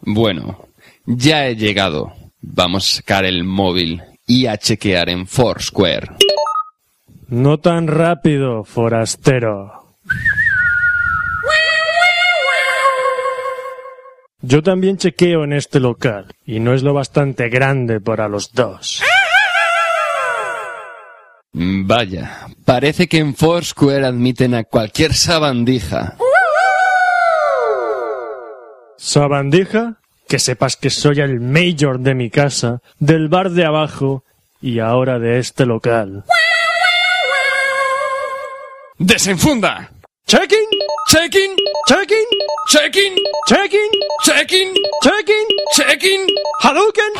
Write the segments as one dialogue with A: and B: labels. A: Bueno, ya he llegado. Vamos a sacar el móvil y a chequear en Foursquare.
B: No tan rápido, forastero. Yo también chequeo en este local, y no es lo bastante grande para los dos.
A: Vaya, parece que en Foursquare admiten a cualquier sabandija.
B: Sabandija, que sepas que soy el mayor de mi casa, del bar de abajo y ahora de este local.
A: ¡Desenfunda!
B: Checking,
A: ¡Checking!
B: checking,
A: ¡Checking!
B: checking,
A: ¡Checking!
B: checking,
A: ¡Checking!
B: Hadouken,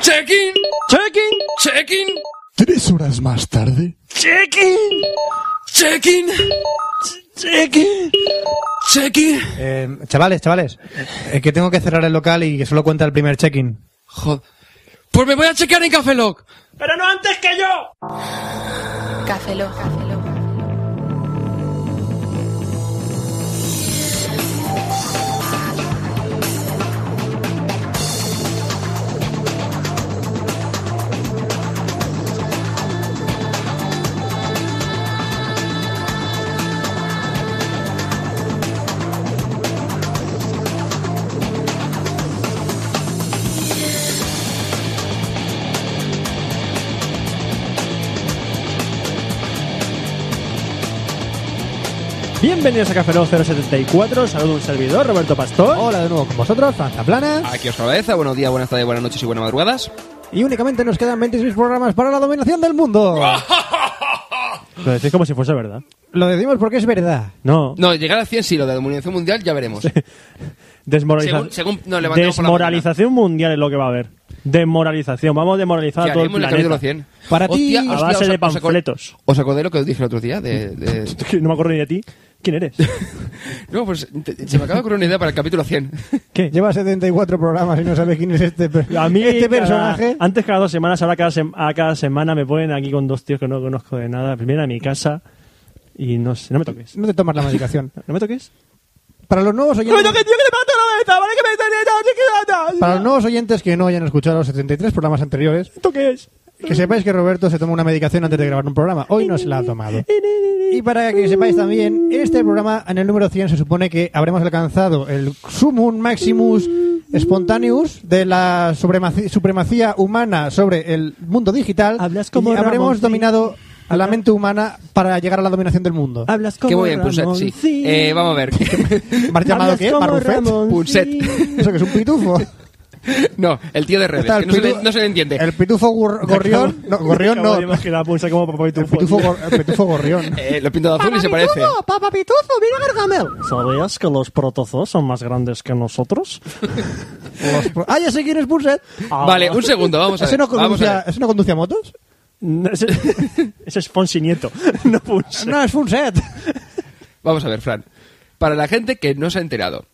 A: ¡Checking!
B: checking,
A: ¡Checking!
C: Tres horas más tarde.
B: checking,
A: ¡Checking!
B: checking.
A: ¡Checking!
D: Eh, chavales, chavales, eh, que tengo que cerrar el local y que solo cuenta el primer check-in.
A: Joder. Pues me voy a chequear en Cafeloc.
B: Pero no antes que yo.
E: Café Lock.
B: Bienvenidos a Café Lock 074, saludo un servidor, Roberto Pastor.
D: Hola de nuevo con vosotros, Franza Plana.
A: Aquí os cabeza. Buenos días, buenas tardes, buenas noches y buenas madrugadas.
D: Y únicamente nos quedan 26 programas para la dominación del mundo.
B: Lo decís como si fuese verdad.
D: Lo decimos porque es verdad.
B: No,
A: No, llegar a 100 sí, lo de dominación mundial ya veremos.
B: desmoraliza-
A: Según- según nos levantemos por la
B: desmoralización mundial es lo que va a haber. Desmoralización, vamos a desmoralizar
A: Que
B: a todo el
A: haremos el capítulo
B: planeta.
A: 100.
D: Para ti,
B: a base de panfletos.
A: ¿Os acordáis lo que os dije el otro día? De, de-
B: Que No me acuerdo ni de ti. ¿Quién eres?
A: No, pues te- se me acaba de ocurrir una idea para el capítulo 100.
B: ¿Qué?
D: Lleva 74 programas y no sabes quién es este, per-
B: A mí
D: este
B: cada-
D: personaje.
B: antes cada dos semanas, ahora cada, sem- a cada semana me ponen aquí con dos tíos que no conozco de nada. Primero a mi casa y no sé, no me toques.
D: No te tomas la medicación.
B: ¿No me toques?
D: Para los nuevos oyentes...
B: tío, que te parto la cabeza! ¿Vale? Que me
D: Para los nuevos oyentes que no hayan escuchado los 73 programas anteriores,
B: ¿Esto qué es?
D: que sepáis que Roberto se toma una medicación antes de grabar un programa. Hoy no se la ha tomado. Y para que sepáis también, este programa en el número 100 se supone que habremos alcanzado el sumum maximus spontaneus de la supremaci- supremacía humana sobre el mundo digital
B: Hablas como
D: y habremos
B: Ramoncín.
D: dominado a la mente humana para llegar a la dominación del mundo.
B: Hablas como
A: que voy bien, Punset, sí.
B: Ramoncín.
A: Eh, vamos a ver.
D: ¿Mar llamado
B: Hablas
D: qué?
B: como
D: ¿Marrufet?
B: Ramoncín.
A: Punset.
D: ¿Eso que es un pitufo?
A: no, el tío de redes,
D: Está
A: que
D: el
A: no, se le,
D: pitu-
A: no se le entiende.
D: El pitufo gur- gorrión. No, gorrión
B: Acabo de
D: no.
B: imaginar, Punset, como papá y tu
D: El pitufo, gor- el pitufo gorrión.
A: Eh, lo pinto de azul y se parece.
D: ¡Papá pitufo! ¡Mira Gargamel!
B: ¿Sabías que los protozoos son más grandes que nosotros? Ah,
D: ¡Ah, ya sé quién es Burset!
A: Vale, un segundo, vamos a
D: ¿Ese
A: ver.
D: no,
A: vamos
D: conduce
A: a
D: a,
A: ver.
D: ¿Ese no conduce a motos?
B: No, Ese, ese es Fonsi Nieto, no Punset.
D: No, es Funset.
A: Vamos a ver, Fran. Para la gente que no se ha enterado.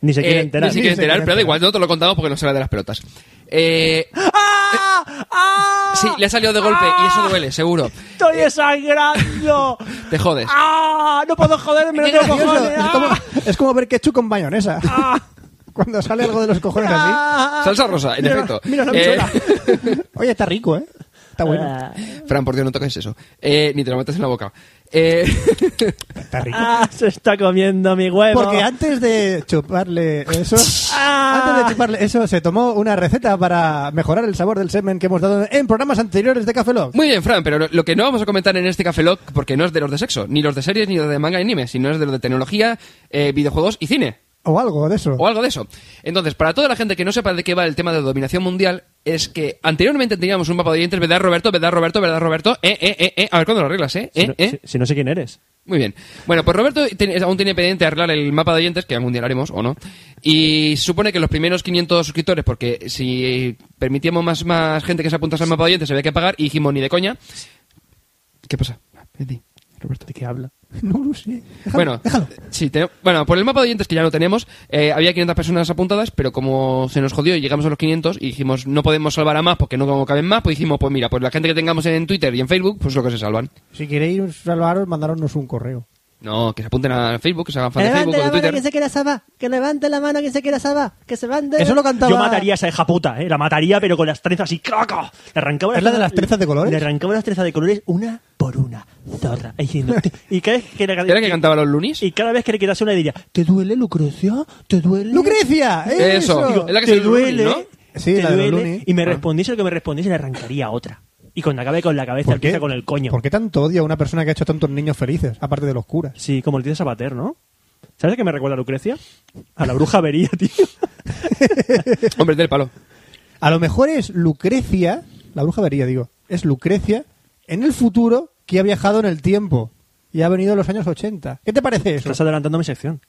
B: Ni se quiere
A: Eh,
B: enterar.
A: Ni se quiere
D: Ni se
A: enterar,
D: quiere
A: pero
D: enterar.
A: da igual, no te lo contamos porque no se va de las pelotas. Eh,
B: ¡Ah! ¡Ah!
A: sí, le ha salido de golpe y eso duele, seguro.
B: ¡Estoy desangrando!
A: Te jodes.
B: ¡Ah! ¡No puedo joderme! ¡No tengo
D: Gracioso.
B: cojones!
A: ah.
D: Es como, es como ver ketchup con mayonesa.
B: ¡Ah!
D: Cuando sale algo de los cojones así.
A: Salsa rosa, en
B: Mira,
A: efecto.
B: mira la
A: Ah. Eh,
D: Oye, está rico, ¿eh? Está bueno.
B: Ah,
A: Fran, por Dios, no toques eso. Eh, ni te lo metas en la boca. Eh,
D: Está rico.
B: ah, se está comiendo mi huevo.
D: Porque antes de chuparle eso,
B: Ah.
D: antes de chuparle eso, se tomó una receta para mejorar el sabor del semen que hemos dado en programas anteriores de Café Lock.
A: muy bien, Fran, pero lo, lo que no vamos a comentar en este Café Lock, porque no es de los de sexo, ni los de series, ni los de manga y anime, sino es de los de tecnología, eh, videojuegos y cine.
D: O algo de eso.
A: O algo de eso. Entonces, para toda la gente que no sepa de qué va el tema de dominación mundial, es que anteriormente teníamos un mapa de oyentes, ¿verdad, Roberto? ¿Verdad, Roberto? ¿Verdad, Roberto? Eh, eh, eh, eh. A ver cuándo lo arreglas, ¿eh?
B: Si
A: ¿Eh?
B: no,
A: ¿Eh?
B: si- si no sé quién eres.
A: Muy bien. Bueno, pues Roberto ten- aún tiene pendiente arreglar el mapa de oyentes, que algún día lo haremos, o no. Y se supone que los primeros 500 suscriptores, porque si permitíamos más, más gente que se apuntase al mapa de oyentes, se había que pagar, y dijimos ni de coña. ¿Qué pasa? Ah, Vete.
B: Roberto, ¿de qué habla?
D: No lo sé. Déjalo,
A: Bueno,
D: déjalo.
A: sí, tenemos- bueno, por el mapa de oyentes que ya lo tenemos, eh, había 500 personas apuntadas, pero como se nos jodió y llegamos a los 500 y dijimos no podemos salvar a más porque no caben más, pues dijimos, pues mira, pues la gente que tengamos en Twitter y en Facebook, pues lo que se salvan.
D: Si queréis salvaros, mandarnos un correo.
A: No, que se apunten a Facebook, que se hagan fan de Facebook
F: levante
A: o de
F: la mano
A: Twitter.
F: que se quiera salvar. Que levante la mano que se quiera salvar. Que se mande.
D: Eso lo cantaba.
B: Yo mataría a esa hija puta, ¿eh? La mataría, pero con las trenzas y ¡craca! Le arrancaba
D: ¿Es la de las trenzas de colores?
B: Le arrancaba las trenzas de colores una por una. Zorra. Y diciendo, "Te-". y cada vez que le,
A: ¿Era que cantaba los lunis?
B: y cada vez que le quitase una diría, ¿te duele, Lucrecia? ¿Te duele?
D: ¡Lucrecia! ¡Eh,
A: Eso.
D: ¡Eso!
A: Es la que
B: te
A: se duele,
B: duele,
A: ¿no?
D: Sí,
B: te
D: la de los
B: duele,
D: Looney.
B: y me
A: Ah.
B: respondiese lo que me respondiese le arrancaría otra. Y cuando acabe con la cabeza empieza con el coño.
D: ¿Por qué tanto odio a una persona que ha hecho tantos niños felices, aparte de los curas?
B: Sí, como el tío de Sabater, ¿no? ¿Sabes a qué me recuerda a Lucrecia? A la bruja avería, tío.
A: Hombre, del palo.
D: A lo mejor es Lucrecia, la bruja vería, digo, es Lucrecia en el futuro que ha viajado en el tiempo y ha venido en los años 80. ¿Qué te parece eso?
B: Estás adelantando mi sección.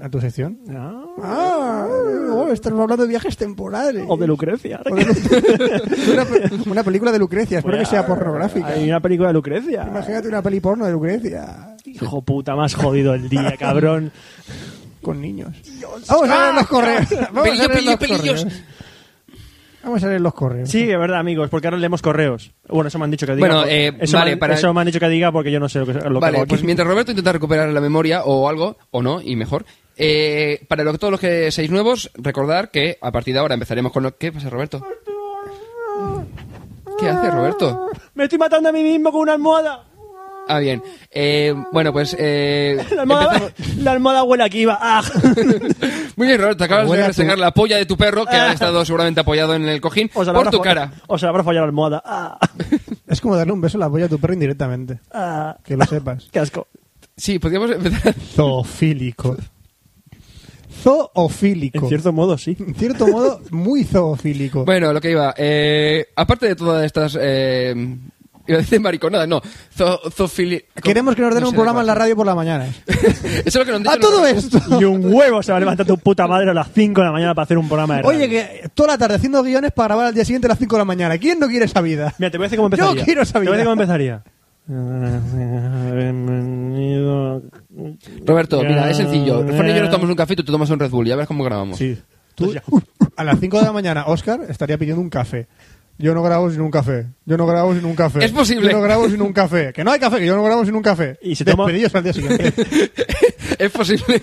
D: ¿A tu sección?
B: Ah,
D: Ah, oh, estamos hablando de viajes temporales.
B: o de Lucrecia.
D: O de Lu- una, pe- una película de Lucrecia, espero que sea pornográfica.
B: Hay una película de Lucrecia.
D: Imagínate una peli porno de Lucrecia
B: Hijo puta, más jodido el día, cabrón.
D: con niños. Vamos a
B: Ah,
D: leer los correos. Vamos a
A: Pelillos,
D: leer los
A: pelillos, pelillos.
D: correos. Vamos a leer los correos.
B: Sí, de verdad, amigos, porque ahora leemos correos. Bueno, eso me han dicho que diga.
A: Bueno,
B: porque-
A: eh,
B: eso,
A: vale,
B: me han,
A: para-
B: eso me han dicho que diga porque yo no sé lo que, lo que hago
A: Vale,
B: aquí.
A: pues mientras Roberto intenta recuperar la memoria o algo, o no, y mejor. eh, para lo- todos los que seáis nuevos, recordar que a partir de ahora empezaremos con lo... ¿Qué pasa, Roberto? ¿Qué hace, Roberto?
B: Me estoy matando a mí mismo con una almohada.
A: Ah, bien. Eh, bueno, pues... eh,
B: La almohada,
A: empezamos-
B: la almohada huele aquí, va. ¡Ah!
A: Muy bien, Roberto, acabas
D: Huele
A: de
D: a
A: reseñar
D: tu-
A: la polla de tu perro, que ha estado seguramente apoyado en el cojín,
B: Os la
A: por
B: habrá
A: tu
B: fo-
A: cara.
B: Os la habrá fallado la almohada. ¡Ah!
D: Es como darle un beso a la polla a tu perro indirectamente.
B: ¡Ah!
D: Que lo sepas.
B: ¡Qué asco!
A: Sí, podríamos empezar...
D: Zoofílico. Zoofílico.
B: En cierto modo, sí.
D: En cierto modo, muy zoofílico.
A: Bueno, lo que iba. eh, aparte de todas estas. Eh, iba a decir mariconadas, no. Zo, zofili-
D: Queremos que nos den
A: no
D: un
A: sé,
D: programa en la
A: da igual.
D: radio por la mañana.
A: Eso es lo que nos han dicho
D: ¡A todo
A: los-
D: esto!
B: Y un huevo se va a levantar tu puta madre a las 5 de la mañana para hacer un programa de radio.
D: Oye, que toda la tarde haciendo guiones para grabar al día siguiente a las 5 de la mañana. ¿Quién no quiere esa vida?
B: Mira, te voy a decir cómo
D: Yo
B: empezaría.
D: quiero esa
B: Te voy a
D: vida.
B: decir cómo empezaría. Bienvenido.
A: Roberto, mira, es sencillo.
B: Ya.
A: Fran y yo nos tomamos un café y tú te tomas un Red Bull y a ver cómo grabamos.
B: Sí. Pues
D: Tú, uh, a las 5 de la mañana, Oscar estaría pidiendo un café. Yo no grabo sin un café. Yo no grabo sin un café.
A: Es posible.
D: Yo no grabo sin un café. Que no hay café, que yo no grabo sin un café.
B: Y se toma-
D: Despedidos al día siguiente.
A: es posible.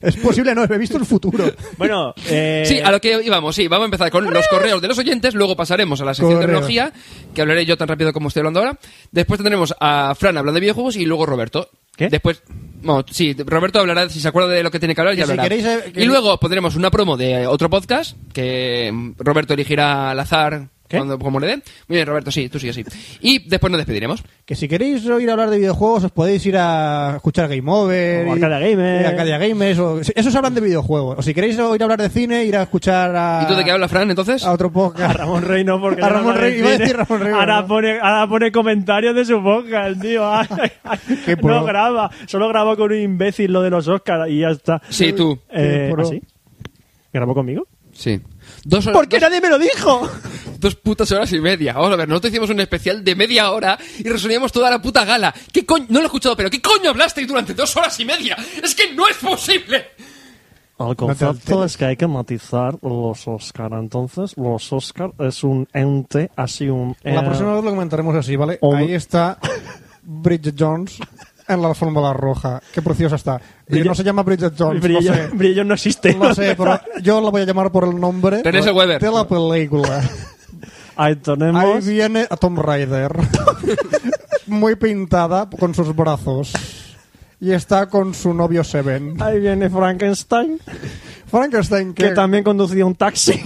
D: es posible, no. He visto el futuro.
B: Bueno, eh,
A: Sí, a lo que íbamos, sí, vamos a empezar con los correos de los oyentes, luego pasaremos a la sección de
D: Correos.
A: tecnología, que hablaré yo tan rápido como estoy hablando ahora. Después tendremos a Fran hablando de videojuegos y luego Roberto.
B: ¿Qué?
A: Después, bueno, sí, Roberto hablará, si se acuerda de lo que tiene que hablar, ya
D: Que si
A: hablará.
D: queréis, eh, que-
A: Y luego pondremos una promo de otro podcast, que mm, Roberto elegirá al azar
B: ¿Qué?
A: cuando, como le dé. Muy bien, Roberto, sí, tú sigue así. Y después nos despediremos.
D: Que si queréis oír hablar de videojuegos, os podéis ir a escuchar Game Over.
B: O
D: y-
B: Arcadia Gamer.
D: y Arcadia Gamers. O, sí, esos hablan de videojuegos. O si queréis oír hablar de cine, ir a escuchar a.
A: ¿Y tú de qué hablas, Fran, entonces?
D: A otro
B: a
D: podcast.
B: Ramón Rey no, porque
D: A
B: no
D: Ramón
B: habla
D: Rey,
B: de
D: iba a
B: cine.
D: decir Ramón Rey,
B: Ahora
D: ¿no?
B: pone, ahora pone comentarios de su podcast, tío. Ay, ay,
D: Qué
B: no
D: pro.
B: graba, solo grabó con un imbécil lo de los Oscars y ya está.
A: Sí, tú.
B: Eh,
D: Qué pro.
B: ¿ah, sí? ¿Grabó conmigo?
A: Sí. Dos horas-
B: ¿Por qué nadie me lo dijo?
A: Dos putas horas y media. Vamos a ver, nosotros hicimos un especial de media hora y resumíamos toda la puta gala. ¿Qué coño? No lo he escuchado, pero ¿qué coño hablasteis durante dos horas y media? ¡Es que no es posible!
B: El concepto es que hay que matizar los Oscar. Entonces, los Oscar es un ente, así un... eh,
D: La próxima vez lo comentaremos así, ¿vale?
B: pues, o-
D: Ahí está Bridget Jones en la alfombra roja. Qué preciosa está. Y
B: Bridget-
D: no se llama Bridget Jones, no
B: Brillo,
D: sé.
B: Brillo no existe.
D: No sé, pero yo la voy a llamar por el nombre
A: Teresa Weber.
D: de la película.
B: Ahí
D: Ahí
B: tenemos...
D: viene a Tom Raider. Muy pintada con sus brazos. Y está con su novio Seven.
B: Ahí viene Frankenstein,
D: Frankenstein, que,
B: que también conducía un taxi.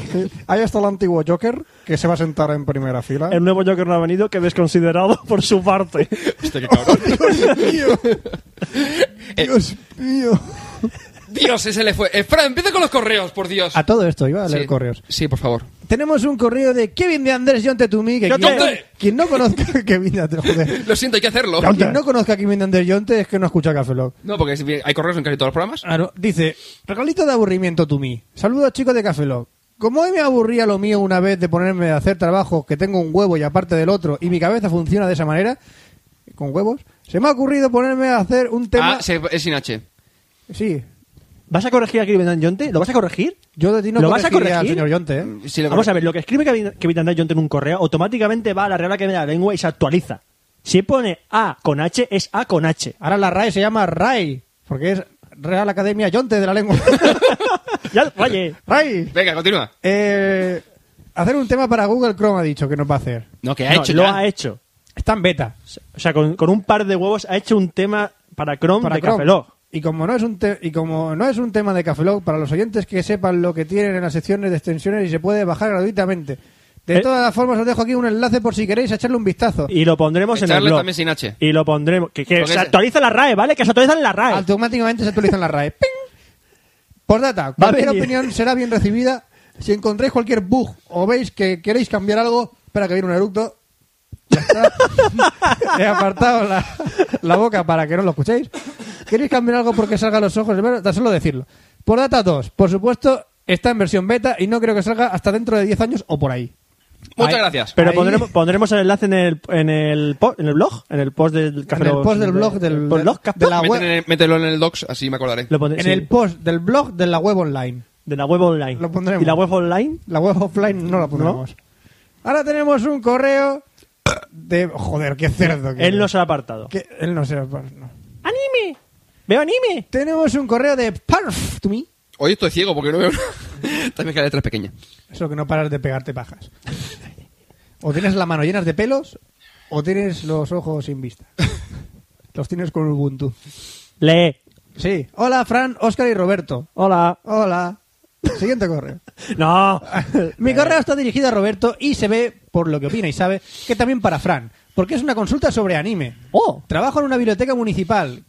D: Ahí está el antiguo Joker, que se va a sentar en primera fila.
B: El nuevo Joker no ha venido, que desconsiderado por su parte.
A: Hostia, qué cabrón.
D: Dios mío. Dios mío.
A: Dios, ese le fue. Eh, Fran, empieza con los correos, por Dios.
D: A todo esto, iba a leer
A: Sí.
D: correos.
A: Sí, por favor.
D: Tenemos un correo de Kevin de Andrés John Tetumi. Que
B: John
D: quien,
A: Te-
D: quien no conozca a Kevin de Andrés, joder.
A: Lo siento, hay que hacerlo.
D: Quien no conozca a Kevin de Andrés John Te es que no escucha Café Lock.
A: No, porque si bien hay correos en casi todos los programas.
D: Claro, dice, regalito de aburrimiento tú mí. Saludos chicos de Café Lock. Como hoy me aburría lo mío una vez de ponerme a hacer trabajos que tengo un huevo y aparte del otro y mi cabeza funciona de esa manera, con huevos, se me ha ocurrido ponerme a hacer un tema...
A: Ah, se- es sin H.
D: Sí,
B: ¿Vas a corregir a Kevin Yonte? ¿Lo vas a corregir?
D: yo de ti no
B: ¿Lo vas a
D: corregiría al
B: corregir? Mm,
D: señor Yonte, ¿eh?
A: Sí, lo-
B: Vamos a ver, lo que escribe Kevin Kevin Andrés Yonte en un correo automáticamente va a la regla que me da la lengua y se actualiza. Si pone A con H, es A con H.
D: Ahora la RAE se llama RAI, porque es Real Academia Yonte de la Lengua.
B: Ya, vaya.
D: RAI.
A: Venga, continúa.
D: Eh, hacer un tema para Google Chrome ha dicho que nos va a hacer.
A: No, que ha
B: No,
A: hecho
B: lo
A: ya.
B: ha hecho.
D: Está en beta.
B: O sea, con, con un par de huevos ha hecho un tema para Chrome
D: Para
B: de
D: Chrome.
B: Café Lock.
D: Y como, no es un te- y como no es un tema de Café Lock, para los oyentes que sepan lo que tienen en las secciones de extensiones y se puede bajar gratuitamente. De
B: Eh.
D: todas formas, os dejo aquí un enlace por si queréis echarle un vistazo.
B: Y lo pondremos en el
A: Echarle
B: blog.
A: también sin H.
B: Y lo pondremos. Que, que
A: Porque
B: se
A: es-
B: actualiza la RAE, ¿vale? Que se actualiza en la RAE.
D: Automáticamente se actualizan las RAE. ¡Ping! Por data, cualquier
B: venir.
D: opinión será bien recibida. Si encontráis cualquier bug o veis que queréis cambiar algo, espera que viene un eructo. Ya está. He apartado la, la boca para que no lo escuchéis. ¿Queréis cambiar algo porque salga a los ojos? Bueno, Tan solo decirlo. Por data 2, por supuesto, está en versión beta y no creo que salga hasta dentro de 10 años o por ahí.
A: Muchas
D: Ahí-
A: gracias.
B: Pero
D: Ahí-
B: pondremos, pondremos el enlace en el, en, el, po- en el blog, en el post del Café
D: En el
B: Lock-
D: post del blog del-
B: por blog, Café
D: de
B: Lock.
D: la
A: Mételo
D: web-
A: en el- Mételo en el docs, así me acordaré.
B: Lo pondré-
D: En
B: sí,
D: el post del blog de la web online.
B: de la web online.
D: Lo pondremos.
B: ¿Y la web online?
D: La web offline no la pondremos. Ahora tenemos un correo de... Joder, qué cerdo. que
B: Él
D: es.
B: no se ha apartado.
D: Que él no será... no.
B: ¡Anime! ¡Veo anime!
D: Tenemos un correo de Parf to me.
A: Hoy estoy ciego porque no veo nada. También que la letra es pequeña.
D: Eso que no paras de pegarte pajas. O tienes la mano llenas de pelos o tienes los ojos sin vista. Los tienes con Ubuntu.
B: Lee.
D: Sí. Hola, Fran, Oscar y Roberto.
B: Hola.
D: Hola. Siguiente correo.
B: No.
D: Mi correo está dirigido a Roberto y se ve, por lo que opina y sabe, que también para Fran, porque es una consulta sobre anime.
B: Oh.
D: Trabajo en una biblioteca municipal.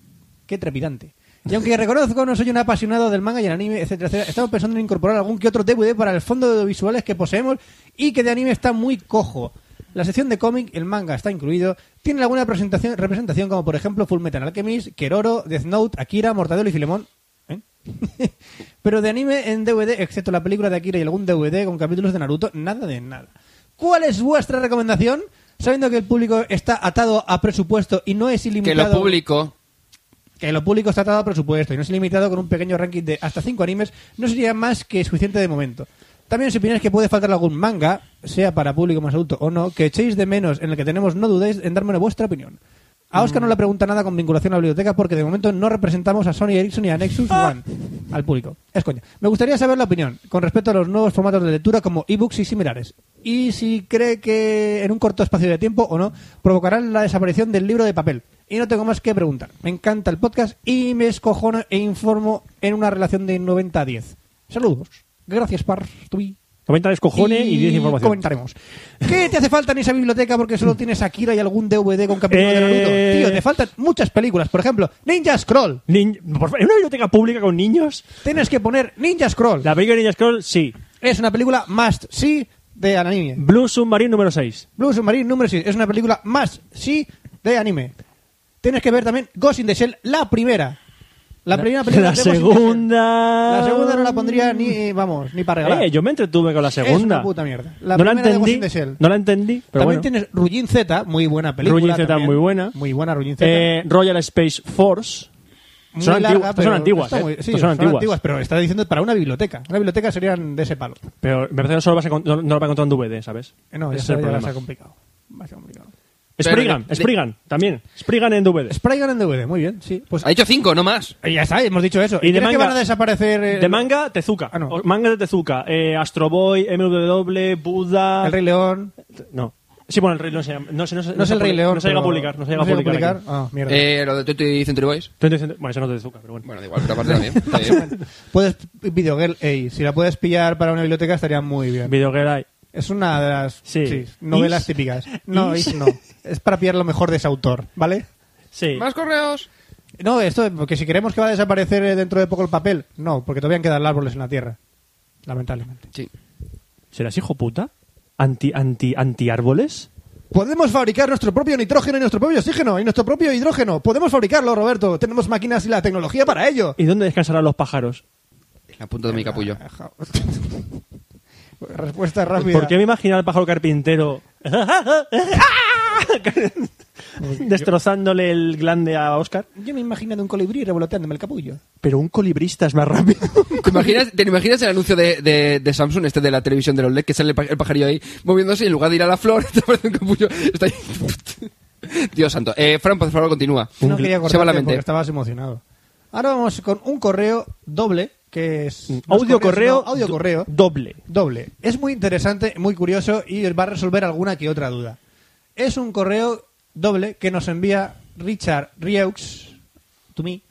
D: Qué trepidante. Y aunque reconozco no soy un apasionado del manga y el anime, etcétera, etcétera, estamos pensando en incorporar algún que otro DVD para el fondo de audiovisuales que poseemos y que de anime está muy cojo. La sección de cómic, el manga está incluido, tiene alguna presentación, representación como por ejemplo Full Metal Alchemist, Keroro, Death Note, Akira, Mortadelo y Filemón. ¿Eh? Pero de anime en DVD, excepto la película de Akira y algún DVD con capítulos de Naruto, nada de nada. ¿Cuál es vuestra recomendación? Sabiendo que el público está atado a presupuesto y no es
A: Que
D: ilimitado.
A: lo publico.
D: Que lo público está atado a presupuesto y no es limitado con un pequeño ranking de hasta 5 animes, no sería más que suficiente de momento. También si opináis que puede faltar algún manga, sea para público más adulto o no, que echéis de menos en el que tenemos, no dudéis en darme una vuestra opinión. A Oscar no le pregunta nada con vinculación a la biblioteca porque de momento no representamos a Sony Ericsson y a Nexus One al público. Es coña. Me gustaría saber la opinión con respecto a los nuevos formatos de lectura como ebooks y similares. Y si cree que en un corto espacio de tiempo o no provocarán la desaparición del libro de papel. Y no tengo más que preguntar. Me encanta el podcast y me escojono e informo en una relación de 90 a 10. Saludos. Gracias, Par. Tui.
B: Comenta descojones y 10 información.
D: Comentaremos. ¿Qué te hace falta en esa biblioteca porque solo tienes Akira y algún DVD con capítulo de
B: Eh.
D: Naruto? Tío, te faltan muchas películas. Por ejemplo, Ninja Scroll.
B: Nin- por fa- ¿En una biblioteca pública con niños?
D: Tienes que poner Ninja Scroll.
B: La película de Ninja Scroll, sí.
D: Es una película must sí de anime.
B: Blue Submarine número 6.
D: Blue Submarine número 6 es una película must sí de anime. Tienes que ver también Ghost in the Shell, la primera. La, primera película
B: La
D: de Ghost in the Shell.
B: segunda.
D: La segunda no la pondría ni, vamos, ni para regalar.
B: Eh, yo me entretuve con la segunda.
D: Es una puta mierda. La
B: no la
D: primera de Ghost
B: entendí.
D: in the Shell.
B: No la entendí, pero bueno.
D: también tienes Rujin Z, muy buena película.
B: Rujin Z,
D: también.
B: muy buena.
D: Muy buena Rujin Z.
B: Eh, Royal Space Force.
D: Muy
B: son,
D: larga,
B: antiguas, estas
D: pero
B: son antiguas.
D: está
B: eh.
D: muy- sí,
B: Estas son antiguas.
D: pero está diciendo para una biblioteca. Una biblioteca serían de ese palo.
B: Pero me parece que solo vas a, con- no, no lo vas a encontrar en DVD, ¿sabes?
D: Eh, No, ya
B: Ese
D: se
B: es el
D: va a
B: problema.
D: ser complicado. Va a ser complicado.
B: Spriggan,
A: Pero de-
B: Spriggan, también. Spriggan en DVD.
D: Spriggan en DVD, muy bien, sí. Pues eh,
A: Ha dicho cinco, no más.
D: ya está, hemos dicho eso.
B: Y de
D: crees que
B: manga-
D: van a desaparecer eh,
B: De manga, Tezuka.
D: Ah, no.
B: O- Manga de Tezuka. Eh, Astro Boy, MW, Buda.
D: El Rey León.
B: No. Sí, bueno, el Rey León se llama. No, sé, no, sé-
D: No,
B: no
D: es
B: se
D: el
B: ha
D: Rey
B: publi-
D: León.
B: No se llega a
D: pero-
B: publicar. No se llega a
D: llega
B: publicar. aquí.
D: Ah, mierda.
A: Eh, lo de Tutti y Century Boys.
B: Entonces, entonces- Bueno, eso no es de Tezuka, pero bueno.
A: Bueno, da igual, pero aparte también. está bien.
D: Puedes Videogirl Ey, si la puedes pillar para una biblioteca estaría muy bien.
B: Video Girl Eye.
D: es una de las
B: Sí.
D: sí, novelas
B: Is-
D: típicas. No,
B: Is-
D: Is no. Es para pillar lo mejor de ese autor, ¿vale?
B: Sí.
A: Más correos.
D: No, esto, porque si queremos que va a desaparecer eh, dentro de poco el papel, no, porque todavía quedan árboles en la tierra. Lamentablemente.
A: Sí.
B: ¿Serás hijo puta? ¿Anti, anti, anti árboles?
D: Podemos fabricar nuestro propio nitrógeno y nuestro propio oxígeno y nuestro propio hidrógeno. Podemos fabricarlo, Roberto. Tenemos máquinas y la tecnología para ello.
B: ¿Y dónde descansarán los pájaros?
A: La punta de mi capullo.
D: Respuesta rápida.
B: ¿Por qué me imaginar al pájaro carpintero destrozándole el glande a Oscar?
D: Yo me imagino de un colibrí revoloteándome el capullo.
B: Pero un colibrista es más rápido.
A: ¿Te imaginas, ¿Te imaginas el anuncio de, de, de Samsung, este de la televisión de los LED, que sale el, pa- el pajarillo ahí moviéndose y en lugar de ir a la flor, te aparece un capullo? Está ahí. Dios santo. Eh, Fran, por favor, continúa.
D: No quería
A: Se va la
D: cortarte
A: mente.
D: porque estabas emocionado. Ahora vamos con un correo doble, que es... no es
B: Mm, Audio correo,
D: no, audio
B: do-
D: correo
B: doble.
D: doble. Es muy interesante, muy curioso y va a resolver alguna que otra duda. Es un correo doble que nos envía Richard Rieux, to me,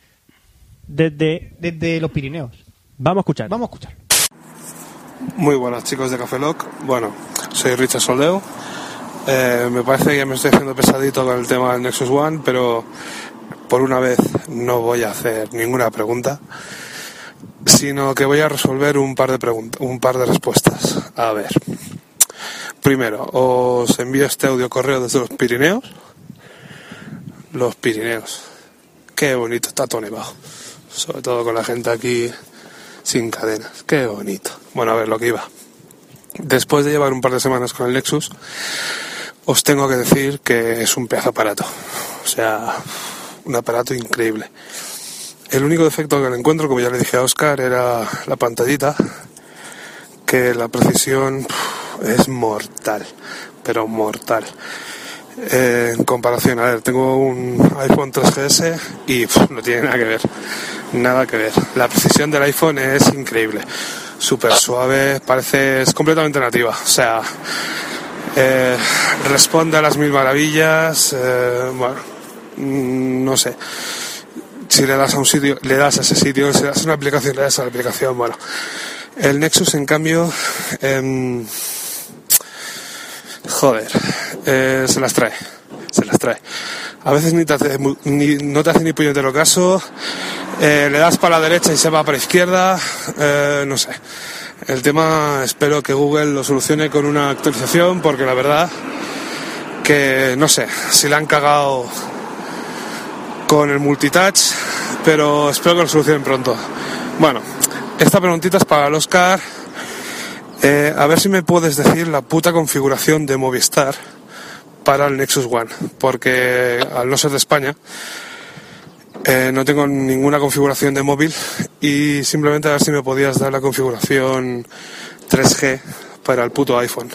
B: Desde.
D: desde los Pirineos.
B: Vamos a escuchar.
D: Vamos a escuchar.
G: Muy buenas chicos de Café Lock. Bueno, soy Richard Soldeo. Eh, me parece que me estoy haciendo pesadito con el tema del Nexus One, pero por una vez no voy a hacer ninguna pregunta, sino que voy a resolver un par de preguntas, un par de respuestas. A ver. Primero, os envío este audio correo desde los Pirineos. Los Pirineos. Qué bonito está todo nevado. Sobre todo con la gente aquí sin cadenas. Qué bonito. Bueno, a ver lo que iba. Después de llevar un par de semanas con el Lexus, os tengo que decir que es un pedazo de aparato. O sea, un aparato increíble. El único defecto que le encuentro, como ya le dije a Oscar, era la pantallita, que la precisión puf, es mortal, pero mortal. Eh, en comparación, a ver, tengo un iPhone 3GS y pf, no tiene nada que ver. Nada que ver. La precisión del iPhone es increíble. Súper suave, parece, es completamente nativa. O sea, eh, responde a las mil maravillas. eh, bueno, mm, no sé. Si le das a un sitio, le das a ese sitio, si le das a una aplicación, le das a la aplicación. Bueno, el Nexus, en cambio, em, Joder, eh, se las trae, se las trae. A veces ni te hace, mu- ni- no te hace ni puñetero caso, eh, le das para la derecha y se va para la izquierda, eh, no sé. El tema espero que Google lo solucione con una actualización porque la verdad que no sé si la han cagado con el multitouch, pero espero que lo solucionen pronto. Bueno, esta preguntita es para el Oscar. Eh, a ver si me puedes decir la puta configuración de Movistar para el Nexus One, porque al no ser de España eh, no tengo ninguna configuración de móvil y simplemente a ver si me podías dar la configuración 3G para el puto iPhone.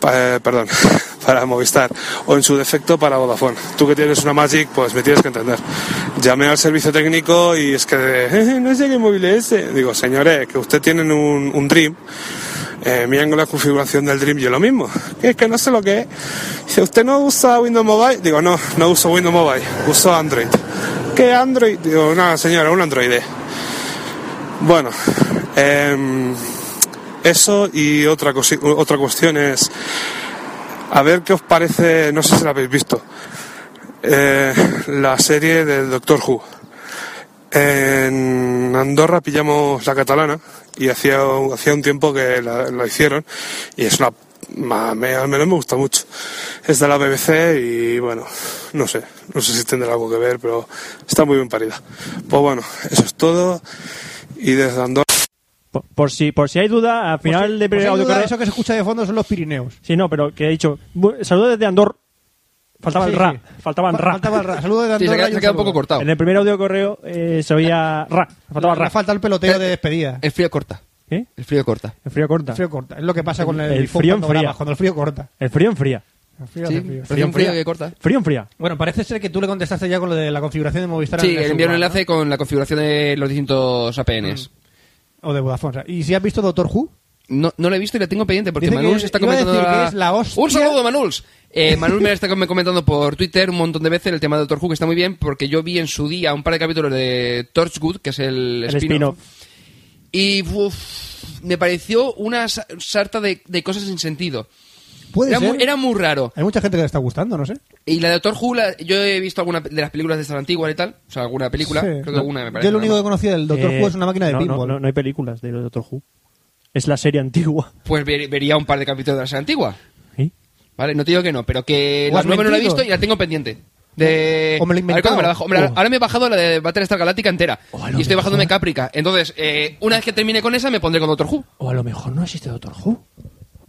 G: Pa- eh, perdón, para Movistar o en su defecto para Vodafone. Tú que tienes una Magic, pues me tienes que entender. Llamé al servicio técnico y es que "Eh, no sé qué móvil es ese. Digo, señores, que usted tienen un, un Dream. Eh, miren con la configuración del Dream yo lo mismo. Que es que no sé lo que es. Si usted no usa Windows Mobile, digo, no, no uso Windows Mobile, uso Android. ¿Qué Android? Digo, nada, señora, un Android. Bueno, em, eso y otra, cosi- otra cuestión es, a ver qué os parece, no sé si la habéis visto, eh, la serie del Doctor Who. En Andorra pillamos la catalana y hacía, hacía un tiempo que la, la hicieron y es una... ma- me- al menos me gusta mucho. Es de la BBC y bueno, no sé, no sé si tendrá algo que ver, pero está muy bien parida. Pues bueno, eso es todo y desde Andorra...
B: Por, por si, por si hay duda, al final
D: Pues,
B: de
D: pues, sin
B: audio
D: duda,
B: correo-
D: Eso que se escucha de fondo son los Pirineos.
B: Sí, no, pero que he dicho. bu- Saludos desde Andor. Faltaba el
D: Sí,
B: ra.
D: sí.
B: Faltaba el
D: Fa-
B: ra.
D: Faltaba el ra. Saludos de
A: Sí, se
D: Andorra
A: queda,
D: y
A: se queda un
D: saludo.
A: poco cortado.
B: En el primer audio correo eh, se oía ra. Faltaba el
D: Le
B: ra.
D: falta el peloteo de despedida.
A: El frío corta.
B: ¿Eh?
A: El frío corta.
B: El frío corta.
D: El frío corta. Es lo que pasa con el,
B: El
D: iPhone
B: frío
D: cuando
B: enfría.
D: grabas, cuando el frío corta.
B: El frío enfría.
D: El frío
A: Sí,
D: hace frío.
A: pero es un frío que corta.
D: ¿Eh?
B: Frío enfría.
D: Bueno, parece ser que tú le contestaste ya con lo de la configuración de Movistar.
A: Sí,
D: en el
A: envió
D: Suburban,
A: un
D: ¿no? Mm.
A: enlace con la configuración de los distintos APNs.
D: O de Vodafone. ¿Y si has visto Doctor Who?
A: No, no lo he visto y la tengo pendiente porque
D: Dice que
A: Manuls está
D: iba a
A: comentando
D: decir
A: la...
D: que es la hostia.
A: Un saludo, Manuls. Eh, Manuel me está com- comentando por Twitter un montón de veces el tema de Doctor Who, que está muy bien, porque yo vi en su día un par de capítulos de Torchwood, que es el,
B: El spin-off.
A: y uf, me pareció una sa- sarta de, de cosas sin sentido.
D: Puede
A: Era
D: ser.
A: muy, era muy raro.
D: Hay mucha gente que le está gustando, no sé.
A: Y la de Doctor Who, la- yo he visto alguna de las películas de estas antiguas y tal, o sea, alguna película,
D: Sí.
A: creo que alguna me parece.
D: Yo lo
A: nada
D: único
A: más.
D: que conocía del Doctor
B: Eh,
D: Who es una máquina de
B: no,
D: pinball.
B: No, no, no hay películas de Doctor Who. Es la serie antigua.
A: Pues ver- vería un par de capítulos de las antiguas.
B: ¿Sí?
A: Vale, no te digo que no, pero que
D: ¿O
A: la
D: has
A: nueva no la he
D: mentido?
A: visto y la tengo pendiente. De...
D: ¿O me la he
A: A ver cuándo me
D: inventado?
A: la bajo. Hombre,
D: Oh.
A: Ahora me he bajado la de Battlestar Galáctica entera. y estoy bajándome Caprica. Entonces, eh, una vez que termine con esa, me pondré con Doctor Who.
B: O a lo mejor no existe Doctor Who.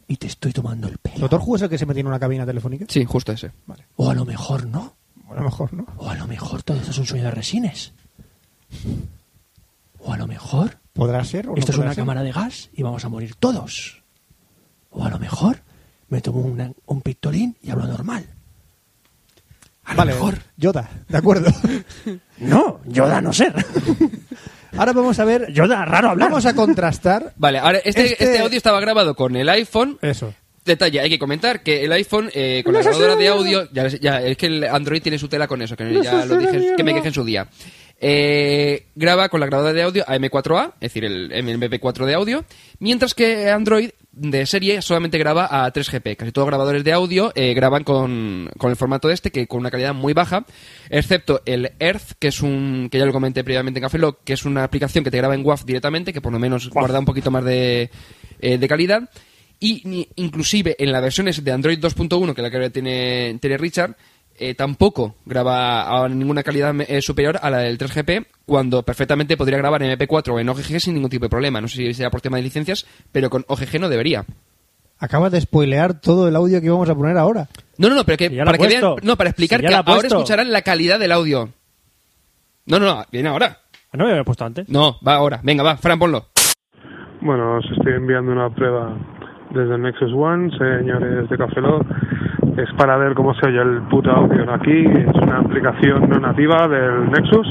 B: Y te estoy tomando el pelo.
D: ¿Doctor Who es el que se metió en una cabina telefónica?
A: Sí, justo ese.
B: O a lo mejor no.
D: A lo mejor, ¿no?
B: O a lo mejor todo esto es un sueño de resines. O a lo mejor
D: ¿Podrá ser? o no
B: esto es
D: podrá
B: una
D: ser?
B: cámara de gas y vamos a morir todos. O a lo mejor me tomo una- un pictolín y hablo normal.
D: vale, Yoda, de acuerdo.
B: No, Yoda no ser.
D: Ahora vamos a ver.
B: Yoda, raro hablar.
D: Vamos a contrastar.
A: Vale, ahora este,
D: Este-
A: este audio estaba grabado con el iPhone.
D: Eso.
A: Detalle, hay que comentar que el iPhone eh, con la grabadora de audio, ya, ya, es que el Android tiene su tela con eso, que ya lo dije, que me quejé en su día. Eh, graba con la grabadora de audio AM4A, es decir, el MP4 de audio, mientras que Android de serie solamente graba a 3GP. Casi todos los grabadores de audio eh, graban con, con el formato este, que con una calidad muy baja, excepto el Earth, que es un, que ya lo comenté previamente en Café Lock, que es una aplicación que te graba en WAV directamente, que por lo menos guarda un poquito más de, eh, de calidad. Y ni- inclusive en las versiones de Android 2.1, que es la que ahora tiene, tiene Richard, eh, tampoco graba a ninguna calidad me- eh, superior a la del 3GP, cuando perfectamente podría grabar en MP4 o en OGG sin ningún tipo de problema. No sé si será por tema de licencias, pero con OGG no debería.
D: Acabas de spoilear todo el audio que íbamos a poner ahora.
A: No, no, no, pero que,
B: Si ya lo
A: para
B: ha
A: que vean,
B: puesto.
A: no, para explicar
B: Si ya
A: que
B: lo ha
A: ahora
B: puesto.
A: escucharán la calidad del audio. No, no, no, viene ahora.
B: Ah, No me había puesto antes.
A: No, va ahora. Venga, va, Fran, ponlo.
H: Bueno, os estoy enviando una prueba desde el Nexus One, señores de Cafelog. Es para ver cómo se oye el puto audio aquí. Es una aplicación no nativa del Nexus.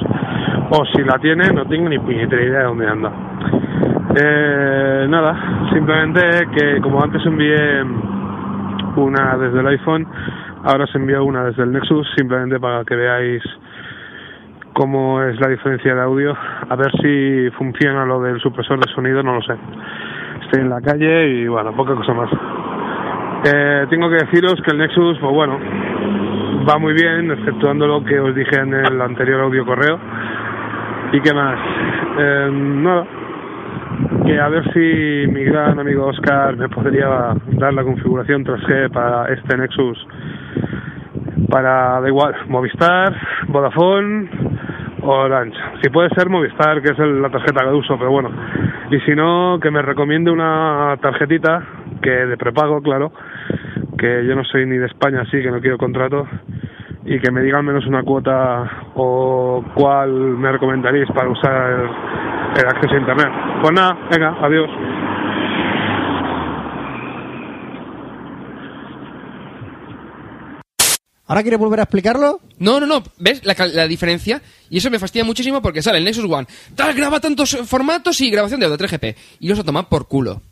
H: O si la tiene, no tengo ni puñetera idea de dónde anda. Eh, nada, simplemente que como antes envié una desde el iPhone, ahora os envío una desde el Nexus, simplemente para que veáis cómo es la diferencia de audio. A ver si funciona lo del supresor de sonido, no lo sé. Estoy en la calle y bueno, poca cosa más. Eh, tengo que deciros que el Nexus, pues bueno, va muy bien, exceptuando lo que os dije en el anterior audio correo. ¿Y qué más? Eh, nada. Que a ver si mi gran amigo Oscar me podría dar la configuración 3G para este Nexus para, da igual, Movistar, Vodafone o Orange. Si puede ser Movistar, que es el- la tarjeta que uso, pero bueno. Y si no, que me recomiende una tarjetita, que de prepago, claro, que yo no soy ni de España, así que no quiero contrato, y que me diga al menos una cuota o cuál me recomendaréis para usar el, el acceso a Internet. Pues nada, venga, adiós.
D: ¿Ahora quieres volver a explicarlo?
A: No, no, no. ¿Ves la, cal- la diferencia? Y eso me fastidia muchísimo porque sale el Nexus One. Tal, graba tantos eh, formatos y grabación de audio 3GP. Y los a tomar por culo.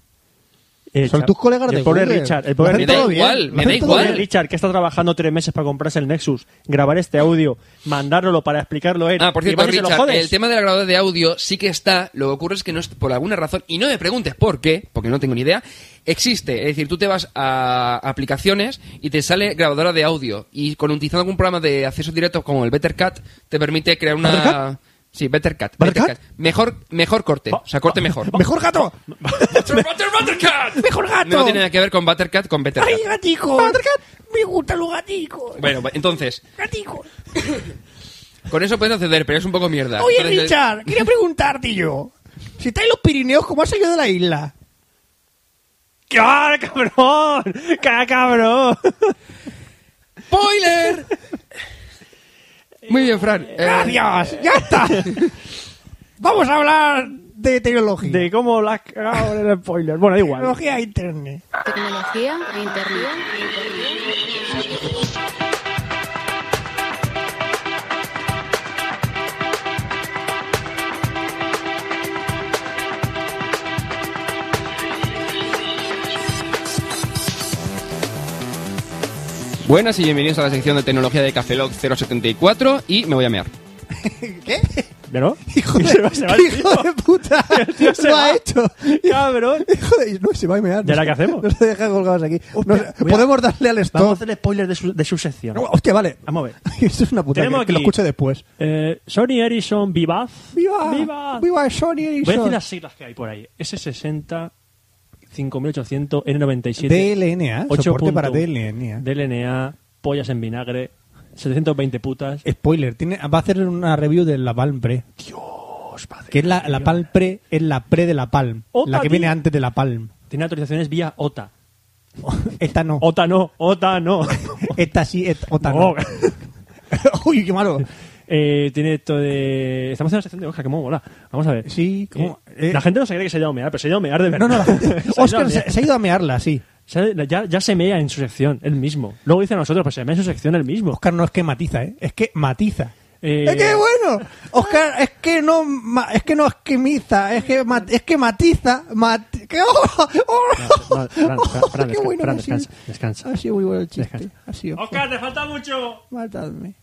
B: Eh,
D: Son
B: cha-
D: tus colegas
B: el
D: de
B: pobre
D: Google.
B: Richard, el
D: Lo
B: pobre
D: hacen
A: Me da
B: Richard,
D: todo bien,
A: igual,
D: lo
A: me
D: hacen
A: da
D: todo
A: igual.
D: bien.
B: Richard, que está trabajando tres meses para comprarse el Nexus, grabar este audio, mandárnoslo para explicarlo él.
A: Ah, por
B: y
A: cierto,
B: vas y se lo
A: Richard,
B: jodes.
A: el tema de la grabadora de audio sí que está. Lo que ocurre es que no es por alguna razón, y no me preguntes por qué, porque no tengo ni idea, existe. Es decir, tú te vas a aplicaciones y te sale grabadora de audio. Y con utilizando algún programa de acceso directo como el BetterCat, te permite crear una. Sí, BetterCat.
D: ¿BetterCat?
A: Mejor, mejor corte.
B: Ah,
A: O sea, corte mejor.
D: ¡Mejor gato!
A: ¡Butter- butter- Buttercat!
D: Mejor gato.
A: No tiene nada que ver con Buttercat, con Bettercat.
F: gatico! ¡Me gustan los gaticos!
A: Bueno, entonces,
F: ¡Gaticos!
A: con eso puedes acceder, pero es un poco mierda. Entonces,
D: quería preguntarte yo. Si estáis en los Pirineos, ¿cómo has salido de la isla?
B: ¡Ah, cabrón! ¡Ca- cabrón!
A: ¡Spoiler! Muy bien, Fran. Eh,
D: ¡Gracias! ¡Ya está! Vamos a hablar de tecnología.
B: De cómo la has cagado en el spoiler. Bueno, da igual.
D: tecnología e internet.
E: Tecnología, e internet.
A: Buenas y bienvenidos a la sección de tecnología de Cafelog 074 y me voy a mear.
D: ¿Qué?
B: ¿Ya no?
D: ¡Hijo
B: Y
D: de,
B: se va, se va el
D: hijo
B: tío.
D: de puta!
B: El tío se
D: ¡Lo
B: va.
D: ha hecho!
B: ¡Cabrón!
D: ¡Hijo de... No, se va a mear.
B: ¿Y ahora qué hacemos?
D: Nos deja colgados aquí.
B: Hostia,
D: Nos-
B: voy a-
D: Podemos darle al
B: Vamos a
D: stop.
B: hacer spoiler de su, de su sección.
D: No, hostia, vale.
B: Vamos a ver.
D: Esto es una puta
B: Tenemos
D: que, que lo
B: aquí-
D: escuche después.
B: Eh, Sony Ericsson Vivaz.
D: ¡Viva!
B: ¡Viva!
D: ¡Viva Sony Ericsson!
B: Voy a decir las siglas que hay por ahí. S60, 5800, N97.
D: DLNA, ¿eh? soporte
B: 8.1,
D: para DLNA.
B: DLNA, pollas en vinagre, 720 putas. Eh,
D: Spoiler, tiene, va a hacer una review de la Palm Pre. Dios, Que es la, la Palm Pre, es la pre de la Palm.
B: Opa,
D: la que
B: tío.
D: viene antes de la Palm.
B: Tiene autorizaciones vía OTA.
D: Esta no.
B: OTA no, OTA no.
D: Esta sí, esta, otra
B: No.
D: no. Uy, qué malo.
B: Eh, tiene esto de... Estamos en la sección de Oscar, que me mola. Vamos a ver.
D: Sí, ¿cómo?
B: Eh,
D: Eh,
B: la gente no se cree que se ha ido a mear, pero se ha ido a mear de verdad.
D: No, no, la gente-
B: Se ha ido a
D: Oscar
B: mear.
D: se, se ha ido a mearla, sí.
B: Se- ya, ya se mea en su sección, él mismo. Luego dice a nosotros, pues se mea en su sección él mismo.
D: Oscar no es que matiza, ¿eh? es que matiza.
B: Eh,
D: Es que bueno, Oscar, es que no, ma- es que no esquemiza, es que, ma- es que matiza, mat- que- ¡Oh! ¡Oh!
B: No, Fran, Fran,
D: ¡Oh,
B: Fran,
D: qué
B: desca-
D: bueno
B: Fran,
D: que ha sido!
B: descansa, descansa.
D: Ha sido muy bueno el chiste,
B: Descansa.
D: ha sido.
B: te falta mucho!
D: matadme.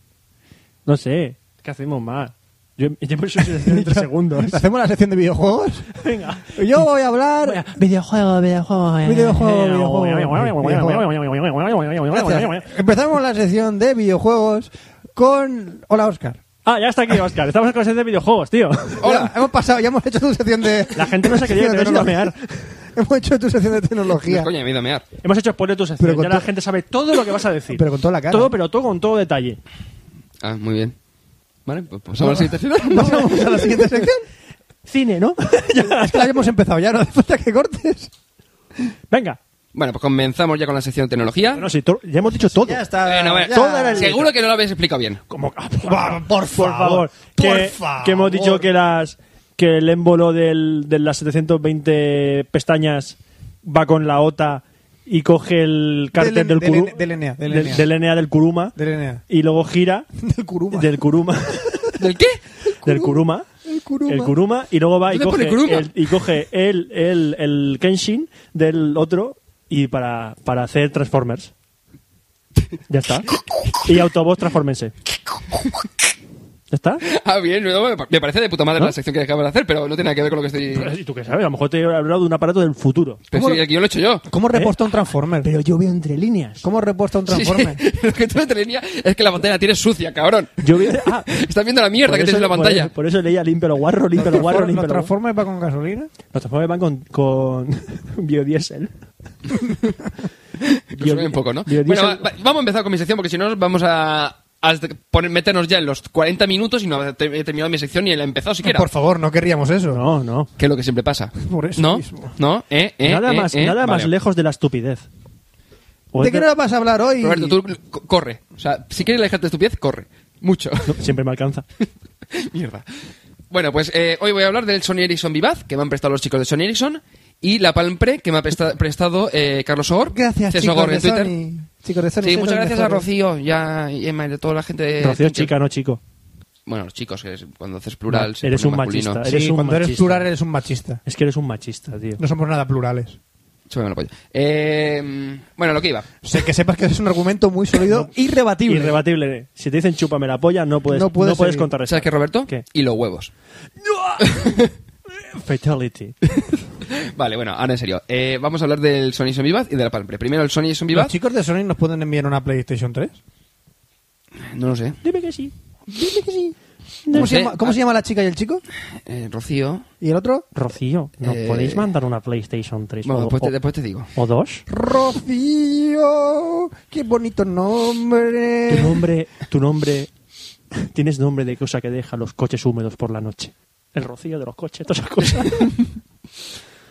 B: No sé, ¿qué hacemos más? Yo, yo he su sección en tres segundos.
D: ¿Hacemos la sección de videojuegos?
B: ¿eh? Venga.
D: Yo voy a hablar.
F: Videojuego, videojuego. eh.
D: Videojuego, videojuego, videojuego. Gracias. Empezamos la sección de videojuegos con. Hola, Oscar.
B: Ah, ya está aquí, Oscar. Estamos en clase de videojuegos, tío.
D: Ya, hemos pasado, ya hemos hecho tu sección de.
B: La gente no se quería ir,
D: sección de
B: te voy a
D: tecnología. Hemos hecho tu sección de tecnología.
A: Coño, me he ido a mear.
B: Hemos hecho spoiler de tu sección.
D: Pero con
B: Ya la
D: to-
B: gente sabe todo lo que vas a decir.
D: Pero con toda la cara.
B: Todo, pero todo con todo detalle.
A: Ah, muy bien. Vale, pues pasamos a la siguiente
D: Pasamos a la siguiente sección.
B: Cine, ¿no?
D: Es que la hemos empezado ya, no hace falta que cortes.
B: Venga.
A: Bueno, pues comenzamos ya con la sección de tecnología.
B: No, sí, to- ya hemos dicho todo.
D: Ya está.
A: Bueno, a ver,
D: ya.
A: seguro que no lo habéis explicado bien.
B: Como- ah,
D: Va,
B: por
D: Por
B: favor.
D: por
B: Que,
D: favor.
B: que hemos dicho que las que el émbolo del- de las 720 pestañas va con la OTA y coge el cárter
D: Del-
B: del,
D: del
B: Kuru-
D: N- del NA, del NA.
B: del NA del Kuruma
D: Del NA.
B: y luego gira
D: Del Kuruma.
B: del Kuruma
A: ¿Del qué?
B: del Kuruma
D: El Kuruma.
B: el Kuruma y luego va y
A: ¿Dónde
B: coge,
A: pone Kuruma?
B: el, y coge el, el, el Kenshin del otro y para, para hacer Transformers. Ya está. Y Autobots transformense. ¿Ya está?
A: Ah, bien, no, me parece de puta madre
B: ¿No?
A: la sección que acabas de hacer, pero no tiene nada que ver con lo que estoy...
B: Pero, ¿Y tú qué sabes? A lo mejor te he hablado de un aparato del futuro.
A: Pero sí, el guión lo he hecho yo.
D: ¿Cómo reposta un Transformer?
B: Pero yo veo entre líneas.
D: ¿Cómo reposta un
A: Sí, sí.
D: Transformer?
A: Lo que tú no te leía es que la pantalla la tienes sucia, cabrón.
B: Yo veo... Ah,
A: Estás viendo la mierda
B: por
A: que
B: eso-
A: tienes en la
B: por
A: pantalla.
B: eso- Por eso, leía limpia lo guarro, limpia lo guarro,
D: ¿Los
B: limpia lo guarro.
D: Transformers va con gasolina?
B: Los Transformers van con, con biodiesel.
A: Nos sube un poco, ¿no?
B: Biodiesel-
A: Bueno, va- va- vamos a empezar con mi sección porque si no nos vamos a, a poner- meternos ya en los 40 minutos y no he te- he terminado mi sección ni la he empezado siquiera.
D: Por favor, no querríamos eso.
B: No, no.
A: que es lo que siempre pasa.
D: Por eso
A: ¿No?
D: mismo.
A: ¿No? ¿Eh? ¿Eh?
B: nada
A: ¿Eh?
B: más,
A: ¿Eh?
B: nada más
A: Vale.
B: lejos de la estupidez. O
D: ¿De
B: es
D: qué
B: de-
D: nos vas a hablar hoy?
A: Roberto, tú co- corre. O sea, si quieres alejarte de estupidez, corre. Mucho.
B: No, siempre me alcanza.
A: Mierda. Bueno, pues eh, hoy voy a hablar del Sony Ericsson Vivaz, que me han prestado los chicos de Sony Ericsson, y la Palmpre, que me ha presta- prestado eh, Carlos Sogor.
D: Gracias,
A: César
D: chicos
A: Sogor
D: de,
A: en Twitter.
D: Sony. Chicos de Sony.
A: Sí,
D: sois
A: muchas
D: los
A: gracias a
D: mejores.
A: Rocío ya, y Emma y a toda la gente de
B: Rocío,
A: Twitter.
B: chica, no chico.
A: Bueno, los chicos, que es- cuando haces plural...
B: No,
A: se
B: eres
A: pone
B: un
A: masculino.
B: machista.
D: Sí,
B: Eres un
D: cuando eres
B: machista.
D: plural eres un machista.
B: Es que eres un machista, tío.
D: No somos nada plurales.
A: Súbeme la polla. Eh, bueno, lo que iba.
D: O sea, que sepas que es un argumento muy sólido, irrebatible.
B: Irrebatible. Si te dicen chúpame la polla, no puedes,
D: No
B: no
D: puedes
B: puedes,
D: seguir.
B: contrarrestar.
A: ¿Sabes qué, Roberto?
B: ¿Qué?
A: Y los huevos.
B: Fatality.
A: Vale, bueno, ahora en serio. Eh, vamos a hablar del Sony Ericsson Vivaz y de la Palmpre. Primero el Sony Ericsson
D: ¿Los
A: Vivaz.
D: chicos de Sony nos pueden enviar una PlayStation 3?
A: No lo sé.
B: Dime que sí.
D: Dime que sí. ¿Cómo,
A: No
D: se
A: sé.
D: llama, cómo se llama la chica y el chico?
A: Eh, Rocío.
D: ¿Y el otro?
B: Rocío, ¿nos
A: Eh,
B: podéis mandar una PlayStation 3? o,
A: Bueno, después te,
B: o-
A: después te digo.
B: o dos?
D: Rocío. Qué bonito
B: Tu
D: nombre.
B: nombre, tu nombre, tienes nombre de cosa que deja los coches húmedos por la noche. El rocío de los coches, todas esas cosas.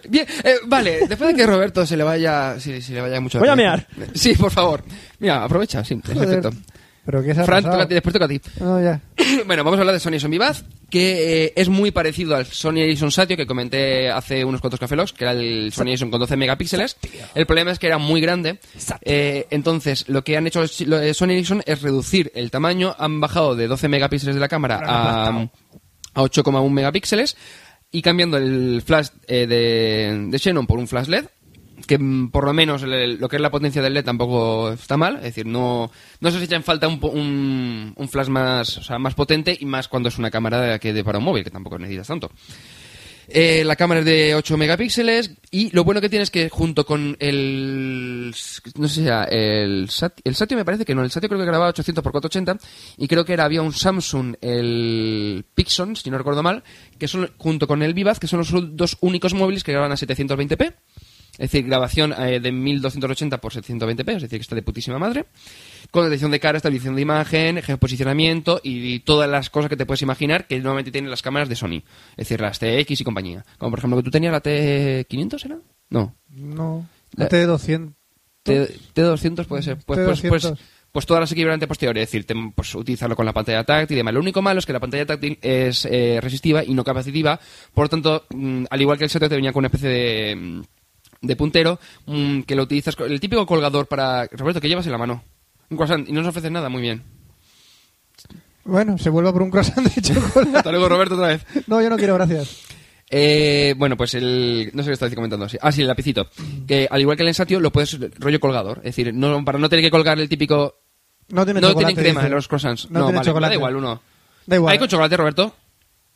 A: Bien, eh, vale, después de que Roberto se le vaya, si, si le vaya mucho. la
B: Voy a
A: cabeza. Sí, por favor. Mira, aprovecha, sí, es
D: Joder.
A: perfecto.
D: Pero qué se ha
A: Fran,
D: pasado?
A: toca a ti, después toca a ti.
D: No, ya.
A: bueno, vamos a hablar de Sony Ericsson Vivaz, que eh, es muy parecido al Sony Ericsson Satio que comenté hace unos cuantos Café Logs, que era el Sony Ericsson con 12 megapíxeles. El problema es que era muy grande. Eh, entonces, lo que han hecho los chi- lo- eh, Sony Ericsson es reducir el tamaño. Han bajado de 12 megapíxeles de la cámara a, a 8,1 megapíxeles y cambiando el flash eh, de, de Xenon por un flash LED que mm, por lo menos el- el- lo que es la potencia del LED tampoco está mal, es decir, no, no se echa en falta un, po- un, un flash más, o sea, más potente y más cuando es una cámara de la que de para un móvil, que tampoco necesitas tanto. Eh, la cámara es de 8 megapíxeles y lo bueno que tiene es que junto con el... No sé si era el, Sat- el Satio me parece que no, el Satio creo que grababa 800x480 y creo que era, había un Samsung, el Pixon, si no recuerdo mal, que son junto con el Vivaz, que son los dos únicos móviles que graban a 720p. Es decir, grabación eh, de 1280 por 720p, es decir, que está de putísima madre. Con detección de cara, estabilización de imagen, posicionamiento y, todas las cosas que te puedes imaginar que normalmente tienen las cámaras de Sony. Es decir, las TX y compañía. Como por ejemplo que tú tenías la T500, ¿era? No.
D: No.
A: La-
D: T200.
A: T- T200 puede ser. Pues, pues, pues,
D: T200.
A: pues todas las equivalentes posteriores. Es decir, tem- pues, utilizarlo con la pantalla táctil y demás. Lo único malo es que la pantalla táctil es eh, resistiva y no capacitiva. Por lo tanto, mm, al igual que el 7 te venía con una especie de... mm, de puntero mm, que lo utilizas. con- El típico colgador para. Roberto, que llevas en la mano? Un croissant y no nos ofreces nada, muy bien.
D: Bueno, se vuelva por un croissant de chocolate.
A: Hasta luego, Roberto, otra vez.
D: No, yo no quiero, gracias.
A: Eh, bueno, pues el. No sé qué estaba comentando así. Ah, sí, el lapicito. Que al igual que el ensatio, lo puedes rollo colgador. Es decir, no, para no tener que colgar el típico.
D: No tiene
A: no
D: chocolate.
A: tienen crema
D: dice.
A: los croissants.
D: No,
A: No,
D: tiene
A: vale,
D: chocolate.
A: da igual, uno.
D: Da igual.
A: ¿Hay con chocolate, Roberto?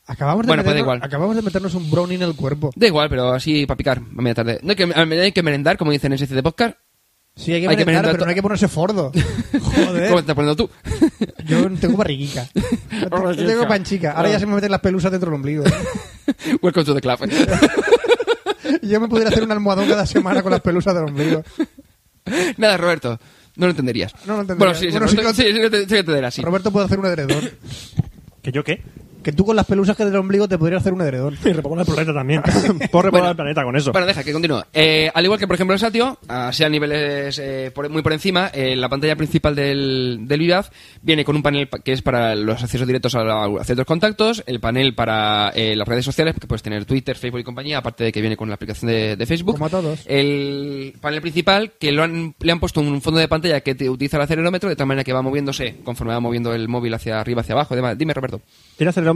D: Acabamos de,
A: Bueno, pues
D: meternos,
A: da igual.
D: acabamos de meternos un brownie en el cuerpo.
A: Da igual, pero así para picar a media tarde. No hay que, a media hay que merendar, como dicen en ese de podcast.
D: Sí, hay que
A: Hay que
D: merendar,
A: merendar
D: pero
A: to-
D: no hay que ponerse fordo. Joder.
A: ¿Cómo te estás poniendo tú?
D: Yo tengo barriguica. Yo tengo panchica. Ahora ya se me meten las pelusas dentro del ombligo.
A: Welcome to the club.
D: Yo me pudiera hacer un almohadón cada semana con las pelusas del ombligo.
A: Nada, Roberto. No lo entenderías.
D: No lo entendería.
A: Bueno, sí, sí,
D: Bueno,
A: Roberto-
D: sí lo-
A: sí, sí, lo ent- sí lo entenderás, sí.
D: Roberto puede hacer un edredón.
B: ¿Que yo qué?
D: Que tú con las pelusas que del ombligo te podrías hacer un edredón.
B: Y repongo el planeta también. Puedo reponer
A: Bueno.
B: el planeta con eso.
A: Bueno, deja que continúe. Eh, al igual que, por ejemplo, el Satio, así a niveles eh, por- muy por encima, eh, la pantalla principal del, del Vivaz viene con un panel pa- que es para los accesos directos a, la- a ciertos contactos, el panel para eh, las redes sociales, que puedes tener Twitter, Facebook y compañía, aparte de que viene con la aplicación de, de Facebook.
D: Como a todos.
A: El panel principal, que lo han, le han puesto un fondo de pantalla que te utiliza el acelerómetro, de tal manera que va moviéndose conforme va moviendo el móvil hacia arriba, hacia abajo. y demás. Dime, Robererto.
B: ¿Tiene acelerómetro?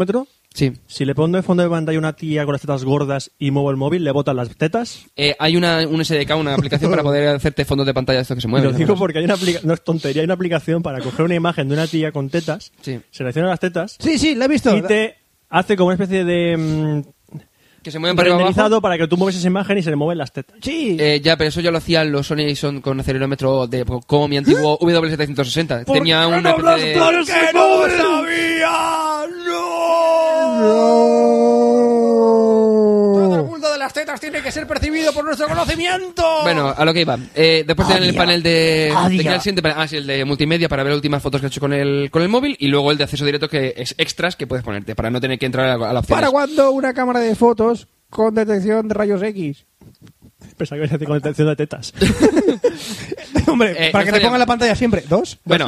A: Sí.
B: Si le pongo de fondo de pantalla una tía con las tetas gordas y muevo el móvil, le botan las tetas.
A: Eh, hay una, un SDK, una aplicación para poder hacerte fondos de pantalla de estos que se mueven.
B: Lo digo porque hay una aplica- no es tontería, hay una aplicación para coger una imagen de una tía con tetas,
A: Sí.
B: selecciona las tetas
D: Sí, sí, la he visto.
B: y te hace como una especie de mm,
A: Que se mueven para arriba y abajo.
B: renderizado para que tú mueves esa imagen y se le mueven las tetas.
D: Sí.
A: Eh, ya, pero eso ya lo hacían los Sony Ericsson con acelerómetro de como mi
D: ¿Eh?
A: antiguo W760. Tenía un
B: ¡Que no sabía!
D: Todo el mundo de las tetas tiene que ser percibido por nuestro conocimiento.
A: Bueno, a lo que iba. Eh, después tenían el panel de... de que era el siguiente panel. Ah, sí, el de multimedia para ver las últimas fotos que he hecho con el, con el móvil. Y luego el de acceso directo que es extras que puedes ponerte para no tener que entrar a la, a la opción.
D: ¿Para cuándo una cámara de fotos con detección de rayos X?
B: Pensaba que ibas a decir con detección de tetas.
D: Hombre,
A: Eh,
D: para que te
A: estaría-
D: pongan la pantalla siempre. ¿Dos?
A: Bueno,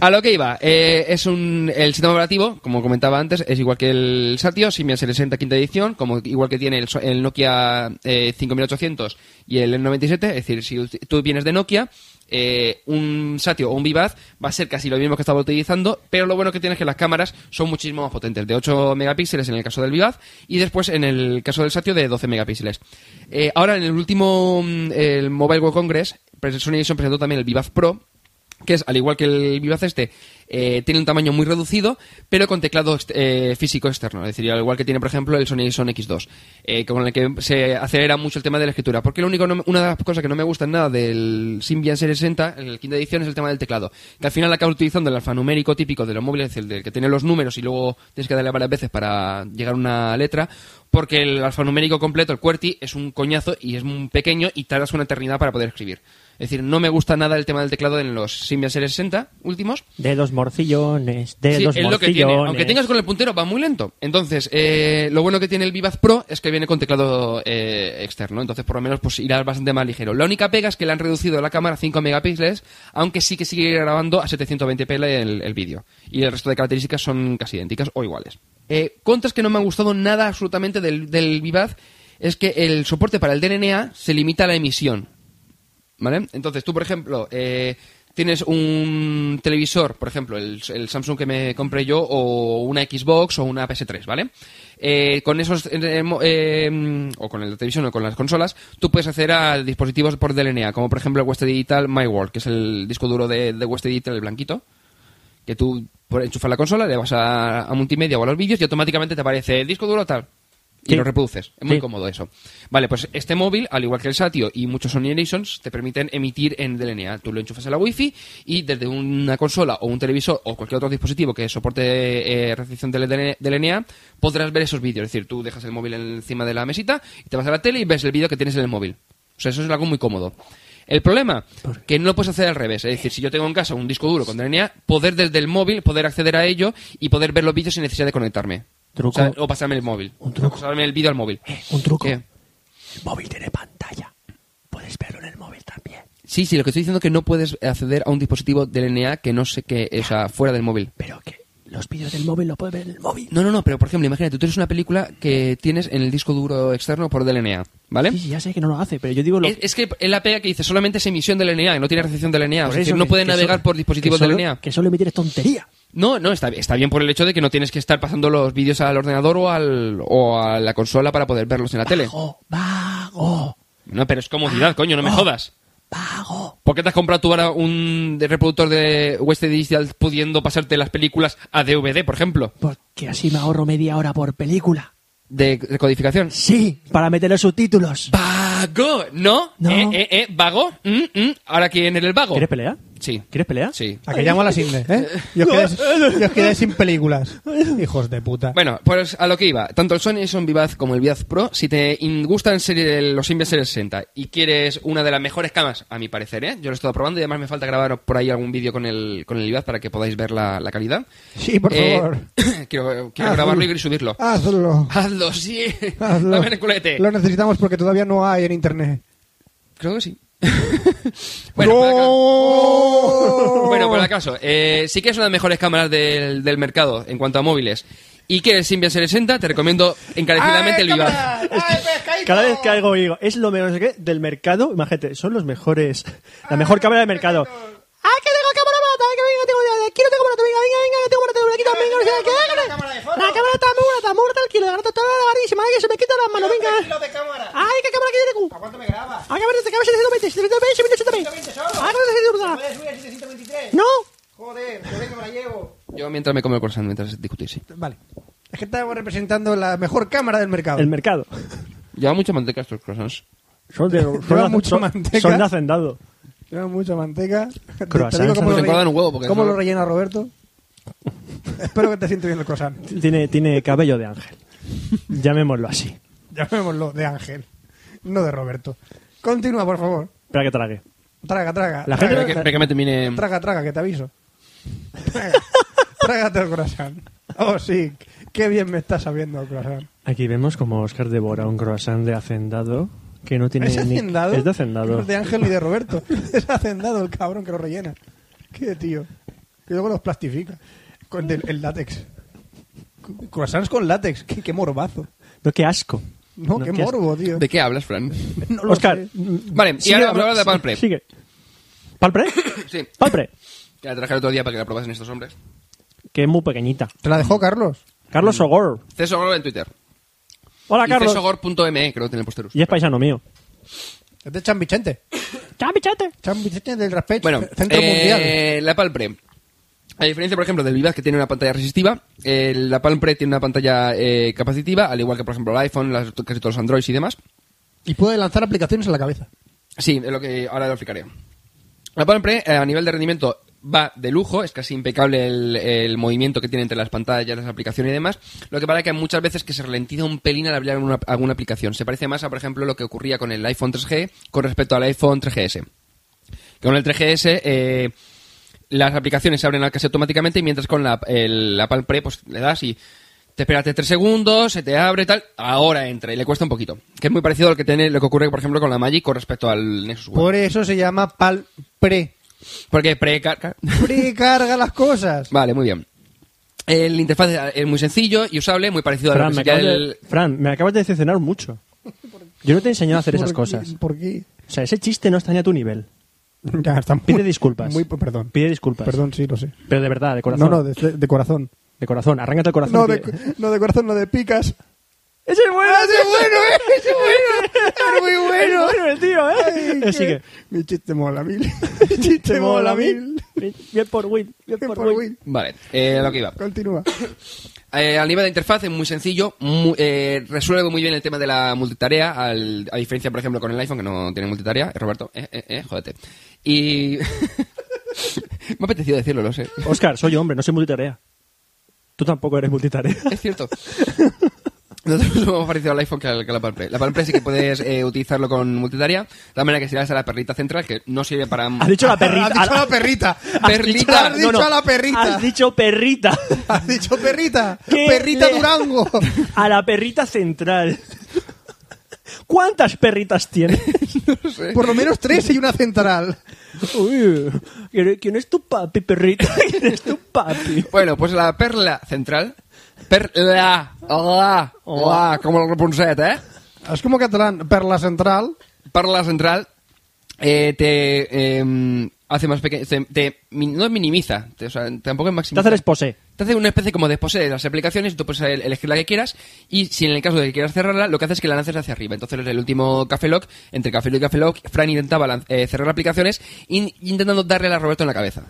A: a lo que iba, eh, es un, el sistema operativo, como comentaba antes, es igual que el Satio, Symbian 60 quinta edición, como igual que tiene el, so- el Nokia eh, 5800 y el N97, es decir, si ut- tú vienes de Nokia, eh, un Satio o un Vivaz va a ser casi lo mismo que estaba utilizando, pero lo bueno que tiene es que las cámaras son muchísimo más potentes, de 8 megapíxeles en el caso del Vivaz y después en el caso del Satio de 12 megapíxeles. Eh, ahora en el último mm, el Mobile World Congress, Sony Ericsson presentó también el Vivaz Pro, que es, al igual que el Vivaz este, eh, tiene un tamaño muy reducido, pero con teclado ext- eh, físico externo. Es decir, al igual que tiene, por ejemplo, el Sony Ericsson X2, eh, con el que se acelera mucho el tema de la escritura. Porque lo único, no me- una de las cosas que no me gustan nada del Symbian 60, en la quinta edición, es el tema del teclado. Que al final acaba utilizando el alfanumérico típico de los móviles, el del que tiene los números y luego tienes que darle varias veces para llegar a una letra, porque el alfanumérico completo, el QWERTY, es un coñazo y es muy pequeño y tardas una eternidad para poder escribir. Es decir, no me gusta nada el tema del teclado en los Symbian 60 últimos.
B: De los morcillones, de
A: Sí,
B: los
A: es
B: Eh, morcillones.
A: lo que tiene. Aunque tengas con el puntero, va muy lento. Entonces, eh, lo bueno que tiene el Vivaz Pro es que viene con teclado eh, externo. Entonces, por lo menos, pues irá bastante más ligero. La única pega es que le han reducido la cámara a 5 megapíxeles, aunque sí que sigue grabando a 720p el, el vídeo. Y el resto de características son casi idénticas o iguales. Eh, contras que no me han gustado nada absolutamente del, del Vivaz es que el soporte para el DNNA se limita a la emisión. ¿Vale? Entonces, tú, por ejemplo, eh, tienes un televisor, por ejemplo, el, el Samsung que me compré yo, o una Xbox o una PS3, ¿vale? Eh, con esos, eh, mo- eh, o con la televisión o con las consolas, tú puedes acceder a dispositivos por DLNA, como por ejemplo el West Digital MyWorld, que es el disco duro de, de West Digital, el blanquito, que tú por enchufar la consola, le vas a, a multimedia o a los vídeos y automáticamente te aparece el disco duro tal. Y
B: Sí.
A: lo reproduces. Es muy
B: Sí.
A: cómodo eso. Vale, pues este móvil, al igual que el Satio y muchos Sony Ericssons, te permiten emitir en DLNA. Tú lo enchufas a la Wi-Fi y desde una consola o un televisor o cualquier otro dispositivo que soporte eh, recepción de DLNA, podrás ver esos vídeos. Es decir, tú dejas el móvil encima de la mesita y te vas a la tele y ves el vídeo que tienes en el móvil. O sea, eso es algo muy cómodo. El problema, que no lo puedes hacer al revés. Es decir, si yo tengo en casa un disco duro con DLNA, poder desde el móvil, poder acceder a ello y poder ver los vídeos sin necesidad de conectarme.
B: Truco.
A: O, sea, o pasarme el móvil.
B: Un truco.
A: O pasarme el vídeo al móvil.
B: un truco.
A: ¿Qué?
B: El móvil tiene pantalla. Puedes verlo en el móvil también.
A: Sí, sí, lo que estoy diciendo es que no puedes acceder a un dispositivo DLNA que no sé qué, o sea, fuera del móvil.
B: Pero que lo
F: los vídeos del móvil, lo puedes ver en el móvil.
A: No, no, no, pero por ejemplo, imagínate, tú tienes una película que tienes en el disco duro externo por DLNA, ¿vale?
F: Sí, sí, ya sé que no lo hace, pero yo digo lo
A: ¿Eh? Es, es que es la pega que dice solamente es emisión de LNA, que no tiene recepción de LNA, o
F: por
A: sea, es
F: eso
A: decir, no
F: que-
A: puede
F: que
A: navegar
F: solo-
A: por dispositivos
F: que
A: de
F: solo-
A: LNA.
F: Que solo emitir es tontería.
A: No, no, está, está bien por el hecho de que no tienes que estar pasando los vídeos al ordenador o, al, o a la consola para poder verlos en la tele.
F: Vago, vago,
A: No, pero es comodidad, coño, no me jodas.
F: vago.
A: ¿Por qué te has comprado tú ahora un de- reproductor de West Digital pudiendo pasarte las películas a DVD, por ejemplo?
F: Porque así me ahorro media hora por película.
A: De, de codificación.
F: Sí, para meter los subtítulos.
A: ¡Vago! ¿No?
F: No.
A: ¿Eh, eh, eh? ¿Vago? Mm, mm. ¿Ahora quién era el vago?
B: ¿Quieres pelear?
A: Sí.
B: ¿Quieres pelear? Ah.
A: Sí.
D: ¿A que llamo a las Indes, ¿eh? Y os quedéis, y os quedéis sin películas. Hijos de puta.
A: Bueno, pues a lo que iba. Tanto el Sony Son Vivaz como el Vivaz Pro, si te in- gustan serie- los Symbian Series 60 y quieres una de las mejores camas, a mi parecer, ¿eh? Yo lo he estado probando y además me falta grabar por ahí algún vídeo con el, con el Vivaz para que podáis ver la, la calidad.
D: Sí, por
A: Eh,
D: favor.
A: quiero quiero grabarlo y subirlo.
D: Hazlo.
A: Hazlo, sí.
D: Hazlo.
A: Dame el culete.
D: Lo necesitamos porque todavía no hay en internet.
A: Creo que sí. bueno, por acaso- bueno, por acaso, eh, sí que es una de las mejores cámaras del, del mercado en cuanto a móviles. Y que el Symbian 60 te recomiendo
D: ¡Ah,
A: encarecidamente el Vivaz.
B: Cada vez que algo digo, es lo menos que del mercado, imagínate, son los mejores. La mejor cámara del mercado.
F: ¡Ah, que tengo cámara barata! ¡Que venga, tengo ¡Quiero tengo barata! ¡Venga, venga, venga! ¡Tengo barata! ¡Venga, quita! ¡Venga, no sé qué! ¡La cámara está muy barata! ¡Muy barata el kilo! ¡La barata está baratísima! ¡Ay, que se me quita las manos! ¡Venga! ¡Ay, qué cámara que yo tengo! ¿A cuánto me grabas? ¡A cámara de cámara 720! ¡720! ¡720 solo! ¡Ah, no sé si dura! ¿Puedes subir a 723? ¡No!
A: Yo mientras me como el croissant, mientras discutís, sí.
D: Vale. Es que estamos representando la mejor cámara del mercado.
B: El mercado.
A: Lleva mucha manteca estos croissants.
B: Son de, son
D: Lleva
B: de-
D: mucha
B: son-
D: manteca.
B: son de hacendado.
D: Lleva mucha manteca. Te- te
B: Croissants.
D: digo cómo
A: Pues
D: lo
A: engordan
D: relle-
A: un huevo, porque
D: ¿Cómo
A: eso-
D: lo rellena Roberto? Espero que te siente bien el croissant.
B: Tiene, tiene cabello de ángel. Llamémoslo así.
D: Llamémoslo de Ángel, no de Roberto. Continúa, por favor.
B: Espera que trague.
D: Traga, traga.
B: La
D: traga,
A: Espera que, espera que me termine.
D: traga, traga, que te aviso. Traga, trágate el croissant. Oh, sí, qué bien me está sabiendo el croissant.
B: Aquí vemos como Oscar devora un croissant de hacendado que no tiene
D: ¿Es
B: ni...
D: hacendado?
B: Es de hacendado.
D: No es de Ángel ni de Roberto. Es hacendado el cabrón que lo rellena. Qué tío. Y luego los plastifica. Con el, el látex. Cu- Croissants con látex. Qué, qué morbazo.
B: No, qué asco.
D: No,
B: No,
D: qué
B: qué asco.
D: morbo, tío.
A: ¿De qué hablas, Fran?
D: No lo
B: Oscar. mm,
D: sé.
A: Vale, y
B: sigue
A: ahora
B: habla-
A: vamos a hablar de Palm Pre.
B: Sigue. ¿Palpre?
A: Sí.
B: Palpre.
A: Que la traje el otro día para que la probasen estos hombres.
B: Que es muy pequeñita.
D: ¿Te la dejó Carlos?
A: Mm.
B: Carlos Sogor.
A: Cesogor en Twitter.
D: Ah,
B: Hola,
A: Y
B: Carlos.
A: cesogor.me, creo E, que tiene el posterus.
B: Y es paisano mío.
D: Es de Chan Vicente.
B: ¡Chao, pichate!
D: Chan Vicente del Raspech.
A: Bueno,
D: Centro Mundial.
A: eh, la Palpre. A diferencia, por ejemplo, del Vivaz que tiene una pantalla resistiva, eh, la Palpre tiene una pantalla eh, capacitiva, al igual que, por ejemplo, el iPhone, las- casi todos los Androids y demás.
D: Y puede lanzar aplicaciones a la cabeza.
A: Sí, es lo que ahora lo explicaré. La Palpre, eh, a nivel de rendimiento, va de lujo, es casi impecable el, el movimiento que tiene entre las pantallas, las aplicaciones y demás. Lo que para que muchas veces que se ralentiza un pelín al abrir alguna, alguna aplicación. Se parece más a, por ejemplo, lo que ocurría con el iPhone 3G con respecto al iPhone 3GS. Que con el 3GS eh, las aplicaciones se abren casi automáticamente y mientras con la, el- la Palm Pre pues le das y te esperaste tres segundos, se te abre tal, ahora entra y le cuesta un poquito. Que es muy parecido a lo que, tiene, lo que ocurre, por ejemplo, con la Magic con respecto al Nexus One.
D: Por eso se llama pal pre.
A: Porque pre ca- ca-
D: Precarga las cosas.
A: Vale, muy bien. El interfaz es muy sencillo y usable, muy parecido a lo
B: Fran
A: que
B: me,
A: sería
B: acabas
A: el...
B: de, Fran, me acabas de decepcionar mucho. Yo no te he enseñado a hacer esas
D: ¿Por qué?
B: cosas.
D: ¿Por qué?
B: O sea, ese chiste no está ni a tu nivel.
D: Ya, está muy-
B: Pide disculpas.
D: Muy, perdón.
B: Pide disculpas.
D: Perdón, sí, lo sé.
B: Pero de verdad, de corazón.
D: No, no, de, de corazón.
B: De corazón. Arráncate el corazón.
D: No
B: y
D: de,
B: pide-
D: no, de corazón, no de picas.
B: ¡Ese es bueno! ¡Ese es bueno, eh! ¡Ese es bueno!
D: ¡Es muy bueno!
B: ¡Es bueno el tío,
D: Ay,
B: eh!
D: qué-
B: Así que...
D: Mi chiste mola mil. Mi chiste mola mil.
B: Bien por Will. Bien
D: Bien
B: por,
D: por
B: Will.
D: Will.
A: Vale, eh, a lo que iba.
D: Continúa.
A: Eh, al nivel de interfaz es muy sencillo, mu- eh, resuelve muy bien el tema de la multitarea, al- a diferencia, por ejemplo, con el iPhone, que no tiene multitarea. Eh, Roberto, eh, eh, eh, jódete. Y... Me ha apetecido decirlo, lo sé.
B: Oscar, soy hombre, no soy multitarea. Tú tampoco eres multitarea.
A: Es cierto. Nosotros somos más parecido al iPhone que, al- que a la Palpre. La Palpre sí que puedes eh, utilizarlo con multitarea. De la manera que si le das a la perrita central, que no sirve para...
B: Has dicho la perrita.
D: Has dicho a la perrita.
B: has
A: Perrita.
B: dicho la-
A: Has
D: dicho a la perrita.
B: Has dicho perrita.
D: Has dicho perrita.
B: ¿Qué
D: Perrita
B: le-
D: Durango.
B: A la perrita central. ¿Cuántas perritas tienes?
D: Por lo menos tres y una central.
B: Uy, ¿quién- ¿quién es tu papi, perrito? ¿Quién es tu papi?
A: Bueno, pues la perla central. Perla. Hola. Hola. Como el Rapunzel, ¿eh?
D: És com a catalán, per la central.
A: Perla central eh, te eh, hace más pequeño. Te, te min- no minimiza. te- o sea, tampoco es
B: Te
A: maximizar.
B: hace el esposé.
A: Te hace una especie como de pose de las aplicaciones, tú pues, puedes el- elegir la que quieras y si en el caso de que quieras cerrarla, lo que haces es que la lances hacia arriba. Entonces, en el último Café Lock, entre Café Lock y Café Lock, Fran intentaba lan- eh, cerrar aplicaciones in- intentando darle a Roberto en la cabeza.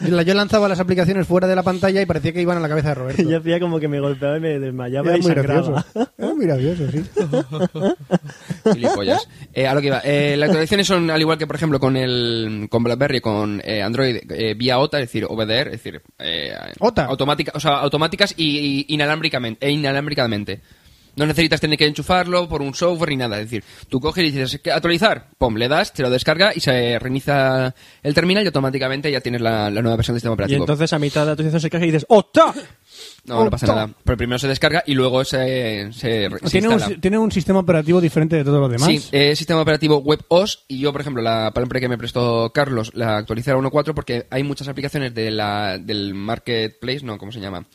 D: La- Yo lanzaba las aplicaciones fuera de la pantalla y parecía que iban a la cabeza de Roberto.
B: Yo hacía como que me golpeaba y me desmayaba
D: Era
A: Eh,
B: y
D: muy
B: sangraba.
D: gracioso. Era muy gracioso, sí.
A: Gilipollas. Eh, a lo que iba. Eh, las actualizaciones son al igual que, por ejemplo, con el con BlackBerry, con eh, Android, eh, vía OTA, es decir, OBDR, es decir, eh,
D: OTA.
A: automática- o sea, automáticas y, y inalámbricamente, e inalámbricamente. No necesitas tener que enchufarlo por un software ni nada. Es decir, tú coges y dices, "¿Qué- actualizar? Pum, le das, te lo descarga y se reinicia el terminal y automáticamente ya tienes la, la nueva versión del sistema
B: Y
A: operativo.
B: entonces a mitad de la actualización se caja y dices, ¡Ostras!
A: no, no pasa nada. Pero primero se descarga y luego se, se, re- se
D: Tiene
A: instala.
D: un, tiene un sistema operativo diferente de todos los demás.
A: Sí, eh, sistema operativo WebOS y yo, por ejemplo, la palabra que me prestó Carlos, la actualicé a 1.4 porque hay muchas aplicaciones de la, del Marketplace, no, ¿cómo se llama?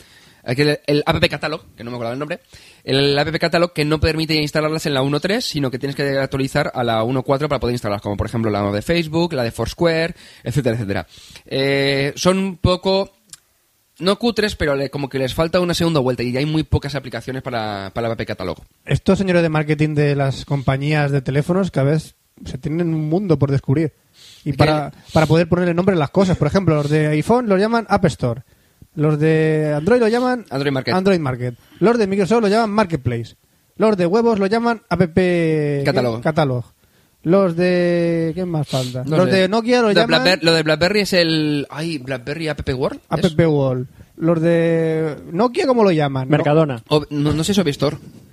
A: Aquel- el app catalog, que no me acuerdo el nombre, el app catalog que no permite instalarlas en la 1.3, sino que tienes que actualizar a la 1.4 para poder instalarlas, como por ejemplo la de Facebook, la de Foursquare, etcétera, etcétera. Eh, son un poco no cutres, pero le- como que les falta una segunda vuelta y hay muy pocas aplicaciones para, para el app catalog.
D: Estos señores de marketing de las compañías de teléfonos cada vez se tienen un mundo por descubrir. Y
A: Que-
D: para, para poder ponerle nombre a las cosas. Por ejemplo, los de iPhone los llaman App Store. Los de Android lo llaman
A: Android Market.
D: Android Market. Los de Microsoft lo llaman Marketplace. Los de huevos lo llaman App
A: Catálogo.
D: Catalog. Los de... ¿Qué más falta?
A: No
D: los
A: sé.
D: de Nokia lo
A: de
D: llaman
A: Blackberry- lo de BlackBerry es el... Ay, BlackBerry App World. ¿es?
D: App Wall. Los de Nokia, ¿cómo lo llaman?
B: Mercadona.
A: O- no, no sé si es Store.
D: ¿No?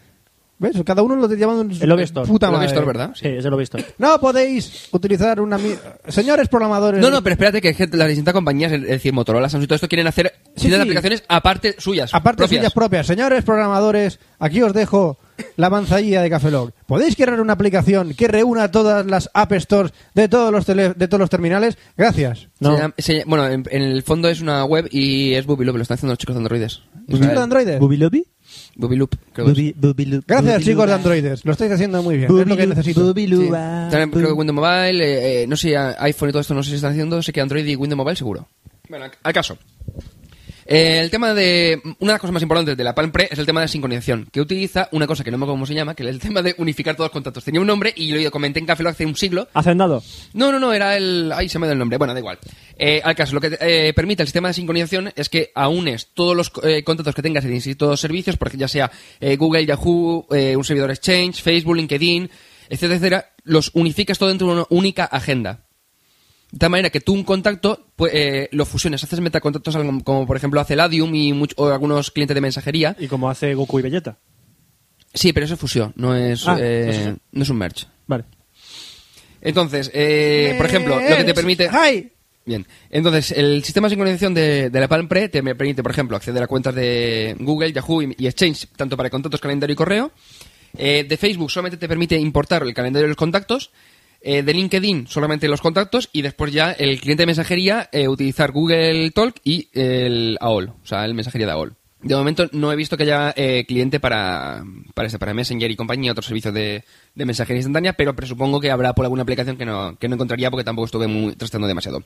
D: ¿Ves? Cada uno lo llaman
B: El Lobby Store.
D: puta
A: El Lobby
D: madre.
A: Store, ¿verdad?
B: Sí, eso lo he visto.
D: No podéis utilizar una... mi- Señores programadores...
A: No, no, pero espérate que es que las distintas compañías, es decir, Motorola, Samsung y todo esto, quieren hacer
D: Sí,
A: distintas
D: sí.
A: aplicaciones aparte suyas.
D: Aparte
A: propias.
D: suyas propias. Señores programadores, aquí os dejo la manzanilla de Cafelog. ¿Podéis crear una aplicación que reúna todas las App Stores de todos los, tele- de todos los terminales? Gracias.
A: Se
B: No.
A: llama- se llama- bueno, en, en el fondo es una web y es Boobiloop, lo están haciendo los chicos de androides.
D: ¿Los chicos de androides?
B: ¿Bubilobi?
A: Boobiloop, creo que es.
B: Bubiloop.
D: Gracias, chicos de androides. Lo estáis haciendo muy bien. es lo que necesito.
A: Sí. También creo que Windows Mobile, eh, eh, no sé, a- iPhone y todo esto no sé si están haciendo, sé que Android y Windows Mobile seguro. Bueno, al caso. Eh, el tema de. Una de las cosas más importantes de la Palm Pre es el tema de sincronización, que utiliza una cosa que no me acuerdo cómo se llama, que es el tema de unificar todos los contactos. Tenía un nombre y yo lo comenté en Café Lock hace un siglo.
B: Hacendado.
A: No, no, no, era el. Ay, se me da el nombre. Bueno, da igual. Eh, al caso, lo que eh, permite el sistema de sincronización es que aunes todos los eh, contratos que tengas en distintos servicios, porque ya sea eh, Google, Yahoo, eh, un servidor Exchange, Facebook, LinkedIn, etcétera, etcétera, los unificas todo dentro de una única agenda. De tal manera que tú un contacto pues, eh, lo fusiones, haces metacontactos algo como por ejemplo hace Ladium y much- o algunos clientes de mensajería.
B: Y como hace Goku y Vegeta.
A: Sí, pero eso es fusión, no es,
B: Ah,
A: eh,
B: eso sí.
A: no es un merge.
B: Vale.
A: Entonces, eh, por ejemplo, lo que te permite...
D: ¡Ay!
A: Bien, entonces el sistema de sincronización de, de la Palm Pre te me permite, por ejemplo, acceder a cuentas de Google, Yahoo y, y Exchange, tanto para contactos, calendario y correo. Eh, de Facebook solamente te permite importar el calendario de los contactos. Eh, de LinkedIn solamente los contactos y después ya el cliente de mensajería eh, utilizar Google Talk y el AOL, o sea, el mensajería de AOL. De momento no he visto que haya eh, cliente para para, este, para Messenger y compañía, otros servicios de, de mensajería instantánea, pero presupongo que habrá por alguna aplicación que no, que no encontraría porque tampoco estuve muy, trastando demasiado.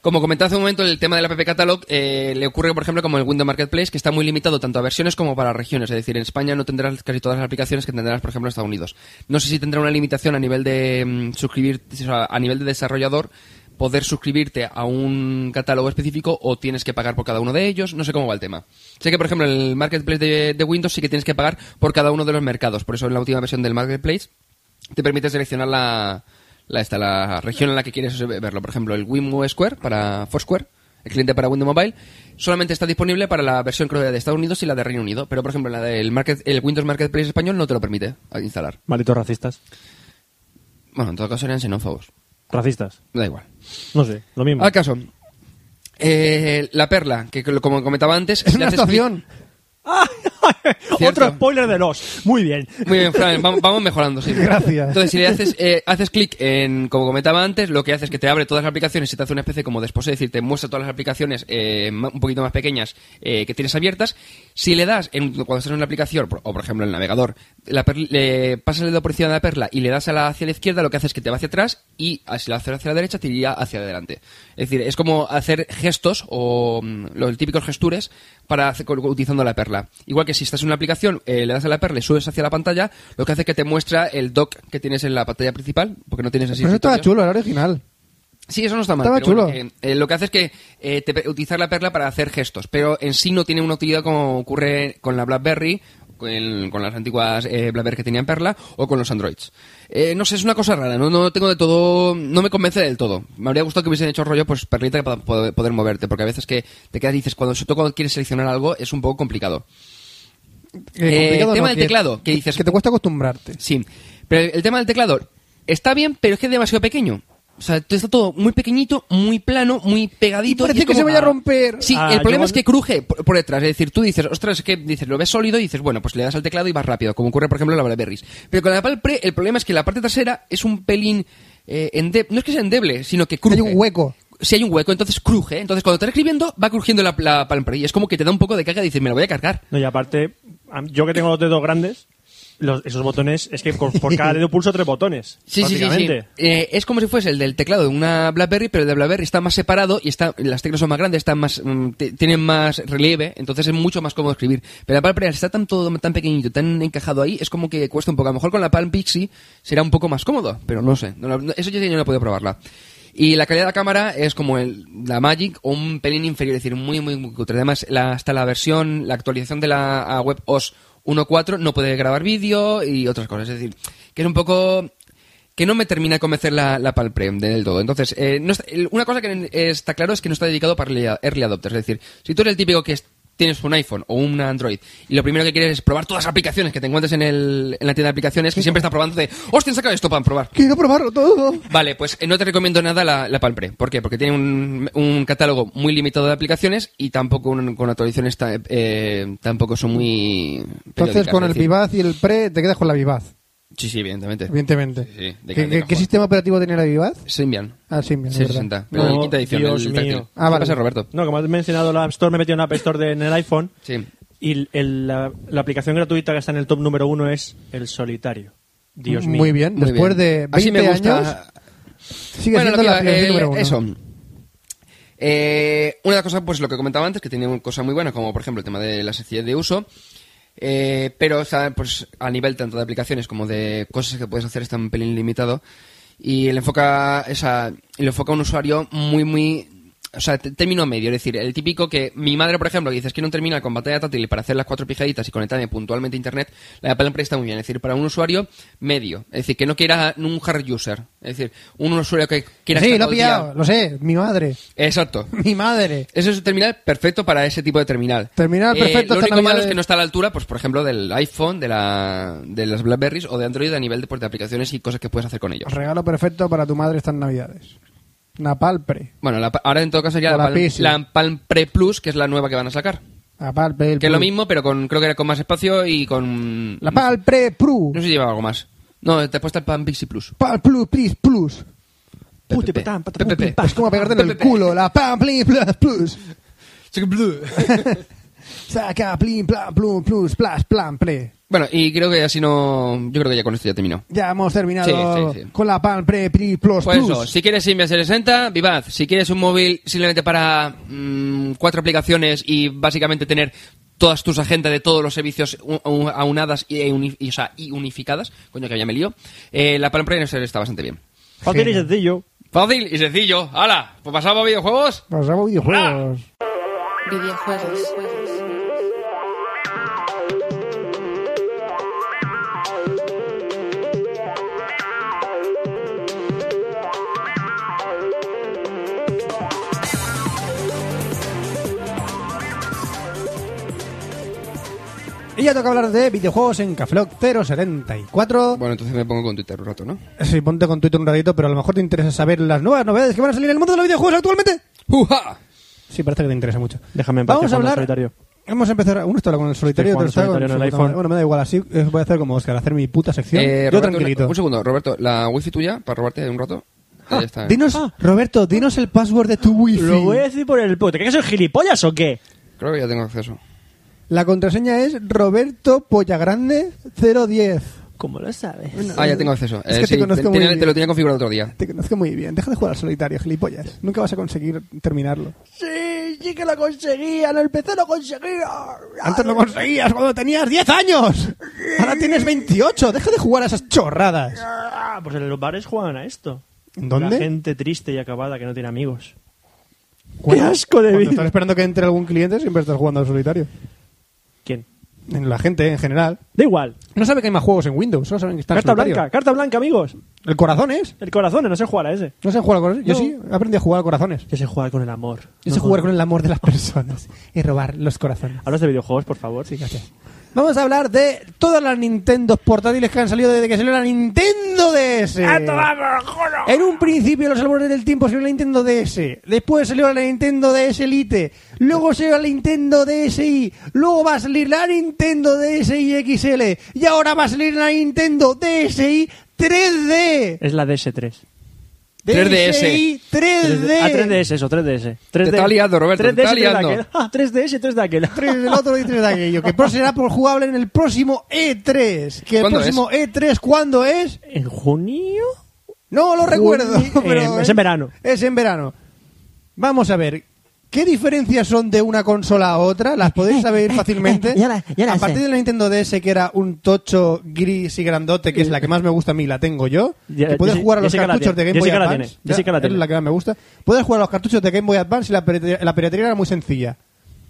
A: Como comentaba hace un momento, el tema del app catalog eh, le ocurre, por ejemplo, como el Windows Marketplace, que está muy limitado tanto a versiones como para regiones. Es decir, en España no tendrás casi todas las aplicaciones que tendrás, por ejemplo, en Estados Unidos. No sé si tendrá una limitación a nivel de mm, suscribir, o sea, a nivel de desarrollador, poder suscribirte a un catálogo específico o tienes que pagar por cada uno de ellos. No sé cómo va el tema. Sé que, por ejemplo, en el Marketplace de, de Windows sí que tienes que pagar por cada uno de los mercados. Por eso en la última versión del Marketplace te permite seleccionar la, la, esta, la región en la que quieres verlo. Por ejemplo, el Wimo Square para Foursquare, el cliente para Windows Mobile, solamente está disponible para la versión creo de Estados Unidos y la de Reino Unido. Pero, por ejemplo, la del market, el Windows Marketplace español no te lo permite al instalar.
B: Malditos racistas.
A: Bueno, en todo caso eran xenófobos.
B: Racistas.
A: Da igual.
B: No sé, lo mismo.
D: Ah,
A: Al caso. eh, la perla, que como comentaba antes...
D: Es
A: si le
D: una
A: haces clic-
D: estación.
B: Otro
A: Cierto.
B: spoiler de los. Muy bien.
A: Muy bien, Fran, vam- vamos mejorando, sí.
I: Gracias.
A: Entonces, si le haces, eh, haces clic en, como comentaba antes, lo que hace es que te abre todas las aplicaciones y te hace una especie como después, es decir, te muestra todas las aplicaciones eh, ma- un poquito más pequeñas eh, que tienes abiertas. Si le das, en, cuando estás en una aplicación, por- o por ejemplo en el navegador, la per- le pasas el dedo por encima de la perla y le das a la, hacia la izquierda, lo que hace es que te va hacia atrás y ah, si lo haces hacia la derecha, te iría hacia adelante. Es decir, es como hacer gestos o mm, los típicos gestures para hacer- con- utilizando la perla. Igual que si estás en una aplicación, eh, le das a la perla y subes hacia la pantalla, lo que hace es que te muestra el dock que tienes en la pantalla principal, porque no tienes así.
I: Pero eso estaba
A: escritorio.
I: chulo, era original.
A: Sí, eso no está mal.
I: Estaba
A: pero bueno,
I: chulo.
A: que, eh, lo que hace es que eh, te pe- utilizar la perla para hacer gestos, pero en sí no tiene una utilidad como ocurre con la BlackBerry, con, el- con las antiguas eh, BlackBerry que tenían perla o con los Androids. Eh, no sé, es una cosa rara. No, no tengo de todo, no me convence del todo. Me habría gustado que hubiesen hecho rollo, pues perlita para po- poder moverte, porque a veces que te quedas y dices cuando sobre todo cuando quieres seleccionar algo es un poco complicado. Eh,
I: complicado
A: tema del
I: que-
A: teclado, que dices-
I: Que te cuesta acostumbrarte.
A: Sí. Pero el- el tema del teclado está bien, pero es que es demasiado pequeño. O sea, está todo muy pequeñito, muy plano, muy pegadito.
I: Y parece
A: es
I: que se vaya a romper.
A: Sí,
B: Ah,
A: el problema
B: yo-
A: es que cruje por, por detrás. Es decir, tú dices, ostras, es que dices, lo ves sólido y dices, bueno, pues le das al teclado y vas rápido, como ocurre, por ejemplo, en la Blackberry. Pero con la Palpre, el problema es que la parte trasera es un pelín. eh, ende- no es que sea endeble, sino que cruje.
I: Hay un hueco.
A: Si hay un hueco, entonces cruje. Entonces, cuando estás escribiendo, va crujiendo la, la Palpre. Y es como que te da un poco de caga y dices, me la voy a cargar.
B: No, y aparte, a mí- yo que tengo los dedos grandes, los- esos botones, es que por, por cada dedo pulso tres botones.
A: Sí, sí, sí, sí.
B: prácticamente.
A: Eh, es como si fuese el del teclado de una BlackBerry, pero el de BlackBerry está más separado y está, las teclas son más grandes, están más, mm, te- tienen más relieve, entonces es mucho más cómodo escribir. Pero la Palm Pre, al estar tan todo tan pequeñito, tan encajado ahí, es como que cuesta un poco. A lo mejor con la Palm Pixie será un poco más cómodo, pero no sé. No, no- eso yo, yo no he podido probarla. Y la calidad de la cámara es como el, la Magic o un pelín inferior, es decir, muy, muy, muy cutre. Además, la- hasta la versión, la actualización de la a web OS 1.4 no puede grabar vídeo y otras cosas. Es decir, que es un poco que no me termina de convencer la, la Palprem del todo. Entonces, eh, no está- el- una cosa que eh, está claro es que no está dedicado para early- early adopters. Es decir, si tú eres el típico que es- tienes un iPhone o un Android y lo primero que quieres es probar todas las aplicaciones que te encuentres en, el, en la tienda de aplicaciones, que siempre estás probando de, hostia, saca esto para probar.
I: Quiero probarlo todo.
A: Vale, pues eh, no te recomiendo nada la, la Palpre. ¿Por qué? Porque tiene un, un catálogo muy limitado de aplicaciones y tampoco un- con actualizaciones ta- eh, tampoco son muy.
I: Entonces,
A: periódicas,
I: con
A: es
I: el
A: decir-
I: Vivaz y el Pre, te quedas con la Vivaz,
A: Sí, sí, evidentemente.
I: evidentemente.
A: Sí, sí, de ca- de
I: ¿Qué- ¿Qué, qué
A: cajón.
I: sistema operativo tenía la Vivaz?
A: Symbian.
I: Ah, sí, mira, es verdad.
A: 660. Pero en
B: No,
A: quinta edición,
B: Dios
A: el táctil.
B: mío.
I: Ah, vale.
A: ¿Qué pasa, Roberto?
B: No, como has mencionado la App Store, me he metido en la App Store de- en el iPhone
A: Sí.
B: y el- el- la, la aplicación gratuita que está en el top número uno es el solitario. Dios mío.
I: Muy bien.
A: Muy
I: Después
A: bien.
I: de 20
A: Así me gusta.
I: años, sigue
A: Bueno, lo que
I: siendo la
A: iba,
I: aplicación
A: eh,
I: número uno.
A: Eso. Eh, una de las cosas, pues lo que comentaba antes, que tenía una cosa muy buena, como por ejemplo el tema de la sencillez de uso. Eh, pero o sea, pues a nivel tanto de aplicaciones como de cosas que puedes hacer está un pelín limitado. Y le enfoca, o sea, le enfoca a un usuario muy, muy o sea, t- término medio, es decir, el típico que mi madre, por ejemplo, que dices que no termina con pantalla táctil para hacer las cuatro pijaditas y conectarme puntualmente a internet, la de Palm está muy bien, es decir, para un usuario medio, es decir, que no quiera un hard user, es decir, un usuario que quiera estar
I: Sí, lo he
A: todo el día-
I: pillado, lo sé. Mi madre.
A: Exacto.
I: Mi madre.
A: Eso es un terminal perfecto para ese tipo de terminal. Eh,
I: Terminal perfecto
A: Lo
I: esta
A: único malo
I: Navidad
A: es que
I: de-
A: no está a la altura, pues por ejemplo, del iPhone, de, la, de las Blackberries o de Android a nivel de, pues, de aplicaciones y cosas que puedes hacer con ellos.
I: Regalo perfecto para tu madre estas navidades. Napal Pre.
A: Bueno, la pa- ahora en todo caso ya la,
I: O la
A: Palm,
I: Pixie.
A: la Palm Pre Plus, que es la nueva que van a sacar.
I: Napal Pre. el
A: Que es lo
I: Pro.
A: mismo, pero con creo que era con más espacio y con...
I: La Pal Pre Pro.
A: No sé si lleva algo más. No, te he puesto el Pan Pixie Plus.
I: Pal Plus Plus Plus.
B: Puti,
A: PPP.
B: patán, patán,
A: PPP.
B: pum, pam.
I: Es como pegarte en el
A: PPP.
I: culo. La Pal Plus Plus Plus. Saca Plin Plan Plum Plus Plus Plan Pre.
A: bueno, y creo que así no... Yo creo que ya con esto ya terminó.
I: Ya hemos terminado
A: Sí, sí, sí.
I: con la Pal Pre Pri Plus
A: Pues
I: Plus.
A: eso, si quieres Symbian 60, vivad. Si quieres un móvil simplemente para mm, cuatro aplicaciones y básicamente tener todas tus agendas de todos los servicios u- u- aunadas y, e uni- y, o sea, y unificadas, coño que ya me lío, eh, la Palm Pre está bastante bien.
B: Fácil y sencillo.
A: Fácil y sencillo. ¡Hala! Pues pasamos a videojuegos.
I: Pasamos a videojuegos.
E: Videojuegos.
I: Y ya toca hablar de videojuegos en Caflock 074.
A: Bueno, entonces me pongo con Twitter un rato, ¿no?
I: Sí, ponte con Twitter un ratito, pero a lo mejor te interesa saber las nuevas novedades que van a salir en el mundo de los videojuegos actualmente.
A: ¡Uja!
I: Sí, parece que te interesa mucho.
B: Déjame en paz,
I: Vamos
B: que
I: a
B: juego al
I: hablar
B: solitario.
D: Hemos empezado. Uno está con el solitario,
B: Estoy
D: otro está
B: jugando
D: con
B: solitario
D: el
B: en el
D: solitario.
B: iPhone.
D: Bueno, me da igual, así eh, voy a hacer como Oscar, hacer mi puta sección.
A: Eh,
D: Yo
A: Roberto,
D: tranquilito.
A: Un, un segundo, Roberto, la wifi tuya, para robarte un rato.
I: Ah,
A: Ahí está. ¿eh?
D: Dinos, Roberto, dinos el password de tu wifi.
B: Ah. Lo voy a decir por el puto. ¿Te crees que soy gilipollas o qué?
A: Creo que ya tengo acceso.
D: La contraseña es Roberto Pollagrande 010.
B: ¿Cómo lo sabes?
A: Ah, ya tengo acceso.
D: Es
A: Eh,
D: que
A: sí,
D: te conozco
A: ten-
D: muy
A: tenía-
D: bien.
A: te lo tenía configurado otro día.
D: Te conozco muy bien. Deja de jugar al solitario, gilipollas. Nunca vas a conseguir terminarlo.
B: Sí, sí que lo conseguía. Lo empecé a conseguir.
D: Antes lo conseguías cuando tenías 10 años. Ahora tienes 28. Deja de jugar a esas chorradas.
B: Pues en los bares juegan a esto.
D: ¿En dónde?
B: La gente triste y acabada que no tiene amigos.
D: Cuando-
B: ¡Qué asco de
D: Cuando
B: vida!
D: estás esperando que entre algún cliente, siempre estás jugando al solitario.
B: ¿Quién?
D: En la gente, en general.
B: Da igual.
D: No sabe que hay más juegos en Windows, solo saben que está en
B: Carta
D: solitario.
B: blanca, carta blanca, amigos.
D: El corazón es.
B: El corazón, no sé jugar a ese.
D: No sé jugar al corazón. Yo
B: No.
D: sí, aprendí a jugar al corazones.
B: Yo sé jugar con el amor.
D: Yo sé jugar con el amor de las personas y robar los corazones.
B: ¿Hablas de videojuegos, por favor? Sí, gracias.
D: Vamos a hablar de todas las Nintendo portátiles que han salido desde que salió la Nintendo DS. En un principio, los albores del tiempo salió la Nintendo DS. Después salió la Nintendo DS Lite. Luego salió la Nintendo DSi. Luego va a salir la Nintendo DSi XL. Y ahora va a salir la Nintendo DSi 3D.
B: Es la DS3.
A: 3DS.
D: DSi 3D.
B: Ah, 3DS, eso, 3DS. 3D.
A: Te está liando, Roberto, te
B: 3DS, 3
A: está
B: de
A: liando.
B: aquel. Ah, 3DS, 3 de aquel.
D: tres del otro y tres de aquello. Que pro será por jugable en el próximo E3. Que el
A: ¿Cuándo
D: próximo E3, ¿cuándo es?
B: ¿En junio?
D: No lo recuerdo.
B: Eh,
D: pero
B: es en verano.
D: Es en verano. Vamos a ver. ¿Qué diferencias son de una consola a otra? ¿Las podéis saber fácilmente?
F: ya la- ya la
D: a partir
F: sé.
D: de la Nintendo DS, que era un tocho gris y grandote, que es la que más me gusta a mí, la tengo yo.
B: Ya-
D: que puedes
B: Jessi-
D: jugar a los
B: Jessica la
D: cartuchos de
B: tiene.
D: Game Boy
B: Jessica la
D: Advance.
B: tiene. Jessica la
D: es
B: tiene.
D: la que más me gusta. Puedes jugar a los cartuchos de Game Boy Advance y la, pirate- la piratería era muy sencilla.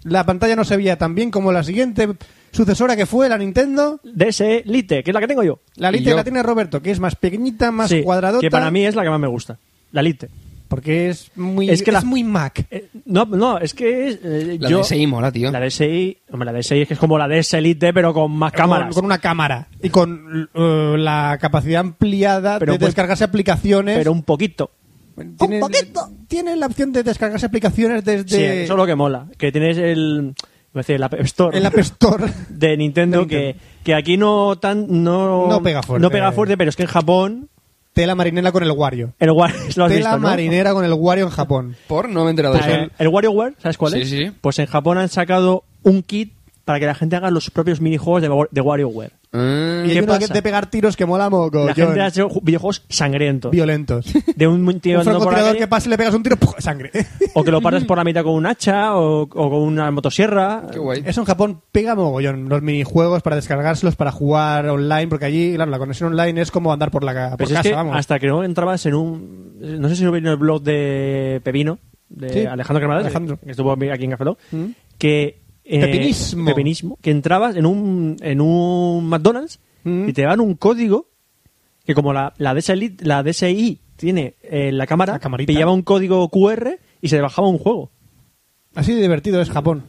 D: La pantalla no se veía tan bien como la siguiente sucesora que fue, la Nintendo.
B: DS Lite, que es la que tengo yo.
D: La
A: Y
D: Lite
A: yo.
D: la tiene Roberto, que es más pequeñita, más
B: Sí,
D: cuadradota.
B: Que para mí es la que más me gusta. La Lite.
D: Porque es muy,
B: Es que la-
D: muy Mac.
B: Eh, no, no, es que es, eh,
A: La
B: yo...
A: DSi mola, tío.
B: La DSi... Hombre, la DSi es que es como la DS Lite, pero con más cámaras.
D: Con, con una cámara. Y con eh, la capacidad ampliada
B: Pero
D: de
B: pues-
D: descargarse aplicaciones.
B: Pero un poquito.
D: tiene, Tiene la opción de descargarse aplicaciones desde
B: Sí, eso es lo que mola. Que tienes el... iba a decir, el App Store.
D: el App Store.
B: de Nintendo,
D: De Nintendo.
B: Que, que aquí no tan no,
D: No pega fuerte.
B: no pega fuerte, pero es que en Japón
D: Tela marinera con el Wario.
B: el Wario lo has
D: Tela
B: visto, ¿no?
D: marinera con el Wario en Japón.
A: Por no me he enterado de
B: Pues
A: eso.
B: el, el WarioWare, ¿sabes cuál
A: Sí,
B: es?
A: sí, sí.
B: Pues en Japón han sacado un kit para que la gente haga los propios minijuegos de, Wa- de WarioWare.
A: Ah,
D: Y
B: ¿Qué
D: hay uno que
B: pasa?
D: de pegar tiros que mola mogollón.
B: La gente hace ju- videojuegos sangrientos.
D: Violentos.
B: De un, mu- tío
D: un
B: andando por la
D: francotirador
B: calle,
D: que pasa y le pegas un tiro, ¡puf! sangre.
B: o que lo paras por la mitad con un hacha o, o con una motosierra.
A: qué guay.
D: Eso en Japón pega mogollón. Los minijuegos para descargárselos, para jugar online, porque allí, claro, la conexión online es como andar por la ca- por
B: Pues es
D: casa,
B: que
D: vamos.
B: hasta que no entrabas en un... No sé si lo vi en el blog de Pepino, de
D: Sí,
B: Alejandro Cremades,
D: Alejandro. Mm.
B: que estuvo aquí en Café Lock, que... eh,
D: Pepinismo.
B: Pepinismo, Que entrabas en un, en un McDonald's
D: Mm.
B: y te daban un código que como la, la, DSI, la DSI tiene eh, la cámara,
D: La camarita.
B: pillaba un código QR y se bajaba un juego.
D: Así de divertido es Japón.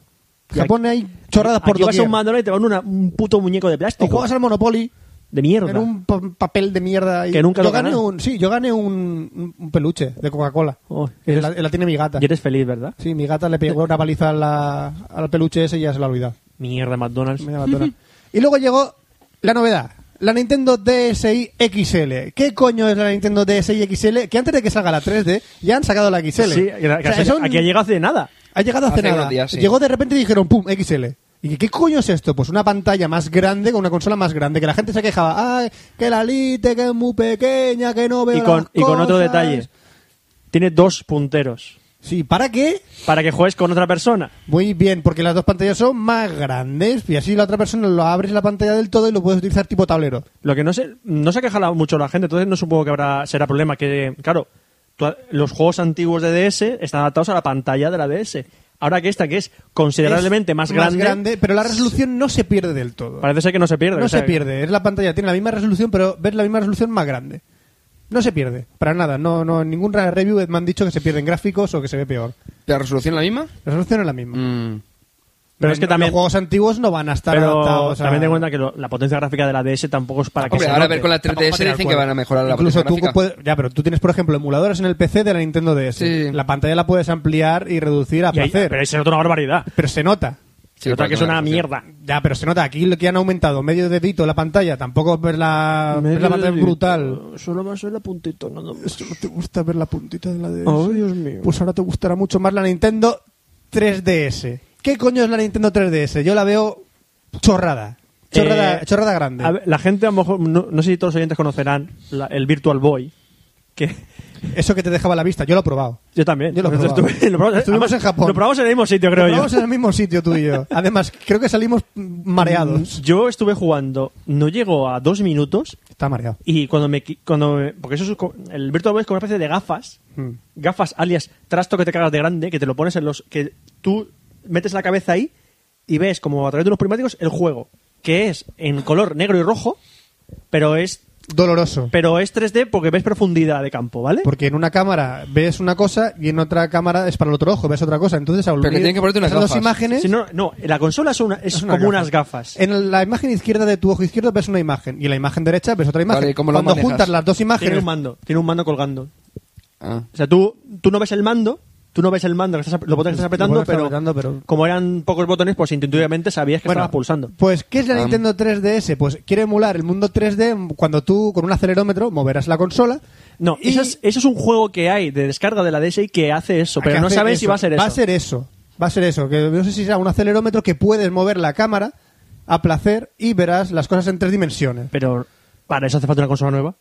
B: Y
D: Japón hay chorradas por
B: Aquí vas a
D: doquier.
B: un McDonald's y te van una- un puto muñeco de
D: O
B: plástico.
D: juegas al Monopoly
B: De mierda.
D: en un pa- papel de mierda. y-
B: Que nunca
D: yo
B: lo
D: gané
B: ganas.
D: un Sí, yo gané un, un peluche de Coca-Cola.
B: Oh,
D: Que
B: eres-
D: la, la tiene mi gata.
B: Y eres feliz, ¿verdad?
D: Sí, mi gata le pegó una paliza a la- al peluche ese y ya se lo ha olvidado.
B: Mierda, McDonald's.
D: Me llama Tona. y luego llegó la novedad. La Nintendo DSi XL. ¿Qué coño es la Nintendo DSi XL? Que antes de que salga la 3D, ya han sacado la XL.
B: Sí, que- que
D: O sea,
B: hace-
D: son-
B: aquí ha llegado hace nada.
D: ha llegado hace,
A: Hace
D: nada.
A: unos días, sí.
D: Llegó de repente y dijeron, ¡pum! XL. ¿Y qué coño es esto? Pues una pantalla más grande, con una consola más grande, que la gente se quejaba, ¡ay! Que la Lite, que es muy pequeña, que no veo
B: y con,
D: las
B: y con otro
D: cosas".
B: detalle. Tiene dos punteros.
D: Sí, ¿para qué?
B: Para que juegues con otra persona.
D: Muy bien, porque las dos pantallas son más grandes y así la otra persona lo abres la pantalla del todo y lo puedes utilizar tipo tablero.
B: Lo que no se, no se ha quejado mucho la gente, entonces no supongo que habrá, será problema. Que, claro, tú ha- los juegos antiguos de DS están adaptados a la pantalla de la DS. Ahora que esta, que es considerablemente
D: Es
B: más, grande,
D: pero la resolución no se pierde del todo.
B: parece ser que no se pierde.
D: no
B: o sea,
D: se pierde, es la pantalla, tiene la misma resolución, pero ves la misma resolución más grande. No se pierde, para nada, no, no, en ningún review me han dicho que se pierden gráficos o que se ve peor.
A: ¿La resolución la misma?
D: La resolución es la misma.
A: Mm.
B: Pero es que
D: No,
B: también,
D: los juegos antiguos no van a estar
B: pero
D: adaptados a-
B: también ten en cuenta que lo- la potencia gráfica de la DS tampoco es para que
A: Hombre,
B: se
A: ahora a
B: note.
A: ver con la
D: Tampoco va a
A: 3DS
D: tirar
A: dicen que
D: cuerda.
A: van a mejorar la
D: Incluso
A: potencia
D: tú
A: gráfica.
D: puedes- ya, pero tú tienes, por ejemplo, emuladores en el PC de la Nintendo DS.
A: Sí.
D: La pantalla la puedes ampliar y reducir a
B: Y ahí-
D: placer.
B: pero ahí se nota una barbaridad.
D: pero se nota.
A: Sí,
B: Se nota
A: porque
B: que es
A: pues no
B: una
A: la funciona.
B: mierda.
D: Ya, pero se nota, aquí lo que han aumentado medio dedito la pantalla, tampoco es ver la, ver la pantalla brutal.
B: Solo va a ser la puntita, nada más.
C: Esto no te gusta ver la puntita de la de.
B: Ay, Dios mío.
D: Pues ahora te gustará mucho más la Nintendo 3DS. ¿Qué coño es la Nintendo 3DS? Yo la veo chorrada. Chorrada,
B: Eh,
D: chorrada grande.
B: A ver, la gente a lo mejor, no, no sé si todos los oyentes conocerán la- el Virtual Boy. Que
D: Eso que te dejaba a la vista, yo lo he probado.
B: yo también.
D: Yo lo he
B: Nosotros
D: probado.
B: estuve- lo probamos-
D: Estuvimos en Japón.
B: Lo probamos en el mismo sitio, creo
D: Vamos
B: yo.
D: en el mismo sitio tú y yo. Además, creo que salimos mareados.
B: Yo estuve jugando, no llego a dos minutos
D: Está mareado.
B: y cuando me... qui- cuando me- porque eso es co- el Virtual Boy es como una especie de gafas. Gafas alias trasto que te cagas de grande, que te lo pones en los... que tú metes la cabeza ahí y ves como a través de unos prismáticos el juego, que es en color negro y rojo, pero es...
D: Doloroso.
B: Pero es 3D porque ves profundidad de campo, ¿vale?
D: Porque en una cámara ves una cosa y en otra cámara es para el otro ojo, ves otra cosa. Entonces, al
A: Pero que
D: unir
A: tienen que ponerte unas
D: esas dos
A: gafas.
D: imágenes,
B: Si no, no, la consola es, una, es,
D: es
B: como unas gafas.
D: En la imagen izquierda de tu ojo izquierdo ves una imagen y en la imagen derecha ves otra imagen.
A: Vale, ¿y cómo lo
D: Cuando
A: manejas?
D: juntas las dos
B: Tiene
D: imágenes,
B: un mando, tiene un mando colgando.
A: Ah.
B: O sea, tú, tú no ves el mando, tú no ves el mando, que estás, ap- los botones que estás apretando,
D: Lo pones
B: pero,
D: apretando, pero-
B: como eran pocos botones, pues intuitivamente sabías que
D: Bueno,
B: estabas pulsando.
D: Pues, ¿qué es la
A: Ah.
D: Nintendo 3DS? Pues quiere emular el mundo 3D cuando tú con un acelerómetro moverás la consola.
B: No,
D: y-
B: eso, es, eso es un juego que hay de descarga de la DSi que hace eso,
D: Ah, que
B: pero no
D: hace
B: sabes si
D: eso.
B: va a ser eso.
D: Va a ser eso. Va a ser eso. Que no sé si será un acelerómetro que puedes mover la cámara a placer y verás las cosas en tres dimensiones.
B: Pero para eso hace falta una consola nueva.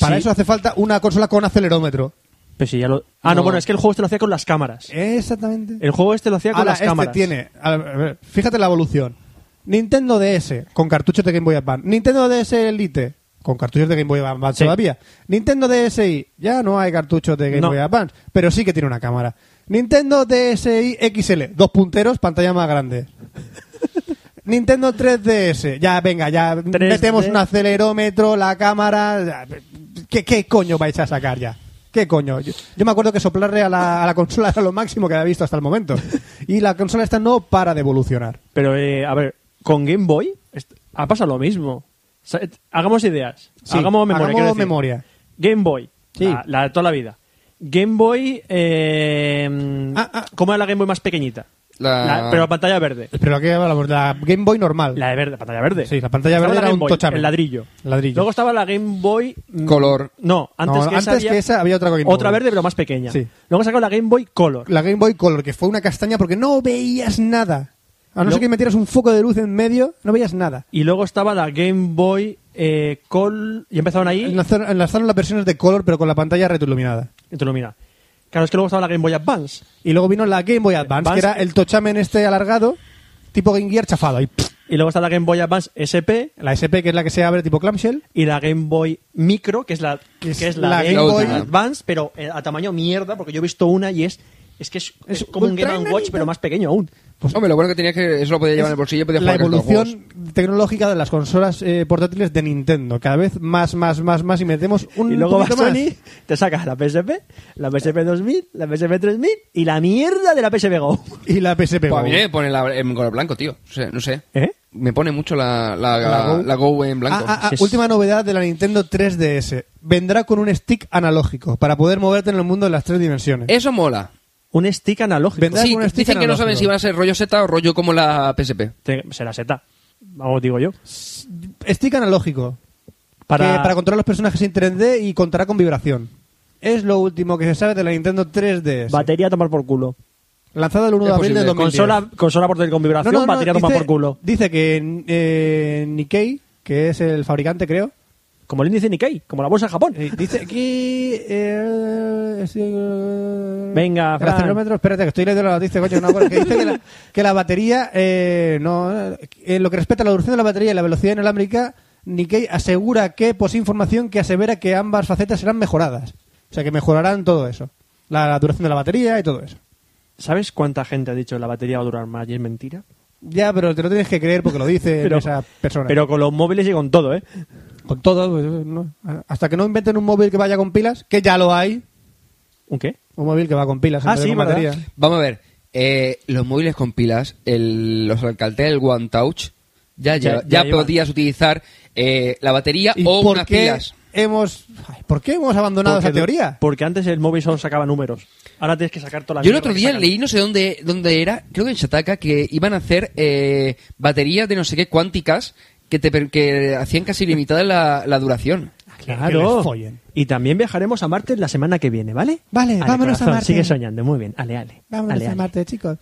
D: Para
B: Sí.
D: eso hace falta una consola con acelerómetro.
B: Pero si ya lo... Ah, no.
A: No.
B: bueno, es que el juego este lo hacía con las cámaras.
D: Exactamente.
B: El juego este lo hacía con
D: Eh. Ahora,
B: las
D: este
B: cámaras.
D: tiene. a ver, fíjate la evolución. Nintendo DS con cartuchos de Game Boy Advance. Nintendo DS Elite con cartuchos de Game Boy Advance
B: Sí.
D: todavía. Nintendo DSi ya no hay cartuchos de Game
B: No.
D: Boy Advance, pero sí que tiene una cámara. Nintendo DSi XL, dos punteros, pantalla más grande. Nintendo 3DS, ya venga, ya
B: 3D.
D: metemos un acelerómetro, la cámara. ya, ¿Qué, qué coño vais a sacar ya? ¿Qué coño? Yo, yo me acuerdo que soplarle a la, a la consola era lo máximo que había visto hasta el momento. Y la consola esta no para de evolucionar.
B: Pero, eh, a ver, con Game Boy est- ha pasado lo mismo. O sea, et- hagamos ideas.
D: Sí,
B: hagamos memoria.
D: hagamos
B: quiero decir.
D: memoria.
B: Game Boy.
D: Sí.
B: La, la de toda la vida. Game Boy. Eh,
D: Ah, ah.
B: ¿Cómo era la Game Boy más pequeñita?
A: La-
B: pero pantalla verde.
D: Pero aquí hablamos de la Game Boy normal.
B: La de verde, pantalla verde.
D: Sí, la pantalla
B: Estaba la
D: verde era
B: Game
D: un
B: Boy,
D: tochame.
B: El ladrillo.
D: Ladrillo.
B: Luego estaba la Game Boy. mm,
A: Color.
B: No, antes,
D: No,
B: que, esa
D: antes que esa había otra Game
B: Otra
D: Boy.
B: verde, pero más pequeña.
D: Sí.
B: Luego sacó la Game Boy Color.
D: La Game Boy Color, que fue una castaña porque no veías nada. A no,
B: Lo-
D: ser que metieras un foco de luz en medio, no veías nada.
B: Y luego estaba la Game Boy eh, Col. Y empezaron ahí.
D: Enlazaron, enlazaron las versiones de Color, pero con la pantalla retroiluminada.
B: Y tú lo mira. Claro, es que luego estaba la Game Boy Advance.
D: Y luego vino la Game Boy Advance,
B: Advance.
D: que era el tochamen este alargado, tipo Game Gear chafado. Y pff,
B: Y luego está la Game Boy Advance SP.
D: la SP, que es la que se abre tipo clamshell.
B: Y la Game Boy Micro, que es la, que
D: es
B: es la,
D: la
B: Game
A: Game
B: Boy
A: Boy.
B: Advance, pero eh, a tamaño mierda, porque yo he visto una y es. Es que es, es como un
D: ultra
B: Game and Watch,
D: enanita.
B: pero más pequeño aún.
A: Hombre, lo bueno que tenía es que eso lo podía llevar en el bolsillo y podía
D: la
A: jugar con todos los
D: evolución tecnológica de las consolas eh, portátiles de Nintendo. Cada vez más, más, más, más y metemos un
B: y luego va
D: poquito más.
B: Sony, te saca la PSP, la PSP 2000, la PSP 3000 y la mierda de la PSP Go.
D: Y la PSP.
A: Pues a
D: Go.
A: mí me pone la, en color blanco, tío. O sea, no sé.
B: ¿Eh?
A: Me pone mucho la, la, la,
D: Go.
A: Go. en blanco.
D: Ah, ah, ah,
B: Sí, sí.
D: Última novedad de la Nintendo 3DS. Vendrá con un stick analógico para poder moverte en el mundo de las tres dimensiones.
A: Eso mola.
B: Un stick analógico.
D: Vendrá
A: Sí,
D: con un stick
A: dicen que no saben
D: analógico.
A: si va a ser rollo Z o rollo como la PSP.
B: Te- será Z. Vamos, digo yo.
D: Stick analógico.
B: Para,
D: que- para controlar los personajes en 3D y contará con vibración. Es lo último que se sabe de la Nintendo 3DS.
B: batería a tomar por culo.
D: Lanzada el 1 de
A: Es
D: abril de
A: posible.
D: 2010.
B: Consola, consola por con vibración, batería a tomar
D: dice-
B: por culo.
D: Dice que eh, Nikkei, que es el fabricante, creo,
B: Como el índice Nikkei, como la bolsa de Japón.
D: eh, dice que... eh, es- eh,
B: Venga,
D: el
B: Fran.
D: acelerómetro, espérate, que estoy leyendo la noticia, coño, no, bueno, que dice que la, que la batería, eh, no, en lo que respecta a la duración de la batería y la velocidad inalámbrica, Nikkei asegura que posee información que asevera que ambas facetas serán mejoradas. O sea, que mejorarán todo eso. La, la duración de la batería y todo eso.
B: ¿Sabes cuánta gente ha dicho la batería va a durar más y es mentira?
D: Ya, pero te lo tienes que creer porque lo dice esa persona.
B: pero con los móviles y con todo, ¿eh?
D: Con todo, pues, no. hasta que no inventen un móvil que vaya con pilas, que ya lo hay,
B: ¿Un qué?
D: un móvil que va con pilas. en
B: Ah,
D: vez de
B: sí,
D: con
B: ¿verdad?
D: batería.
A: Vamos a ver. Eh, los móviles con pilas, el, los Alcatel el One Touch,
B: Ya-
A: ya, ya,
B: ya
A: ya
B: llevan.
A: podías utilizar eh, la batería
D: ¿Y
A: o
D: por
A: unas
D: qué
A: pilas.
D: hemos... Ay, ¿Por qué hemos abandonado esa teoría?
B: Porque antes el móvil solo sacaba números. Ahora tienes que sacar toda la
A: Yo el
B: mierda
A: otro
B: que
A: día
B: sacan.
A: leí, no sé dónde, dónde era, creo que en Shataka, que iban a hacer eh, baterías de no sé qué cuánticas que, te, per- que hacían casi limitada la, la duración.
D: Que
B: Claro.
D: les follen.
B: Y también viajaremos a Marte la semana que viene, ¿vale?
D: Vale, vámonos a Marte.
B: Sigue soñando, muy bien. Ale, ale.
D: Vámonos
B: Ale,
D: a
B: ale.
D: Marte, chicos.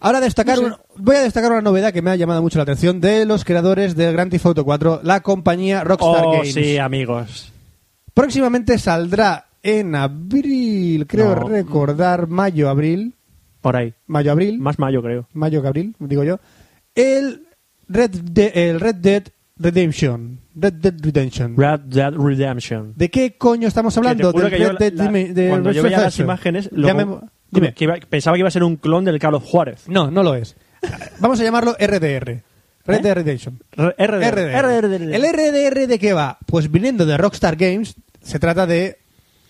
D: Ahora destacar un- voy a destacar una novedad que me ha llamado mucho la atención de los creadores de Grand Theft Auto 4, la compañía Rockstar
B: Oh,
D: Games.
B: sí, amigos.
D: Próximamente saldrá en abril, creo
B: No.
D: recordar, mayo, abril,
B: Por ahí.
D: mayo, abril,
B: Más mayo, creo.
D: mayo que abril, digo yo, el Red, De- el Red Dead Redemption. Red Dead Redemption.
B: Red Dead Redemption.
D: ¿De qué coño estamos
B: Que te
D: hablando?
B: juro
D: Del
B: que yo
D: Red Dead
B: la-
D: Redem- de
B: cuando yo veía las
D: Redemption.
B: imágenes,
D: Ya
B: luego-
D: me- dime.
B: que iba- pensaba que iba a ser un clon del Carlos Juárez.
D: No, no lo es. Vamos a llamarlo RDR. Red Dead Redemption.
B: ¿Eh? R- RDR.
D: RDR.
B: RDR.
D: ¿El RDR de qué va? Pues viniendo de Rockstar Games, se trata de,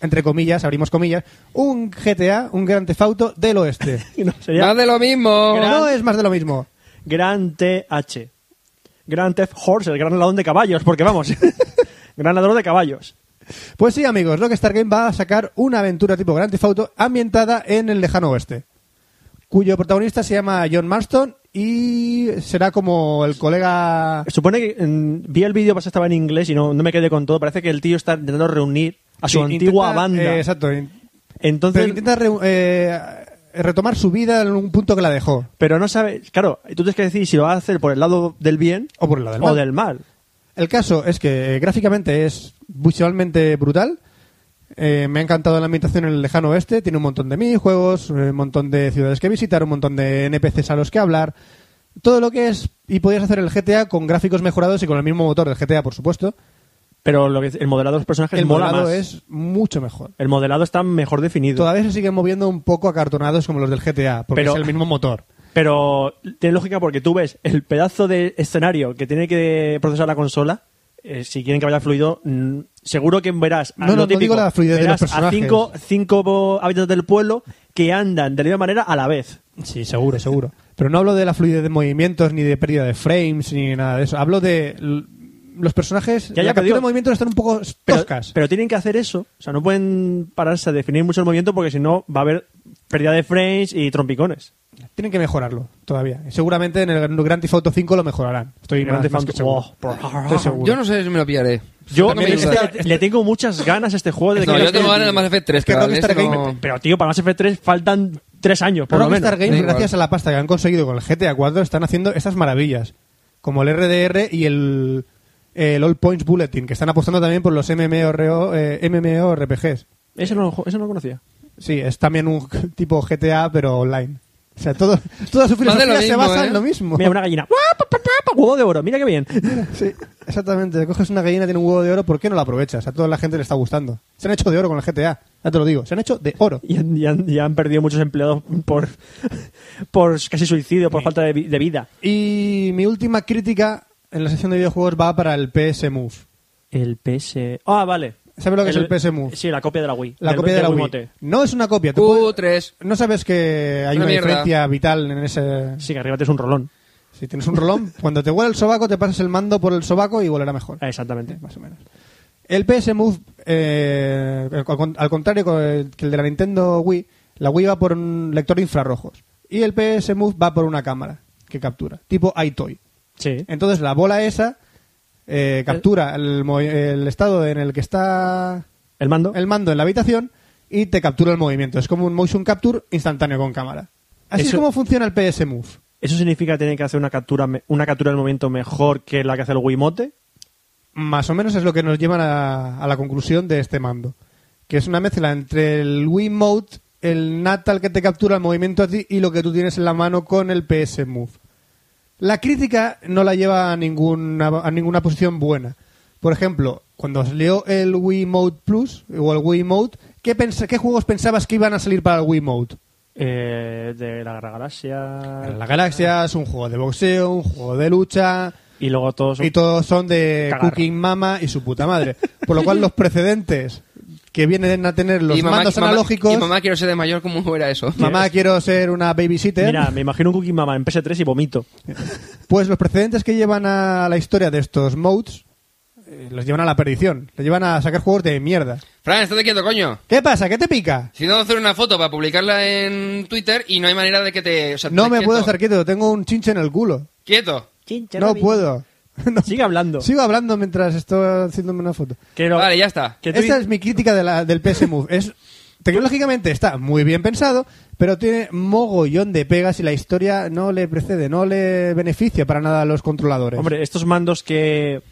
D: entre comillas, abrimos comillas, un GTA, un Gran Auto del oeste.
B: No, sería
A: Más de lo mismo.
D: no es más de lo mismo.
B: Gran TH. Gran Theft Horse, el gran ladrón de caballos, porque vamos. gran ladrón de caballos.
D: Pues sí, amigos, Rockstar Game va a sacar una aventura tipo Grand Theft Auto ambientada en el lejano oeste, cuyo protagonista se llama John Marston y será como el colega...
B: Supone que mm, vi el vídeo, pasa estaba en inglés y no, no me quedé con todo. Parece que el tío está intentando reunir a su
D: Sí,
B: antigua
D: intenta,
B: banda.
D: eh, exacto. in-
B: Entonces,
D: Pero intenta re- eh, retomar su vida en un punto que la dejó.
B: pero no sabes, claro, tú tienes que decir si lo vas a hacer por el lado del bien
D: O por el lado del mal.
B: mal.
D: El caso es que eh, gráficamente es visualmente brutal. Eh, me ha encantado la ambientación en el lejano oeste. Tiene un montón de minijuegos, eh, un montón de ciudades que visitar, un montón de NPCs a los que hablar. Todo lo que es. Y podías hacer el GTA con gráficos mejorados y con el mismo motor del GTA, por supuesto.
B: Pero lo que, el modelado de los personajes
D: El
B: Pues mola
D: modelado
B: más.
D: es mucho mejor.
B: El modelado está mejor definido.
D: Todavía se siguen moviendo un poco acartonados como los del GTA, porque
B: Pero-
D: es el mismo motor.
B: Pero tiene lógica porque tú ves el pedazo de escenario que tiene que procesar la consola. eh, si quieren que vaya fluido, mm, seguro que verás. a
D: No,
B: lo
D: no, no
B: típico,
D: digo la fluidez de
B: verás
D: los personajes.
B: A cinco, cinco bo- habitantes del pueblo que andan de la misma manera a la vez.
D: Sí, seguro, seguro. Pero no hablo de la fluidez de movimientos, ni de pérdida de frames, ni nada de eso. Hablo de l- los personajes.
B: Ya, ya,
D: la
B: pero
D: captura de
B: digo-
D: movimientos están un poco
B: Pero,
D: toscas.
B: pero tienen que hacer eso. O sea, no pueden pararse a definir mucho el movimiento porque si no va a haber pérdida de frames y trompicones.
D: Tienen que mejorarlo todavía. Y Seguramente en el Grand Theft Auto 5 lo mejorarán. Estoy
B: Grand
D: más-
B: Theft
D: más
B: Auto-
D: que seguro.
B: Oh, por-
D: Estoy seguro.
A: Yo no sé si me lo pillaré.
B: Yo
A: También
B: este-
A: hay dudas.
B: le tengo muchas ganas a este juego. de
A: No,
B: que-
A: yo tengo ganas de Mass Effect 3,
D: que
A: chaval,
D: Rockstar
A: este
D: Game-
A: no-
B: Pero tío, para Mass Effect 3 faltan tres años, por lo
D: Rockstar
B: menos.
D: Games,
A: Da igual.
D: gracias a la pasta que han conseguido con el GTA 4, están haciendo estas maravillas. Como el RDR y el, el All Points Bulletin, que están apostando también por los MMORO, eh, MMORPGs.
B: Eh, Eso no, lo- eso no lo conocía.
D: Sí, es también un tipo GTA, pero online. O sea, todo, toda su
A: Más de lo
D: filosofía se
A: mismo,
D: basa
A: ¿eh?
D: en lo mismo.
B: Mira, una gallina. ¡Guau, pa, pa, pa, pa! Huevo de oro, mira qué bien.
D: Sí, exactamente. Coges una gallina, tiene un huevo de oro, ¿por qué no la aprovechas? A toda la gente le está gustando. Se han hecho de oro con el GTA, ya te lo digo. Se han hecho de oro.
B: Y han, y han- y han perdido muchos empleados por, por casi suicidio, por falta de, vi- de vida.
D: Y mi última crítica en la sección de videojuegos va para el PS Move.
B: El PS. Ah, vale.
D: ¿Sabes lo que es el PS Move?
B: Sí, la copia de la Wii.
D: La
B: Del-
D: copia de
B: del
D: la Wii.
B: Wiimote.
D: No es una copia. tú puedes-
A: Q3.
D: No sabes que hay
A: Una
D: una,
A: mierda.
D: diferencia vital en ese...
B: Sí, que arriba tienes un rolón.
D: Si tienes un rolón, cuando te huele el sobaco, te pasas el mando por el sobaco y volará mejor.
B: Ah, Exactamente.
D: más o menos. El PS Move, eh, al con- al contrario co- eh, que el de la Nintendo Wii, la Wii va por un lector de infrarrojos. Y el PS Move va por una cámara que captura, tipo iToy.
B: Sí.
D: Entonces la bola esa eh, captura el, mo- el estado en el que está
B: El mando.
D: el mando en la habitación y te captura el movimiento. Es como un motion capture instantáneo con cámara. Así es
B: Eso-
D: como funciona el PS Move.
B: Eso significa que tienen que hacer una captura, me- una captura del momento mejor que la que hace el Wiimote.
D: Más o menos es lo que nos lleva a, a la conclusión de este mando. Que es una mezcla entre el Wiimote, el Natal que te captura el movimiento a ti y lo que tú tienes en la mano con el PS Move. La crítica no la lleva a ninguna, a ninguna posición buena. Por ejemplo, cuando salió el Wiimote Plus o el Wiimote, ¿qué, pens- ¿qué juegos pensabas que iban a salir para el Wiimote?
B: Eh, de la Galaxia.
D: La Galaxia es un juego de boxeo, un juego de lucha,
B: Y luego todos.
D: y todos son de
B: Cagar.
D: Cooking Mama y su puta madre. Por lo cual los precedentes que vienen a tener los
A: y mamá,
D: mandos
A: mamá-
D: analógicos,
A: Y
D: mamá,
A: mamá quiero ser de mayor, ¿cómo era eso?
D: quiero ser una babysitter,
B: Mira, me imagino un Cookie Mama en PS3 y vomito.
D: pues los precedentes que llevan a la historia de estos modes eh, los llevan a la perdición. Los llevan a sacar juegos de mierda.
A: Fran, estate quieto, coño.
D: ¿Qué pasa? ¿Qué te pica?
A: Si no, hacer una foto para publicarla en Twitter y no hay manera de que te... o sea,
D: No
A: estate
D: me
A: quieto.
D: puedo estar quieto, tengo un chinche en el culo.
A: Quieto.
D: No puedo. No.
B: Sigue hablando.
D: Sigo hablando mientras estoy haciéndome una foto.
B: Quiero-
A: Vale, ya está.
B: que tú-
D: Esta es mi crítica de la- del PS Move. Es, tecnológicamente está muy bien pensado, pero tiene mogollón de pegas y la historia no le precede, no le beneficia para nada a los controladores.
B: Hombre, estos mandos que,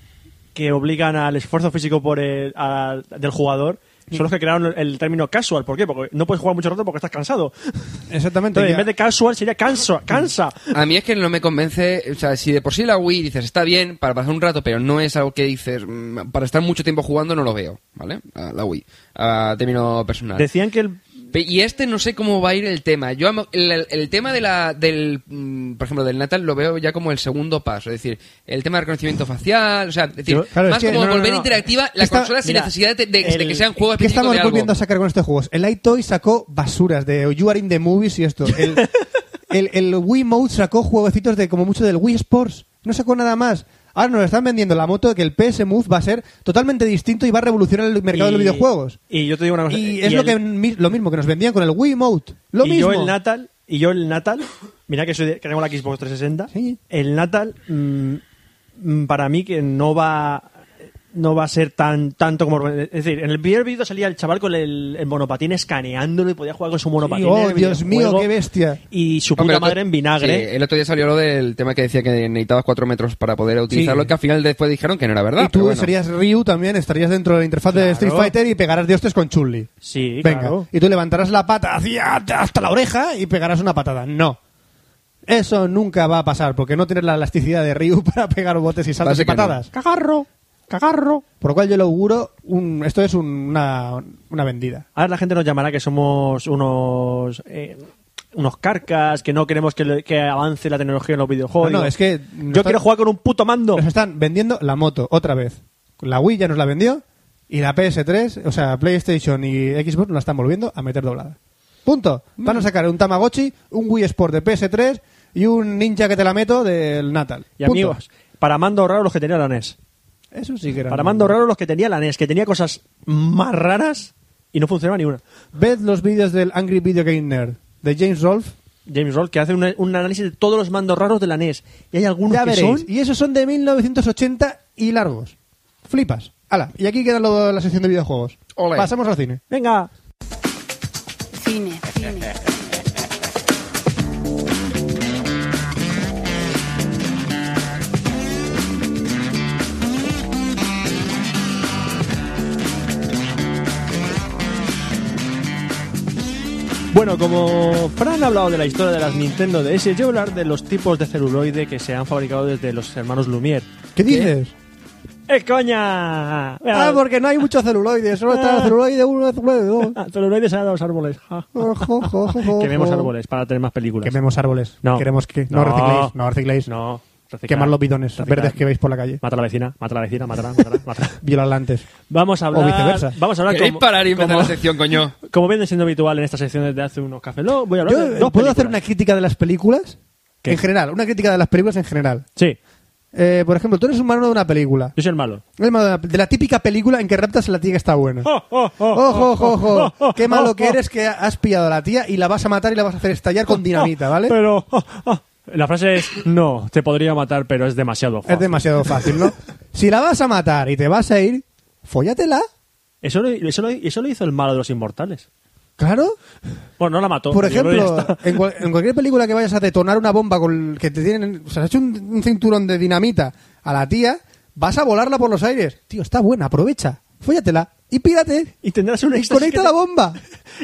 B: que obligan al esfuerzo físico por el- al- del jugador son los que crearon el término casual. ¿Por qué? Porque no puedes jugar mucho rato porque estás cansado.
D: Exactamente.
B: Entonces,
D: ya-
B: en vez de casual sería cansa, cansa.
A: A mí es que no me convence, o sea, si de por sí la Wii dices está bien para pasar un rato, pero no es algo que dices mm, para estar mucho tiempo jugando no lo veo, ¿vale? A la Wii, a término personal.
B: Decían que el
A: Pe- Y este no sé cómo va a ir el tema. Yo amo- el, el tema de la del mm, por ejemplo del Natal lo veo ya como el segundo paso, es decir, el tema de reconocimiento facial, o sea, es decir,
D: Yo- claro, es
A: más
D: que-
A: como
D: no, no,
A: volver
D: no.
A: interactiva la
D: Esta-
A: consola sin
B: mira,
A: necesidad de, de- de
B: el-
A: que sean juegos
D: ¿Qué
A: específicos
D: estamos
A: de algo.
D: volviendo a sacar con estos juegos? El iToy sacó basuras de "Oh, You Are in the Movies y esto. El, el, el Wii Mode sacó jueguecitos de como mucho del Wii Sports. No sacó nada más. Ahora nos están vendiendo la moto de que el PS Move va a ser totalmente distinto y va a revolucionar el mercado de los
B: y-
D: videojuegos.
B: Y yo te digo una cosa.
D: Y es lo,
B: el-
D: que, mi- lo mismo que nos vendían con el Wii Mode. Lo
B: y
D: mismo.
B: yo el Natal, y yo el Natal, mira que, soy de- que tengo la Xbox 360,
D: Sí.
B: el Natal mm, mm, para mí que no va no va a ser tan tanto como es decir, en el primer vídeo salía el chaval con el, el monopatín escaneándolo y podía jugar con su monopatín.
D: oh,
B: en el
D: Dios mío,
B: videojuego.
D: qué bestia.
B: Y su
A: Hombre,
B: puta
A: el otro-
B: madre en vinagre.
A: sí, el otro día salió lo del tema que decía que necesitabas cuatro metros para poder utilizarlo, que al final después dijeron que no era verdad.
D: Y tú
A: pero bueno.
D: serías Ryu también, estarías dentro de la interfaz de Street Fighter y pegarás de hostias con Chun-Li.
B: Sí,
D: Venga.
B: claro.
D: Y tú levantarás la pata hacia, hasta la oreja y pegarás una patada. No. Eso nunca va a pasar porque no tienes la elasticidad de Ryu para pegar botes y saltos
A: Parece
D: y
A: que no.
D: patadas.
B: Cagarro, cagarro.
D: Por lo cual yo lo auguro, un- esto es un- una, una vendida.
B: Ahora la gente nos llamará que somos unos eh, unos carcas, que no queremos que, le- que avance la tecnología en los videojuegos.
D: No, no,
B: Digo,
D: es que-
B: yo quiero jugar con un puto mando.
D: Nos están vendiendo la moto otra vez. La Wii ya nos la vendió y la PS3, o sea, PlayStation y Xbox nos la están volviendo a meter doblada. Punto. Van
B: Mm.
D: a sacar un Tamagotchi, un Wii Sport de PS3 y un ninja que te la meto del Natal.
B: Y
D: Punto.
B: amigos, para mando raro los que tenía la NES.
D: Eso sí que era
B: Para
D: una-
B: mando raro los que tenía la NES, que tenía cosas más raras y no funcionaba ni una.
D: Ved los vídeos del Angry Video Game Nerd de James Rolfe.
B: James Roll, que hace un, un análisis de todos los mandos raros de la NES. Y hay algunos
D: Ya
B: que
D: veréis.
B: son...
D: Y esos son de 1980 y largos. Flipas. Hala, y aquí queda lo- la sección de videojuegos.
A: Ole.
D: Pasamos al cine.
B: Venga,
E: Cine, cine.
B: Bueno, como Fran ha hablado de la historia de las Nintendo DS, yo voy a hablar de los tipos de celuloide que se han fabricado desde los hermanos Lumière.
D: ¿Qué dices?
B: ¡Eh, coña!
D: Ah, porque no hay mucho celuloide. Solo está
B: Ah.
D: celuloide 1, celuloide 2.
B: Ah, Celuloides a los árboles. Ja, ja, ja, ja, ja. Quememos árboles para tener más películas.
D: Quememos árboles.
B: No.
D: Queremos que. No,
B: No.
D: recicléis. No recicléis.
B: No. reciclar.
D: Quemar los bidones
B: Reciclar.
D: verdes que veis por la calle.
B: Mata a la vecina, mata a la vecina, mátala, mátala, mátala.
D: Violarla antes.
B: Vamos a hablar.
D: viceversa.
B: Vamos a hablar
A: ¿Queréis
B: como,
A: parar y empezar
B: como-
A: la sección, coño?
B: Como viene siendo habitual en estas secciones de hace unos café Lock, voy a hablar
D: Yo,
B: de
D: eh,
B: dos
D: ¿Puedo hacer una
B: películas.
D: crítica de las películas?
B: ¿Qué?
D: En general. Una crítica de las películas en general.
B: Sí,
D: Eh, por ejemplo, tú eres un malo de una película.
B: yo soy el malo.
D: Es más, de la- de la típica película en que raptas a la tía que está buena.
B: Oh, oh, oh,
D: Ojo, ojo,
B: oh,
D: ojo.
B: oh,
D: Qué malo
B: oh,
D: que
B: oh.
D: eres que has pillado a la tía y la vas a matar y la vas a hacer estallar con dinamita,
B: Oh,
D: ¿vale?
B: Pero. oh, oh. La frase es: No, te podría matar, pero es demasiado fácil.
D: Es demasiado fácil, ¿no? Si la vas a matar y te vas a ir, follatela.
B: Eso lo, eso, lo, eso lo hizo el malo de los inmortales.
D: Claro.
B: Bueno, no la mató.
D: Por
B: pero ya
D: ejemplo, eh,
B: está.
D: en, cual- en cualquier película que vayas a detonar una bomba con que te tienen, o sea, has hecho un, un cinturón de dinamita a la tía, vas a volarla por los aires. Tío, está buena, aprovecha. Follatela y pírate.
B: Y tendrás un éxtasis que
D: Conecta
B: te-
D: la bomba.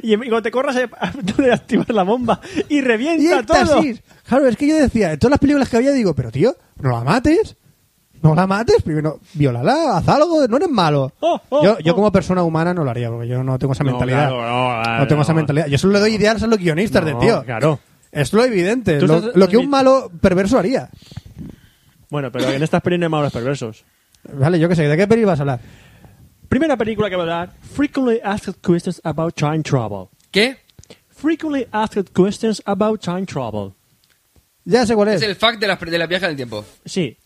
B: Y en- cuando te corras, eh, dale a activar la bomba y
D: Y
B: revienta todo.
D: éxtasis. Claro, es que yo decía, en todas las películas que había, digo, pero tío, no la mates. No la mates, primero, violala, haz algo, no eres malo.
B: Oh, oh,
D: yo, yo
B: oh.
D: como persona humana no lo haría, porque yo no tengo esa
B: No,
D: mentalidad.
B: claro, no, claro,
D: tengo esa
B: no.
D: mentalidad. Yo solo le doy ideas a los guionistas
B: No,
D: de tío.
B: claro.
D: Es lo evidente,
B: Tú
D: lo,
B: estás-
D: lo que un
B: mi-
D: malo perverso haría.
B: Bueno, pero en estas películas no hay malos perversos.
D: Vale, yo qué sé, ¿de qué peli vas a hablar?
B: Primera película que voy a hablar: Frequently Asked Questions About Time Travel.
A: ¿Qué?
B: Frequently Asked Questions About Time Travel.
D: Ya sé cuál es.
A: Es el fact de las, de las viajes del tiempo.
B: Sí.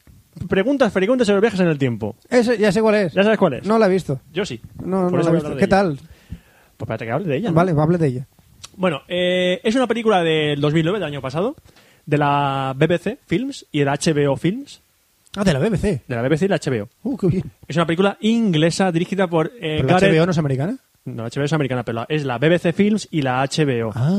B: preguntas frecuentes sobre viajes en el tiempo.
D: Ese, ya sé cuál es.
B: ¿Ya sabes cuál es?
D: No la he visto.
B: Yo sí.
D: No,
B: Por eso voy a
D: no la he visto.
B: hablar de
D: ¿Qué
B: ella.
D: tal?
B: Pues espérate que hable de ella. ¿no?
D: Vale, hable de ella.
B: Bueno, eh, es una película del 2009, del año pasado, de la BBC Films y de la HBO Films.
D: Ah, de la BBC.
B: De la BBC y la HBO.
D: Uh, qué bien.
B: Es una película inglesa dirigida por eh,
D: ¿Pero la
B: Gareth-
D: HBO no es americana?
B: No, HBO es americana, pero la- es la BBC Films y la HBO.
D: Ah.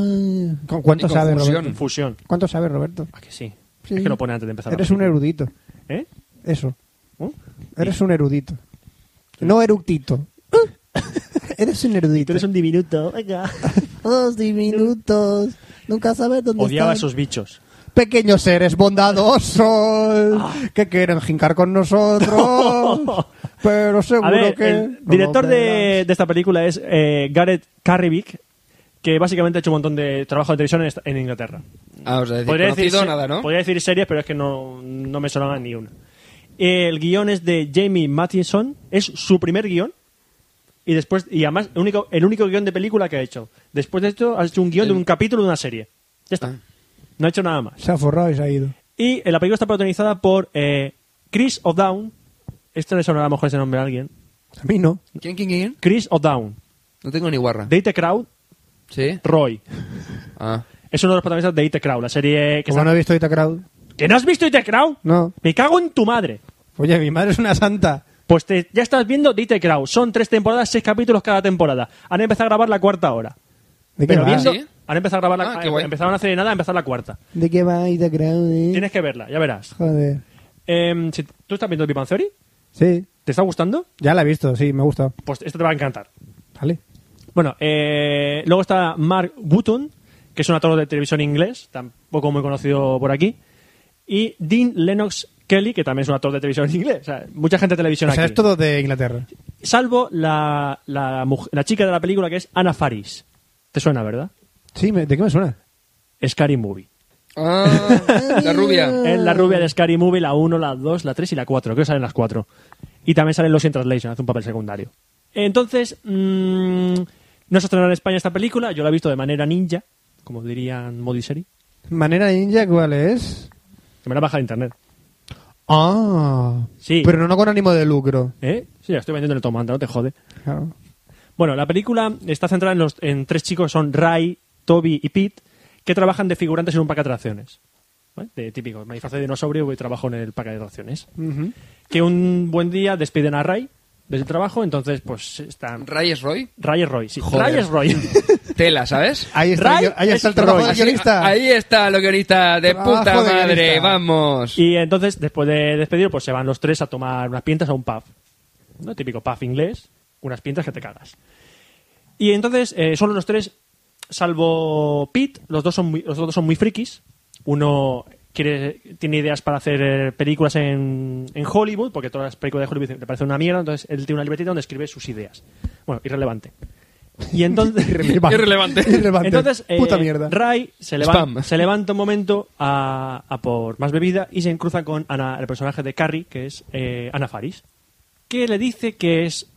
D: ¿cu- ¿Cuánto
A: Y
D: sabes,
A: confusión.
D: Roberto?
B: Fusión.
D: ¿Cuánto sabes, Roberto?
B: ¿A que sí?
D: Sí.
B: Es que lo pone antes de empezar. la
D: Eres un
B: película.
D: erudito.
B: ¿Eh?
D: Eso.
B: ¿Uh?
D: Eres un erudito. No eructito. Eres un erudito.
B: un diminuto. Venga.
D: Dos diminutos. Nunca sabes dónde
B: Odiaba a
D: están.
B: esos bichos.
D: Pequeños seres bondadosos que quieren jincar con nosotros. pero seguro
B: A ver,
D: que...
B: el director de, de esta película es eh, Gareth Carrivick, que básicamente ha hecho un montón de trabajo de televisión en, esta- en Inglaterra.
A: Ah, o sea, decir,
B: Podría
A: conocido,
B: decir, se-
A: nada, ¿no?
B: podría decir series, pero es que no, no me sonaba ni una. El guión es de Jamie Matheson, es su primer guión. Y después, y además, el único, el único guión de película que ha hecho. Después de esto, ha hecho un guión de un capítulo de una serie. Ya
A: Ah.
B: está. No ha hecho nada más.
D: Se ha forrado y se ha ido.
B: Y eh, la película está protagonizada por eh, Chris O'Down. Esto le sonará a lo mejor ese nombre a alguien.
D: A mí no.
A: ¿Quién, quién, quién?
B: Chris O'Down,
A: No tengo ni guarra.
B: Date Crowd,
A: ¿Sí?
B: Roy.
A: Ah.
B: Es uno de los protagonistas de Date Crowd, la serie que
D: Como
B: está-
D: no he visto Ita Crowd.
B: ¿Que no has visto Date Crowd?
D: No.
B: Me cago en tu madre.
D: Oye, mi madre es una santa.
B: Pues te- ya estás viendo Date Crowd. Son tres temporadas, seis capítulos cada temporada. Han empezado a grabar la cuarta hora.
D: ¿De qué
B: Pero
D: va?
B: viendo,
A: ¿Ah, ¿Sí?
B: han empezado a grabar la
A: Ah, qué guay.
B: empezaron hace nada, a empezar la cuarta.
D: ¿De qué va Ita Crowd? eh?
B: Tienes que verla, ya verás.
D: Joder.
B: Em, si- ¿Tú estás viendo Big Bang Theory?
D: Sí,
B: ¿Te está gustando?
D: ya la he visto, sí, me gusta.
B: Pues esto te va a encantar.
D: Vale.
B: Bueno, eh, luego está Mark Wooton, que es un actor de televisión inglés, tampoco muy conocido por aquí. Y Dean Lennox Kelly, que también es un actor de televisión inglés. O sea, mucha gente de televisión
D: O sea,
B: aquí.
D: es todo de Inglaterra.
B: Salvo la, la, muj- la chica de la película, que es Anna Faris. ¿Te suena, verdad?
D: Sí, me- ¿de qué me suena?
B: Scary Movie.
A: Ah, la rubia.
B: Es la rubia de Scary Movie, la 1, la 2, la 3 y la 4. Creo que salen las 4. Y también salen los in Translation, hace un papel secundario. Entonces, mm, no se estrenó en España esta película. Yo la he visto de manera ninja, como dirían Modiseri.
D: ¿Manera ninja cuál es?
B: Que me la baja de internet.
D: Ah.
B: Sí.
D: Pero no con ánimo de lucro.
B: ¿Eh? Sí, la estoy vendiendo en el tomante, no te jode.
D: Claro.
B: Bueno, la película está centrada en, los, en tres chicos, que son Ray, Toby y Pete, que trabajan de figurantes en un parque de atracciones. ¿Vale? De típico, me disfrazo de dinosaurio y trabajo en el parque de atracciones. Que un buen día despiden a Ray del trabajo, entonces pues están...
A: Ray es Roy.
B: Ray es Roy, sí.
A: Joder.
B: Ray es Roy.
A: Tela, ¿sabes?
D: Ahí está,
B: Ray
D: yo- ahí está el
B: es
D: trabajo
B: Roy.
D: del
B: Así-
D: guionista.
A: Ahí está los guionistas
B: Ah,
A: de
D: Trabajo
A: puta
D: de
A: madre,
D: guionista.
A: vamos.
B: y entonces, después de despedir, pues se van los tres a tomar unas pintas a un pub. ¿No? Típico pub inglés, unas pintas que te cagas. Y entonces, eh, solo los tres, salvo Pete, los dos son muy, los dos son muy frikis. Uno quiere, tiene ideas para hacer eh, películas en, en Hollywood, porque todas las películas de Hollywood le parecen una mierda, entonces él tiene una libretita donde escribe sus ideas. Bueno, irrelevante. Y entonces...
D: Irrelevante.
A: Irrelevante.
D: Irrelevante.
B: Entonces, eh,
D: Puta mierda.
B: Ray se, levan-
A: Spam.
B: se levanta un momento a, a por más bebida y se cruza con Ana- el personaje de Carrie, que es eh, Ana Faris, que le dice que es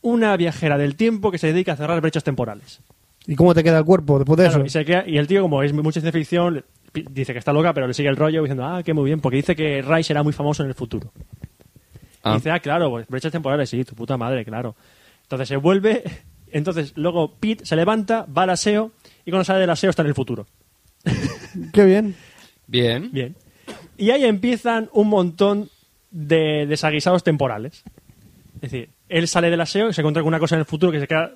B: una viajera del tiempo que se dedica a cerrar brechas temporales.
D: ¿Y cómo te queda el cuerpo después de
B: Claro, y,
D: eso?
B: se queda- y el tío, como es mucha ciencia ficción, le- pi- dice que está loca, pero le sigue el rollo diciendo, ah, qué muy bien, porque dice que Ray será muy famoso en el futuro. Y
A: Ah.
B: dice, ah, claro, pues, brechas temporales, sí, tu puta madre, claro. Entonces se vuelve, entonces luego Pete se levanta, va al aseo, y cuando sale del aseo está en el futuro.
D: Qué bien.
A: Bien.
B: Bien. Y ahí empiezan un montón de desaguisados temporales. Es decir, él sale del aseo y se encuentra con una cosa en el futuro que se queda,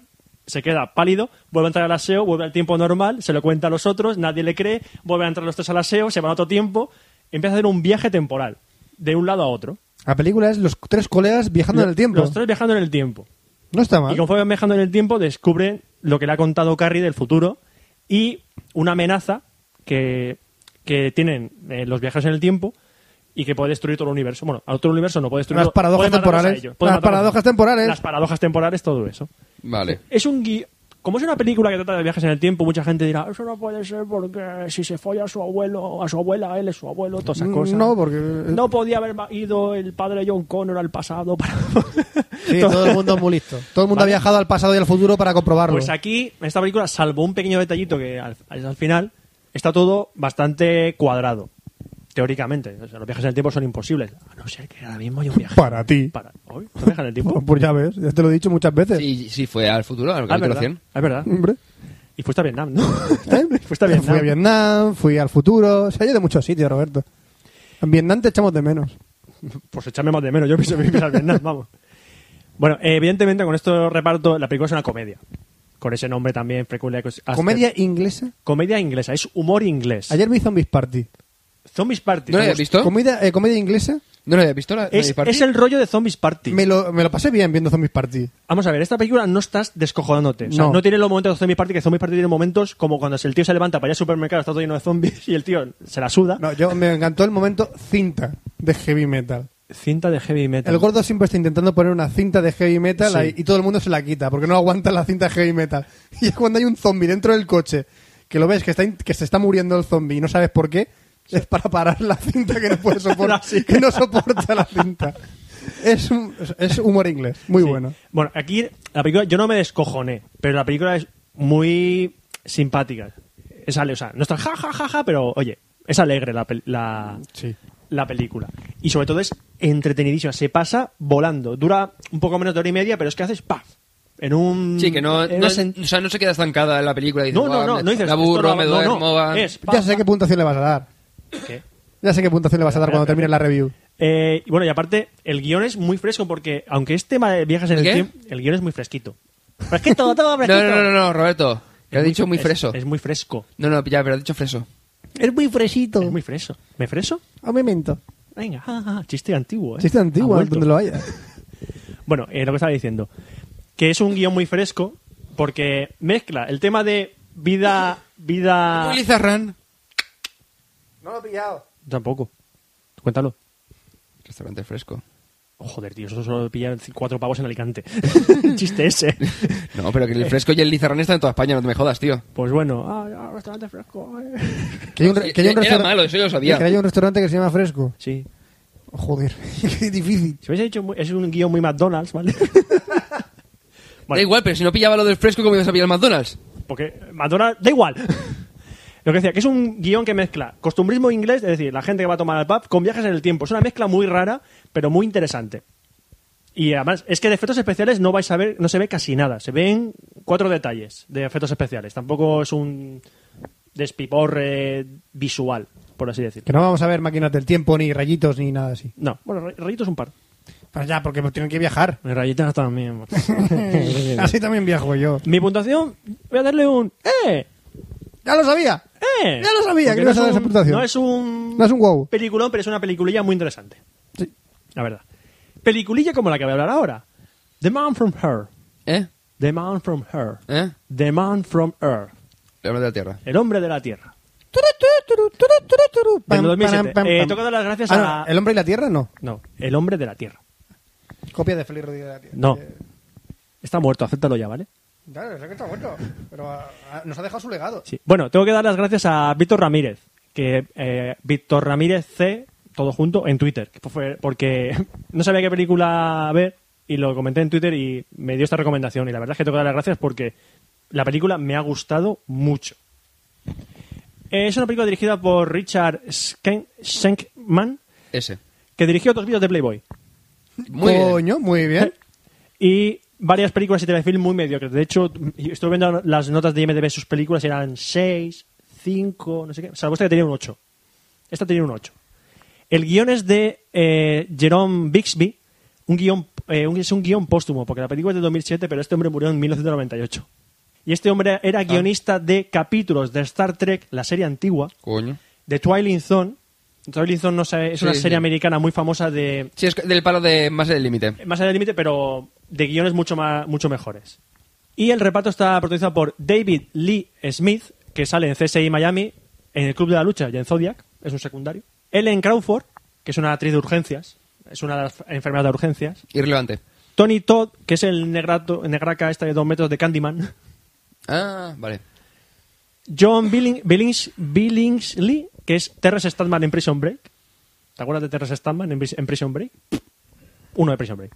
B: se queda pálido, vuelve a entrar al aseo, vuelve al tiempo normal, se lo cuenta a los otros, nadie le cree, vuelve a entrar los tres al aseo, se van a otro tiempo, empieza a hacer un viaje temporal, de un lado a otro.
D: La película es los tres colegas viajando en el tiempo.
B: Los tres viajando en el tiempo.
D: No está mal.
B: Y conforme van viajando en el tiempo, descubren lo que le ha contado Carrie del futuro y una amenaza que, que tienen eh, los viajeros en el tiempo y que puede destruir todo el universo. Bueno, a otro universo no puede destruir
D: Unas paradojas
B: puede matarlos
D: temporales.
B: a ellos, puede
D: Las
B: matarlos a
D: paradojas
B: ellos.
D: temporales.
B: Las paradojas temporales, todo eso.
A: Vale.
B: Es un gui- Como es una película que trata de viajes en el tiempo, mucha gente dirá, eso no puede ser porque si se folla a su abuelo, a su abuela, él es su abuelo, todas esas
D: Mm,
B: cosas.
D: no, porque-
B: No podía haber ido el padre John Connor al pasado para...
D: Sí, todo el mundo es muy listo. Todo el mundo
B: Vale.
D: ha viajado al pasado y al futuro para comprobarlo.
B: Pues aquí, en esta película, salvo un pequeño detallito que al, al final está todo bastante cuadrado. Teóricamente, o sea, los viajes en el tiempo son imposibles. A no ser que ahora mismo haya un viaje.
D: Para ti.
B: Para. Uy, ¿no viajan en el tiempo?
D: Pues, pues ya ves, ya te lo he dicho muchas veces.
A: Sí, sí, fue al futuro,
B: Ah,
A: al
B: es
A: capítulo
B: verdad.
A: 100.
B: Es verdad.
D: Hombre.
B: Y fuiste a Vietnam, ¿no? fuiste a
D: Yo ¿Eh? Fui
B: Vietnam.
D: a Vietnam, fui al futuro. O sea, yo de muchos sitios, Roberto. En Vietnam te echamos de menos.
B: Pues echarme más de menos. Yo pienso que a Vietnam, vamos. Bueno, eh, evidentemente con esto reparto, la película es una comedia. Con ese nombre también, Frecuencia.
D: ¿Comedia inglesa?
B: Comedia inglesa, es humor inglés.
D: Ayer vi Zombies Party.
B: Zombies Party.
A: ¿No lo
B: me
A: habías
B: gusta.
A: visto?
D: ¿Comida, eh, ¿Comedia inglesa?
A: ¿No lo habías visto? la- la
B: Es,
A: de Party?
B: es el rollo de Zombies Party.
D: Me lo, me lo pasé bien viendo Zombies Party.
B: Vamos a ver, esta película no estás descojonándote. O sea, no.
D: No.
B: tiene los momentos de Zombies Party, que Zombies Party tiene momentos como cuando el tío se levanta para ir al supermercado, está todo lleno de zombies y el tío se la suda.
D: No, yo me encantó el momento cinta de heavy metal.
B: Cinta de heavy metal.
D: El gordo siempre está intentando poner una cinta de heavy metal
B: Sí.
D: ahí, y todo el mundo se la quita porque no aguanta la cinta de heavy metal. Y es cuando hay un zombie dentro del coche que lo ves que, está in- que se está muriendo el zombie y no sabes por qué, es para parar la cinta que no puede soportar,
B: Sí.
D: que no soporta la cinta. Es, un- es humor inglés, muy
B: Sí.
D: bueno.
B: Bueno, aquí la película, yo no me descojoné, pero la película es muy simpática. Es ale, o sea, no está ja, ja, ja, ja, pero oye, es alegre la, pel- la,
D: Sí.
B: la película. Y sobre todo es entretenidísima, se pasa volando. Dura un poco menos de hora y media, pero es que haces ¡paf! En un.
A: Sí, que no,
B: en
A: no-
B: una sen-
A: o sea, no se queda estancada en la película. y dices,
B: No, no,
A: "Buah,
B: no,
A: me-
B: no dices,
A: Me aburro,
B: esto no-
A: me
B: no, no,
A: duermo. va".
B: es pa,
D: Ya sé
B: pa.
D: qué puntuación le vas a dar.
B: ¿Qué?
D: Ya sé qué puntuación le vas a dar cuando termine la review.
B: Eh, y bueno, y aparte, el guión es muy fresco porque, aunque es tema de viajes en el
A: ¿Qué?
B: tiempo, el guión es muy fresquito. Fresquito, todo
A: No,
B: fresquito.
A: no, no, no, Roberto. Que lo has dicho muy
B: es-
A: freso.
B: Es, muy fresco.
A: No, no, ya, pero has dicho freso.
D: Es muy fresito.
B: Es muy freso. ¿Me freso?
D: A mí mento.
B: Venga, ja, ja, ja, chiste antiguo. ¿eh?
D: Chiste
B: Ha
D: antiguo,
B: vuelto.
D: donde lo haya.
B: Bueno, eh, lo que estaba diciendo. Que es un guión muy fresco porque mezcla el tema de vida. vida
A: Willy Zarran.
D: No lo he pillado.
B: Tampoco. Cuéntalo.
A: Restaurante fresco.
B: Oh, joder, tío, eso solo pillan cuatro pavos en Alicante. chiste ese.
A: No, pero que
B: Eh.
A: el fresco y el lizarrán están en toda España, no te me jodas, tío.
B: Pues bueno, ah, ah, restaurante fresco. eh.
D: Que hay un, re- que hay un
A: Era
D: restaurante-
A: malo, eso yo lo sabía.
D: Que hay un restaurante que se llama Fresco.
B: Sí.
D: Joder, qué difícil.
B: Si hubiese dicho, muy- es un guión muy McDonald's, ¿vale? Vale.
A: Da igual, pero si no pillaba lo del fresco, ¿cómo ibas a pillar el McDonald's?
B: Porque Madonna, da igual. Lo que decía, que es un guión que mezcla costumbrismo inglés, es decir, la gente que va a tomar al pub, con viajes en el tiempo. Es una mezcla muy rara, pero muy interesante. Y además, es que de efectos especiales no vais a ver, no se ve casi nada. Se ven cuatro detalles de efectos especiales. Tampoco es un despiporre visual, por así decirlo.
D: Que no vamos a ver máquinas del tiempo, ni rayitos, ni nada así.
B: No, bueno, ray- rayitos un par.
D: Para allá, porque pues tienen que viajar.
B: Rayitas también.
D: Así también viajo yo.
B: Mi puntuación, voy a darle un... ¡Eh!
D: ¡Ya lo sabía!
B: ¡Eh!
D: Ya lo sabía,
B: Porque
D: que ibas a dar
B: es
D: esa
B: un-
D: puntuación.
B: No es un...
D: No es un wow.
B: Peliculón, pero es una peliculilla muy interesante.
D: Sí.
B: La verdad. Peliculilla como la que voy a hablar ahora. The Man From Her.
A: ¿Eh?
B: The Man From Her.
A: ¿Eh?
B: The Man From Earth.
A: Le hablo de la tierra.
B: El hombre de la Tierra. Del 2007. Eh, tengo que dar las gracias
D: Ah,
B: a la-
D: no, ¿El hombre y la tierra? No.
B: No, el hombre de la Tierra.
D: Copia de Feliz Rodríguez de la Tierra.
B: No.
D: Eh,
B: Está muerto, acéptalo ya, ¿vale?
D: Claro, es que está muerto. Pero ah, ah, nos ha dejado su legado.
B: Sí. Bueno, tengo que dar las gracias a Víctor Ramírez, que eh, Víctor Ramírez C, todo junto, en Twitter, que fue porque no sabía qué película ver y lo comenté en Twitter y me dio esta recomendación y la verdad es que tengo que dar las gracias porque la película me ha gustado mucho. Eh, Es una película dirigida por Richard Sken- Schenkman,
A: Ese.
B: que dirigió dos vídeos de Playboy
A: Muy bien.
D: Coño, muy bien.
B: y varias películas y telefilm muy mediocres. De hecho, estuve viendo las notas de IMDb de sus películas y eran 6, 5, no sé qué. Salvo esta que tenía un 8. Esta tenía un 8. El guión es de eh, Jerome Bixby. Un guión, eh, un- es un guión póstumo, porque la película es de 2007, pero este hombre murió en 1998. Y este hombre
A: Ah.
B: era guionista de capítulos de Star Trek, la serie antigua,
A: Coño.
B: de Twilight Zone. Twilight Zone no sé, es
A: Sí,
B: una
A: sí.
B: serie americana muy famosa de,
A: Sí, es del palo de más del límite.
B: más allá del límite, pero de guiones mucho, más, mucho mejores. Y el reparto está protagonizado por David Lee Smith, que sale en CSI Miami, en el Club de la Lucha y en Zodiac, es un secundario. Ellen Crawford, que es una actriz de urgencias, es una de las enfermeras de urgencias.
A: Irrelevante.
B: Tony Todd, que es el negrato, negraca este de dos metros de Candyman.
A: Ah, vale.
B: John Billing- Billings, Billingsley, que es Terrence Statman en Prison Break. ¿Te acuerdas de Terrence Statman en, Bris- en Prison Break? Uno de Prison Break.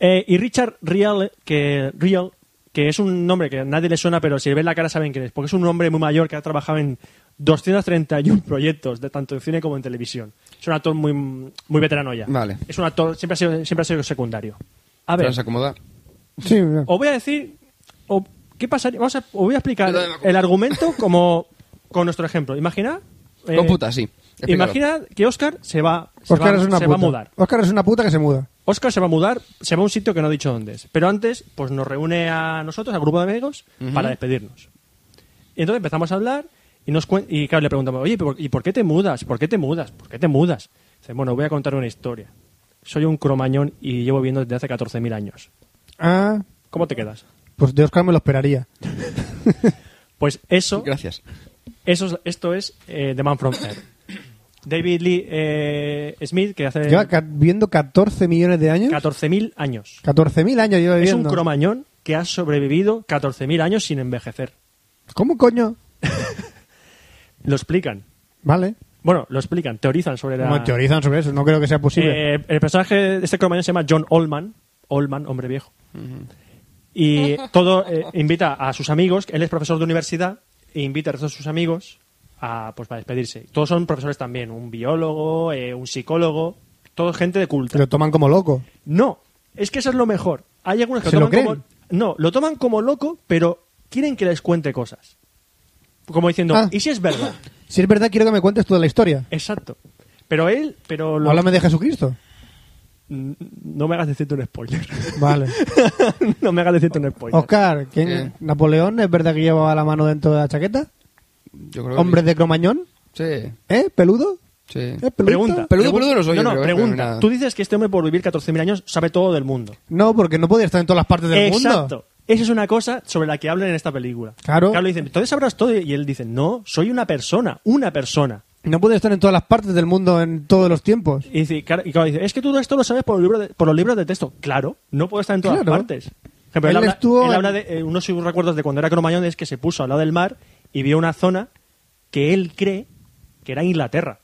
B: Eh, y Richard Real, que, Real, que es un nombre que a nadie le suena, pero si le ven la cara saben quién es, porque es un hombre muy mayor que ha trabajado en 231 proyectos, de tanto en cine como en televisión. Es un actor muy, muy veterano ya.
A: Vale.
B: Es un actor, siempre ha sido, siempre ha sido secundario. A ver,
A: Tras acomodar.
D: Sí, mira.
B: os voy a decir, o- ¿qué pasaría? Vamos a, os voy a explicar
A: Yo también me acuerdo.
B: el argumento como con nuestro ejemplo. Imagina. eh,
A: Con puta, sí. Explícalo.
B: Imagina que Oscar se va, se
D: Oscar
B: va-
D: es una
B: se
D: puta.
B: va a mudar.
D: Oscar es una puta que se muda.
B: Oscar se va a mudar, se va a un sitio que no ha dicho dónde es. Pero antes, pues nos reúne a nosotros, al grupo de amigos, para despedirnos. Y entonces empezamos a hablar y, nos cuen- y claro, le preguntamos, oye, ¿pero- ¿y por qué te mudas? ¿Por qué te mudas? ¿Por qué te mudas? Dice, bueno, voy a contar una historia. Soy un cromañón y llevo viviendo desde hace 14.000 años.
D: Ah,
B: ¿Cómo te quedas?
D: pues de Oscar me lo esperaría.
B: Pues eso,
A: Gracias.
B: eso es- esto es eh, The Man From Earth. David Lee eh, Smith, que hace
D: Lleva ca- viendo 14 millones de años.
B: 14.000 años.
D: 14.000 años lleva
B: Es
D: viviendo.
B: un cromañón que ha sobrevivido 14.000 años sin envejecer.
D: ¿Cómo coño?
B: Lo explican.
D: Vale.
B: Bueno, lo explican, teorizan sobre la...
D: Como teorizan sobre eso, no creo que sea posible.
B: Eh, el personaje de este cromañón se llama John Oldman. Oldman, hombre viejo. Y todo eh, invita a sus amigos, él es profesor de universidad, e invita al resto de sus amigos a, pues, para despedirse. Todos son profesores también, un biólogo, eh, un psicólogo, todo gente de culto.
D: Lo toman como loco.
B: No, es que eso es lo mejor. Hay algunos que
D: ¿Se lo
B: toman como...
D: creen?
B: No, lo toman como loco, pero quieren que les cuente cosas. Como diciendo,
D: Ah.
B: ¿y si es verdad?
D: Si es verdad, quiero que me cuentes toda la historia.
B: Exacto. Pero él, pero lo-
D: Háblame de Jesucristo.
B: N- No me hagas decirte un spoiler.
D: Vale.
B: no me hagas decirte un spoiler.
D: Oscar, ¿quién-
A: Eh.
D: ¿Napoleón es verdad que llevaba la mano dentro de la chaqueta?
A: Yo creo que-
D: ¿Hombres de cromañón?
A: Sí,
D: ¿Eh? ¿Peludo?
A: sí.
D: ¿Eh? ¿Peludito?
B: Pregunta.
A: Peludo,
B: pregun-
A: peludo no soy
B: No,
A: yo,
B: no,
A: creo, ¿eh?
B: pregunta.
A: Pero nada.
B: Tú dices que este hombre por vivir 14.000 años sabe todo del mundo.
D: No, porque no podía estar en todas las partes del
B: Exacto.
D: mundo.
B: Esa es una cosa sobre la que hablan en esta película.
D: Claro.
B: Claro, le dicen, entonces sabrás todo. Y él dice, no, soy una persona, una persona.
D: No podía estar en todas las partes del mundo en todos los tiempos.
B: Y dice, claro, y claro, dice, es que tú esto lo sabes por, el libro de- por los libros de texto. Claro, no puedo estar en todas
D: Claro.
B: partes. Por ejemplo, él,
D: Él
B: habla,
D: estuvo
B: él
D: en-
B: habla de eh, uno de sus recuerdos de cuando era cromañón es que se puso al lado del mar y vio una zona que él cree que era Inglaterra,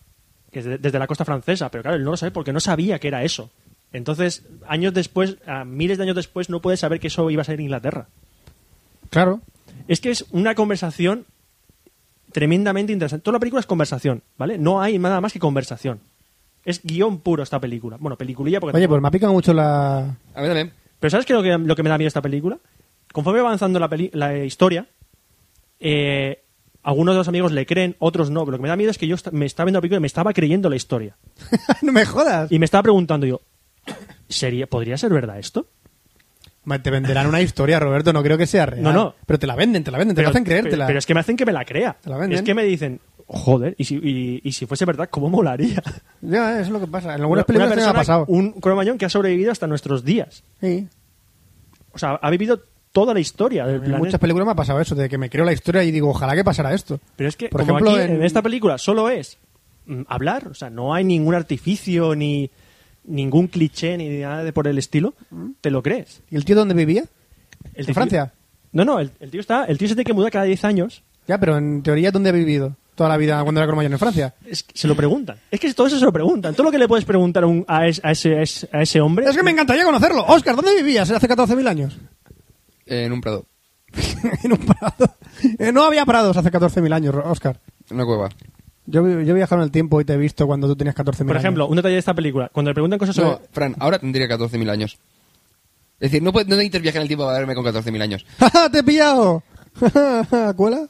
B: que es de- desde la costa francesa, pero claro, él no lo sabe porque no sabía que era eso. Entonces, años después, a miles de años después, no puede saber que eso iba a ser Inglaterra.
D: Claro.
B: Es que es una conversación tremendamente interesante. Toda la película es conversación, ¿vale? No hay nada más que conversación. Es guión puro esta película. Bueno, peliculilla porque...
D: Oye, pues me ha picado mucho la...
A: A mí también.
B: Pero ¿sabes qué es lo que, lo que me da miedo esta película? Conforme va avanzando la, peli- la historia, eh, algunos de los amigos le creen, otros no. Pero lo que me da miedo es que yo esta- me estaba viendo la película y me estaba creyendo la historia.
D: no me jodas.
B: Y me estaba preguntando yo, ¿sería, ¿podría ser verdad esto?
D: Ma, Te venderán una historia, Roberto, no creo que sea real.
B: No, no.
D: Pero te la venden, te la venden, te la hacen creértela.
B: Pero, pero es que me hacen que me la crea.
D: Te la venden.
B: Es que me dicen, joder, y si, y- y si fuese verdad, ¿cómo molaría?
D: Ya, eso es lo que pasa. En algunas
B: Una
D: películas me ha
B: persona,
D: pasado.
B: Un cromañón que ha sobrevivido hasta nuestros días.
D: Sí.
B: O sea, ha vivido toda la historia del
D: En
B: planeta.
D: muchas películas me ha pasado eso, de que me creo la historia y digo, ojalá que pasara esto.
B: Pero es que,
D: Por
B: como
D: ejemplo,
B: aquí,
D: en-
B: en... esta película solo es mm, hablar, o sea, no hay ningún artificio ni ningún cliché ni nada de por el estilo, te lo crees.
D: ¿Y el tío dónde vivía?
B: El
D: ¿En
B: tío-
D: Francia?
B: No, no, el, el tío está, el tío se tiene que mudar cada 10 años.
D: Ya, pero en teoría, ¿dónde ha vivido toda la vida cuando era cromañón? ¿En Francia?
B: Es que se lo preguntan. Es que todo eso se lo preguntan. Todo lo que le puedes preguntar a, un- a, es- a ese, a ese- a ese hombre.
D: Es que me encantaría conocerlo. Oscar, ¿dónde vivías hace 14.000 años?
A: En un prado.
D: en un prado. Eh, no había prados hace 14.000 años, Oscar.
A: En una cueva.
D: Yo, vi- yo he viajado en el tiempo y te he visto cuando tú tenías 14.000 años.
B: Por ejemplo, un detalle de esta película. Cuando le preguntan cosas sobre.
A: No, Fran, ahora tendría 14.000 años. Es decir, no, puede, no necesitas viajar en el tiempo para verme con 14.000 años.
D: ¡Ja, ja, te he pillado! ¡Ja, ja, ja! ¿Cuela?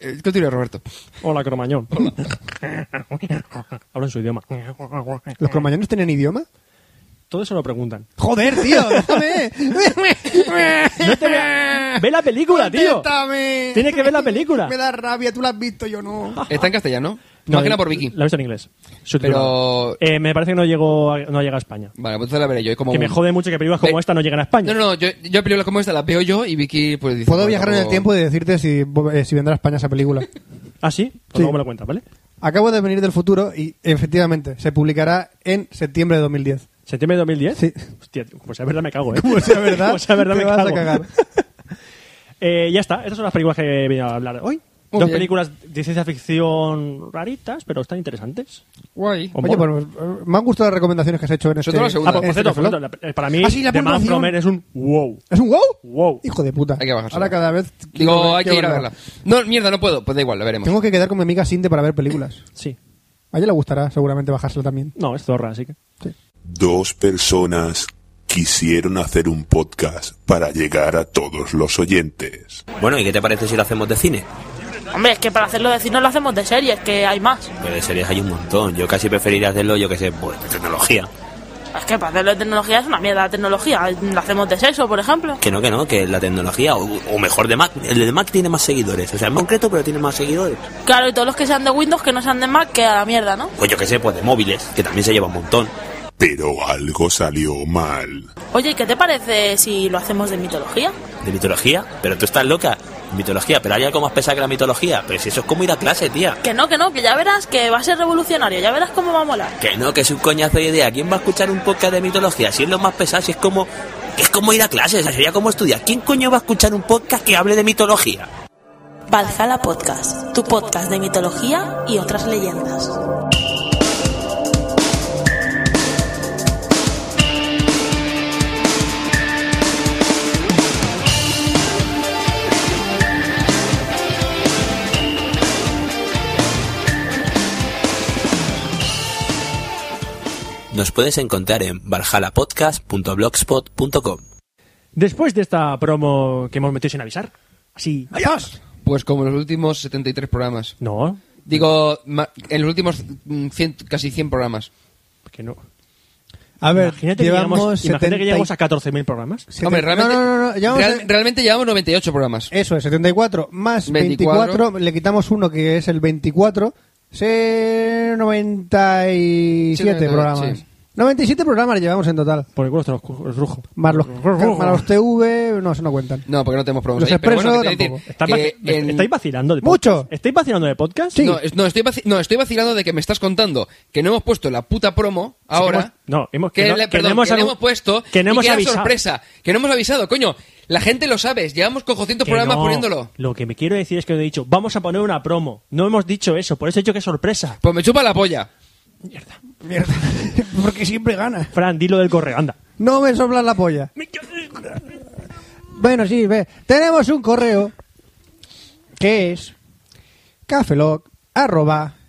A: Eh, Continúa, Roberto.
B: Hola, cromañón. Hablan su idioma.
D: ¿Los cromañones tenían idioma?
B: Todo eso lo preguntan.
D: ¡Joder, tío! ¡Déjame!
B: No te vea- ¡Ve la película, tío!
D: Contéstame.
B: Tienes que ver la película.
D: Me da rabia, tú la has visto, yo no.
A: Está en castellano.
B: No, eh,
A: Más que nada
B: en-
A: por Vicky.
B: La he visto en inglés.
A: Pero-
B: Subtitulado. Eh, me parece que no llegó a- no llega a España.
A: Vale, pues entonces la veré yo. es Como
B: Que me
A: un-
B: jode mucho que películas como
A: Ve-
B: esta no lleguen a España.
A: No, no, no. Yo, yo películas como esta las veo yo y Vicky pues dice...
D: Puedo
A: bueno,
D: viajar en el
A: tampoco-
D: tiempo y decirte si, eh, si vendrá a España esa película.
B: ¿Ah, sí? Pues
D: Sí.
B: luego me lo cuentas, ¿vale?
D: Acabo de venir del futuro y efectivamente se publicará en septiembre de 2010.
B: ¿Septiembre de 2010?
D: Sí.
B: Hostia, pues es verdad me cago, ¿eh?
D: Como sea Pues verdad,
B: Como sea verdad me
D: te vas a
B: cago.
D: cagar.
B: eh, ya está. Estas son las películas que he venido a hablar hoy.
A: Muy
B: Dos
A: bien.
B: películas de ciencia ficción raritas, pero están interesantes.
A: Guay.
B: O
D: Oye,
B: mola.
D: pues eh, me han gustado las recomendaciones que has hecho en este.
A: Sobre todo la segunda.
B: Ah, por, por
D: en este
B: cierto, por
D: Café Lock.
B: cierto, la- eh, para mí,
D: Ah, sí, la
B: The Man
D: puntuación.
B: From Earth es un wow.
D: ¿Es un wow?
B: Wow.
D: Hijo de puta.
A: Hay que bajársela.
D: Ahora cada vez.
A: Digo, hay que ir a
D: verla.
A: verla. No, mierda, no puedo. Pues da igual, la veremos.
D: Tengo que quedar con mi amiga Sinde para ver películas.
B: Sí.
D: A ella le gustará seguramente bajársela también.
B: No, es zorra, así que.
J: Dos personas quisieron hacer un podcast para llegar a todos los oyentes.
I: Bueno, ¿y qué te parece si lo hacemos de cine?
F: Hombre, es que para hacerlo de cine lo hacemos de series, que hay más.
I: Pues de series hay un montón. Yo casi preferiría hacerlo, yo que sé, pues de tecnología.
F: Es que para hacerlo de tecnología es una mierda la tecnología. Lo hacemos de sexo, por ejemplo.
I: Que no, que no, que la tecnología, o, o mejor de Mac. El de Mac tiene más seguidores. O sea, es más concreto, pero tiene más seguidores.
F: Claro, y todos los que sean de Windows, que no sean de Mac, que a la mierda, ¿no?
I: Pues yo que sé, pues de móviles, que también se lleva un montón.
J: Pero algo salió mal.
F: Oye, ¿y qué te parece si lo hacemos de mitología?
I: ¿De mitología? ¿Pero tú estás loca? ¿Mitología? ¿Pero hay algo más pesado que la mitología? Pero si eso es como ir a clase, tía.
F: Que no, que no, que ya verás que va a ser revolucionario, ya verás cómo va a molar.
I: Que no, que es un coñazo de idea. ¿Quién va a escuchar un podcast de mitología? Si es lo más pesado, si es como... Es como ir a clases, o sea, sería como estudiar. ¿Quién coño va a escuchar un podcast que hable de mitología?
F: Valhalla Podcast, tu podcast de mitología y otras leyendas.
I: Nos puedes encontrar en barjalapodcast.blogspot.com.
B: Después de esta promo que hemos metido sin avisar. Así.
D: ¡Adiós!
A: Pues como los últimos 73 programas.
B: No,
A: Digo, ma- en los últimos mm, 100 casi 100 programas.
B: que no.
D: A ver,
B: imagínate que
D: llevamos
B: llegamos, imagínate
D: 70
B: que
D: y-
B: llegamos a 14.000 programas.
D: setenta-
A: Hombre, realmente,
D: No, no, no, no, llevamos
A: real-
D: a-
A: realmente llevamos 98 programas.
D: Eso es, 74 más
A: 24.
D: 24. le quitamos uno que es el 24, se 97
A: Sí, noventa-
D: programas.
A: sí.
D: 97 programas llevamos en total.
B: Por el culo te los cu- los rujo.
D: Más los, más los TV, no, se no cuentan.
A: No, porque no tenemos programas.
D: Los
A: ahí, pero bueno,
D: expresos
A: que te voy a decir
B: ¿Estás
A: que
B: vaci-
A: en-
B: ¿Estáis vacilando de podcast?
D: ¡Mucho!
B: ¿Estáis vacilando de podcast?
A: No, es- no, estoy vaci- no, estoy vacilando de que me estás contando que no hemos puesto la puta promo ahora.
B: hemos- no, hemos-
A: que,
B: que no-
A: le-
B: que
A: perdón,
B: no hemos
A: que le
B: avi-
A: hemos puesto.
B: que no
A: y
B: hemos
A: era
B: avisado.
A: sorpresa. Que no hemos avisado, coño. La gente lo sabe. Llevamos cojocientos
B: Que
A: programas
B: no.
A: poniéndolo.
B: Lo que me quiero decir es que no he dicho, vamos a poner una promo. No hemos dicho eso, por eso he dicho que es sorpresa.
A: Pues me chupa la polla.
D: Mierda, porque siempre gana.
B: Fran, dilo del correo, anda.
D: No me soplas la polla. Bueno, sí, ve. Tenemos un correo que es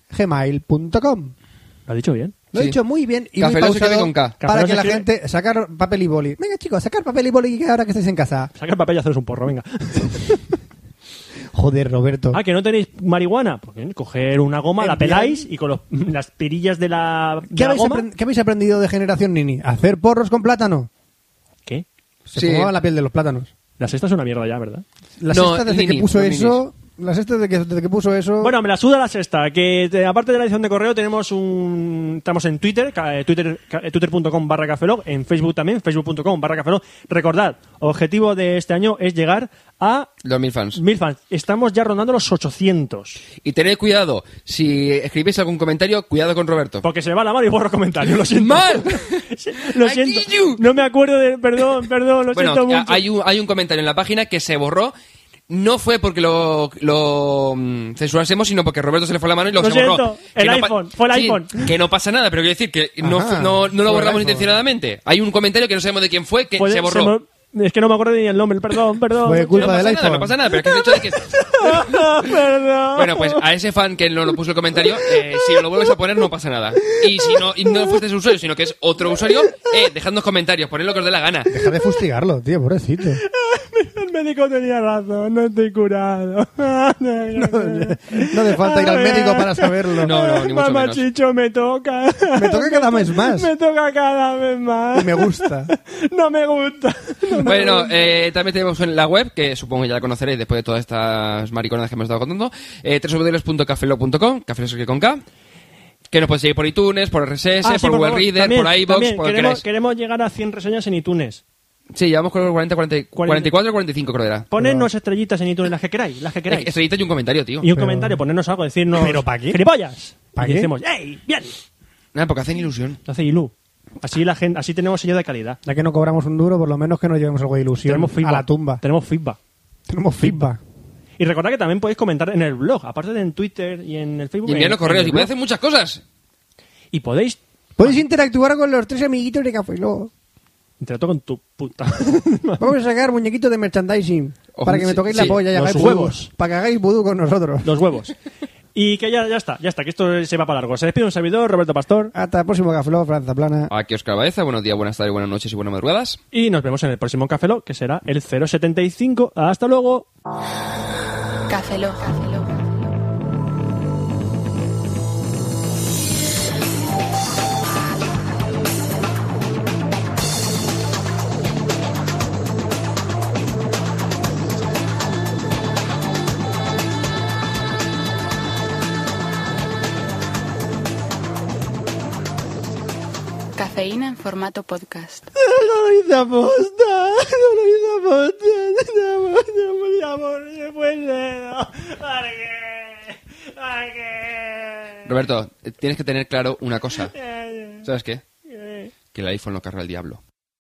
D: cafelog.gmail.com.
B: ¿Lo ha dicho bien?
D: Lo he
A: Sí.
D: dicho muy bien y
A: Cafelog
D: muy
A: se
D: pausado
A: escribe con K.
D: para
B: Cafelog
D: que
B: se
D: la
B: escribe-
D: gente sacar papel y boli. Venga, chicos, sacar papel y boli ahora que estáis en casa.
B: Saca el papel y haceros un porro, venga.
D: Joder, Roberto.
B: Ah, que no tenéis marihuana. Pues bien, coger una goma, la
D: Enviar-
B: peláis y con los- las pirillas de la, de
D: ¿Qué
B: la
D: habéis,
B: goma.
D: aprend- qué habéis aprendido de generación Nini? Hacer porros con plátano.
B: ¿Qué?
D: Se
A: Sí.
D: fumaba la piel de los plátanos.
B: La sexta es una mierda ya, ¿verdad?
D: La
A: No,
D: sexta desde
A: Nini,
D: que puso
A: no Ninis.
D: eso, la sexta desde que, desde que puso eso.
B: Bueno, me la suda la sexta. Que te- aparte de la edición de correo, tenemos un. Estamos en Twitter, ca- eh, Twitter ca- eh, twitter.com barra cafelog, en Facebook también, facebook.com barra cafelog. Recordad, objetivo de este año es llegar a
A: Los mil fans.
B: mil fans. Estamos ya rondando los 800.
A: Y tened cuidado. Si escribís algún comentario, cuidado con Roberto.
B: Porque se me va la mano y borro comentarios, lo siento.
A: ¡Mal!
B: lo
A: I
B: siento.
A: kill you.
B: No me acuerdo de. Perdón, perdón, lo siento
A: Bueno,
B: mucho.
A: hay un, hay un comentario en la página que se borró. No fue porque lo, lo mm, censurásemos, sino porque Roberto se le fue la mano y lo,
B: Lo
A: se borró.
B: siento, el
A: Que no pa-
B: iPhone, fue el
A: Sí,
B: iPhone.
A: Que no pasa nada, pero quiero decir que no,
D: Ajá,
A: fu- no, no
D: fue
A: lo
D: el
A: borramos
D: iPhone.
A: intencionadamente. Hay un comentario que no sabemos de quién fue que
B: Puede-
A: se borró. No
B: me- es que no me acuerdo ni el nombre, perdón, perdón.
D: Fue culpa
A: pasa
D: del
A: nada,
D: iPhone.
A: no pasa nada, pero es que el hecho de que...
B: perdón.
A: Bueno, pues a ese fan que no lo puso el comentario, eh, si lo vuelves a poner no pasa nada. Y si no, y no fuiste ese usuario, sino que es otro usuario, eh, dejadnos comentarios, poned lo que os dé la gana.
D: Deja de fustigarlo, tío, pobrecito.
B: El médico tenía razón, no estoy curado.
D: No hace falta ir al médico para saberlo.
A: No, no, ni mucho menos.
B: Mamachicho, me toca.
D: Me toca cada mes más.
B: Me toca cada vez más.
D: Y me gusta.
B: No me gusta. No me
A: Bueno,
B: gusta.
A: eh, también tenemos en la web, que supongo que ya la conoceréis después de todas estas mariconadas que hemos estado contando, eh, www.cafelo.com, café se escribe con K, que nos podéis seguir por iTunes, por RSS,
B: Ah, sí,
A: por
B: favor,
A: Google Reader,
B: también,
A: por iBox,
B: también,
A: por lo que
B: queremos,
A: queráis.
B: queremos llegar a 100 reseñas en iTunes.
A: Sí, llevamos con los 40, 40, 44 45, creo que era.
B: Ponernos estrellitas en iTunes, las que queráis, las que
A: Es
B: queráis.
A: que se edita y un comentario, tío.
B: Y un
D: Pero-
B: comentario, ponernos algo, decirnos.
D: ¿Pero pa' qué?
B: ¡Gilipollas!
D: ¿Pa
B: y
D: qué?
B: decimos, ¡Ey! ¡Bien!
A: Nada, porque hacen ilusión.
B: Lo hace Ilu. Así, la gente, así tenemos sello de calidad.
D: Ya que no cobramos un duro, por lo menos que nos llevemos algo de ilusión
B: Tenemos feedback.
D: a la tumba.
B: Tenemos feedback.
D: Tenemos feedback.
B: Y recordad que también podéis comentar en el blog, aparte de en Twitter y en el Facebook.
K: Y enviarnos
B: en-
K: correos.
B: en el
K: Y podéis
B: blog.
K: hacer muchas cosas.
B: Y podéis
D: Podéis interactuar con los tres amiguitos de Café Lock.
B: interactuar con tu puta.
D: Vamos a sacar muñequitos de merchandising
B: Ojo,
D: para que me
B: sí,
D: toquéis la
B: sí,
D: polla y
B: los
D: hagáis
B: huevos.
D: huevos. Para que hagáis vudú con nosotros.
B: Los huevos. Y que ya, ya está, ya está, que esto se va para largo. Se despide un servidor, Roberto Pastor,
D: Hasta el próximo Café Lock, Franza Plana.
K: Aquí Oscar Baeza. Buenos días, buenas tardes, buenas noches y buenas madrugadas.
B: y nos vemos en el próximo Café Lock, que será el 075. Hasta luego.
E: Café Lock. Cafeína en formato podcast.
D: No lo hice aposta, no lo hice aposta, no lo hice aposta, por favor,
K: Roberto, eh, tienes que tener claro una cosa. ¿Sabes qué? Que el iPhone lo carga el diablo.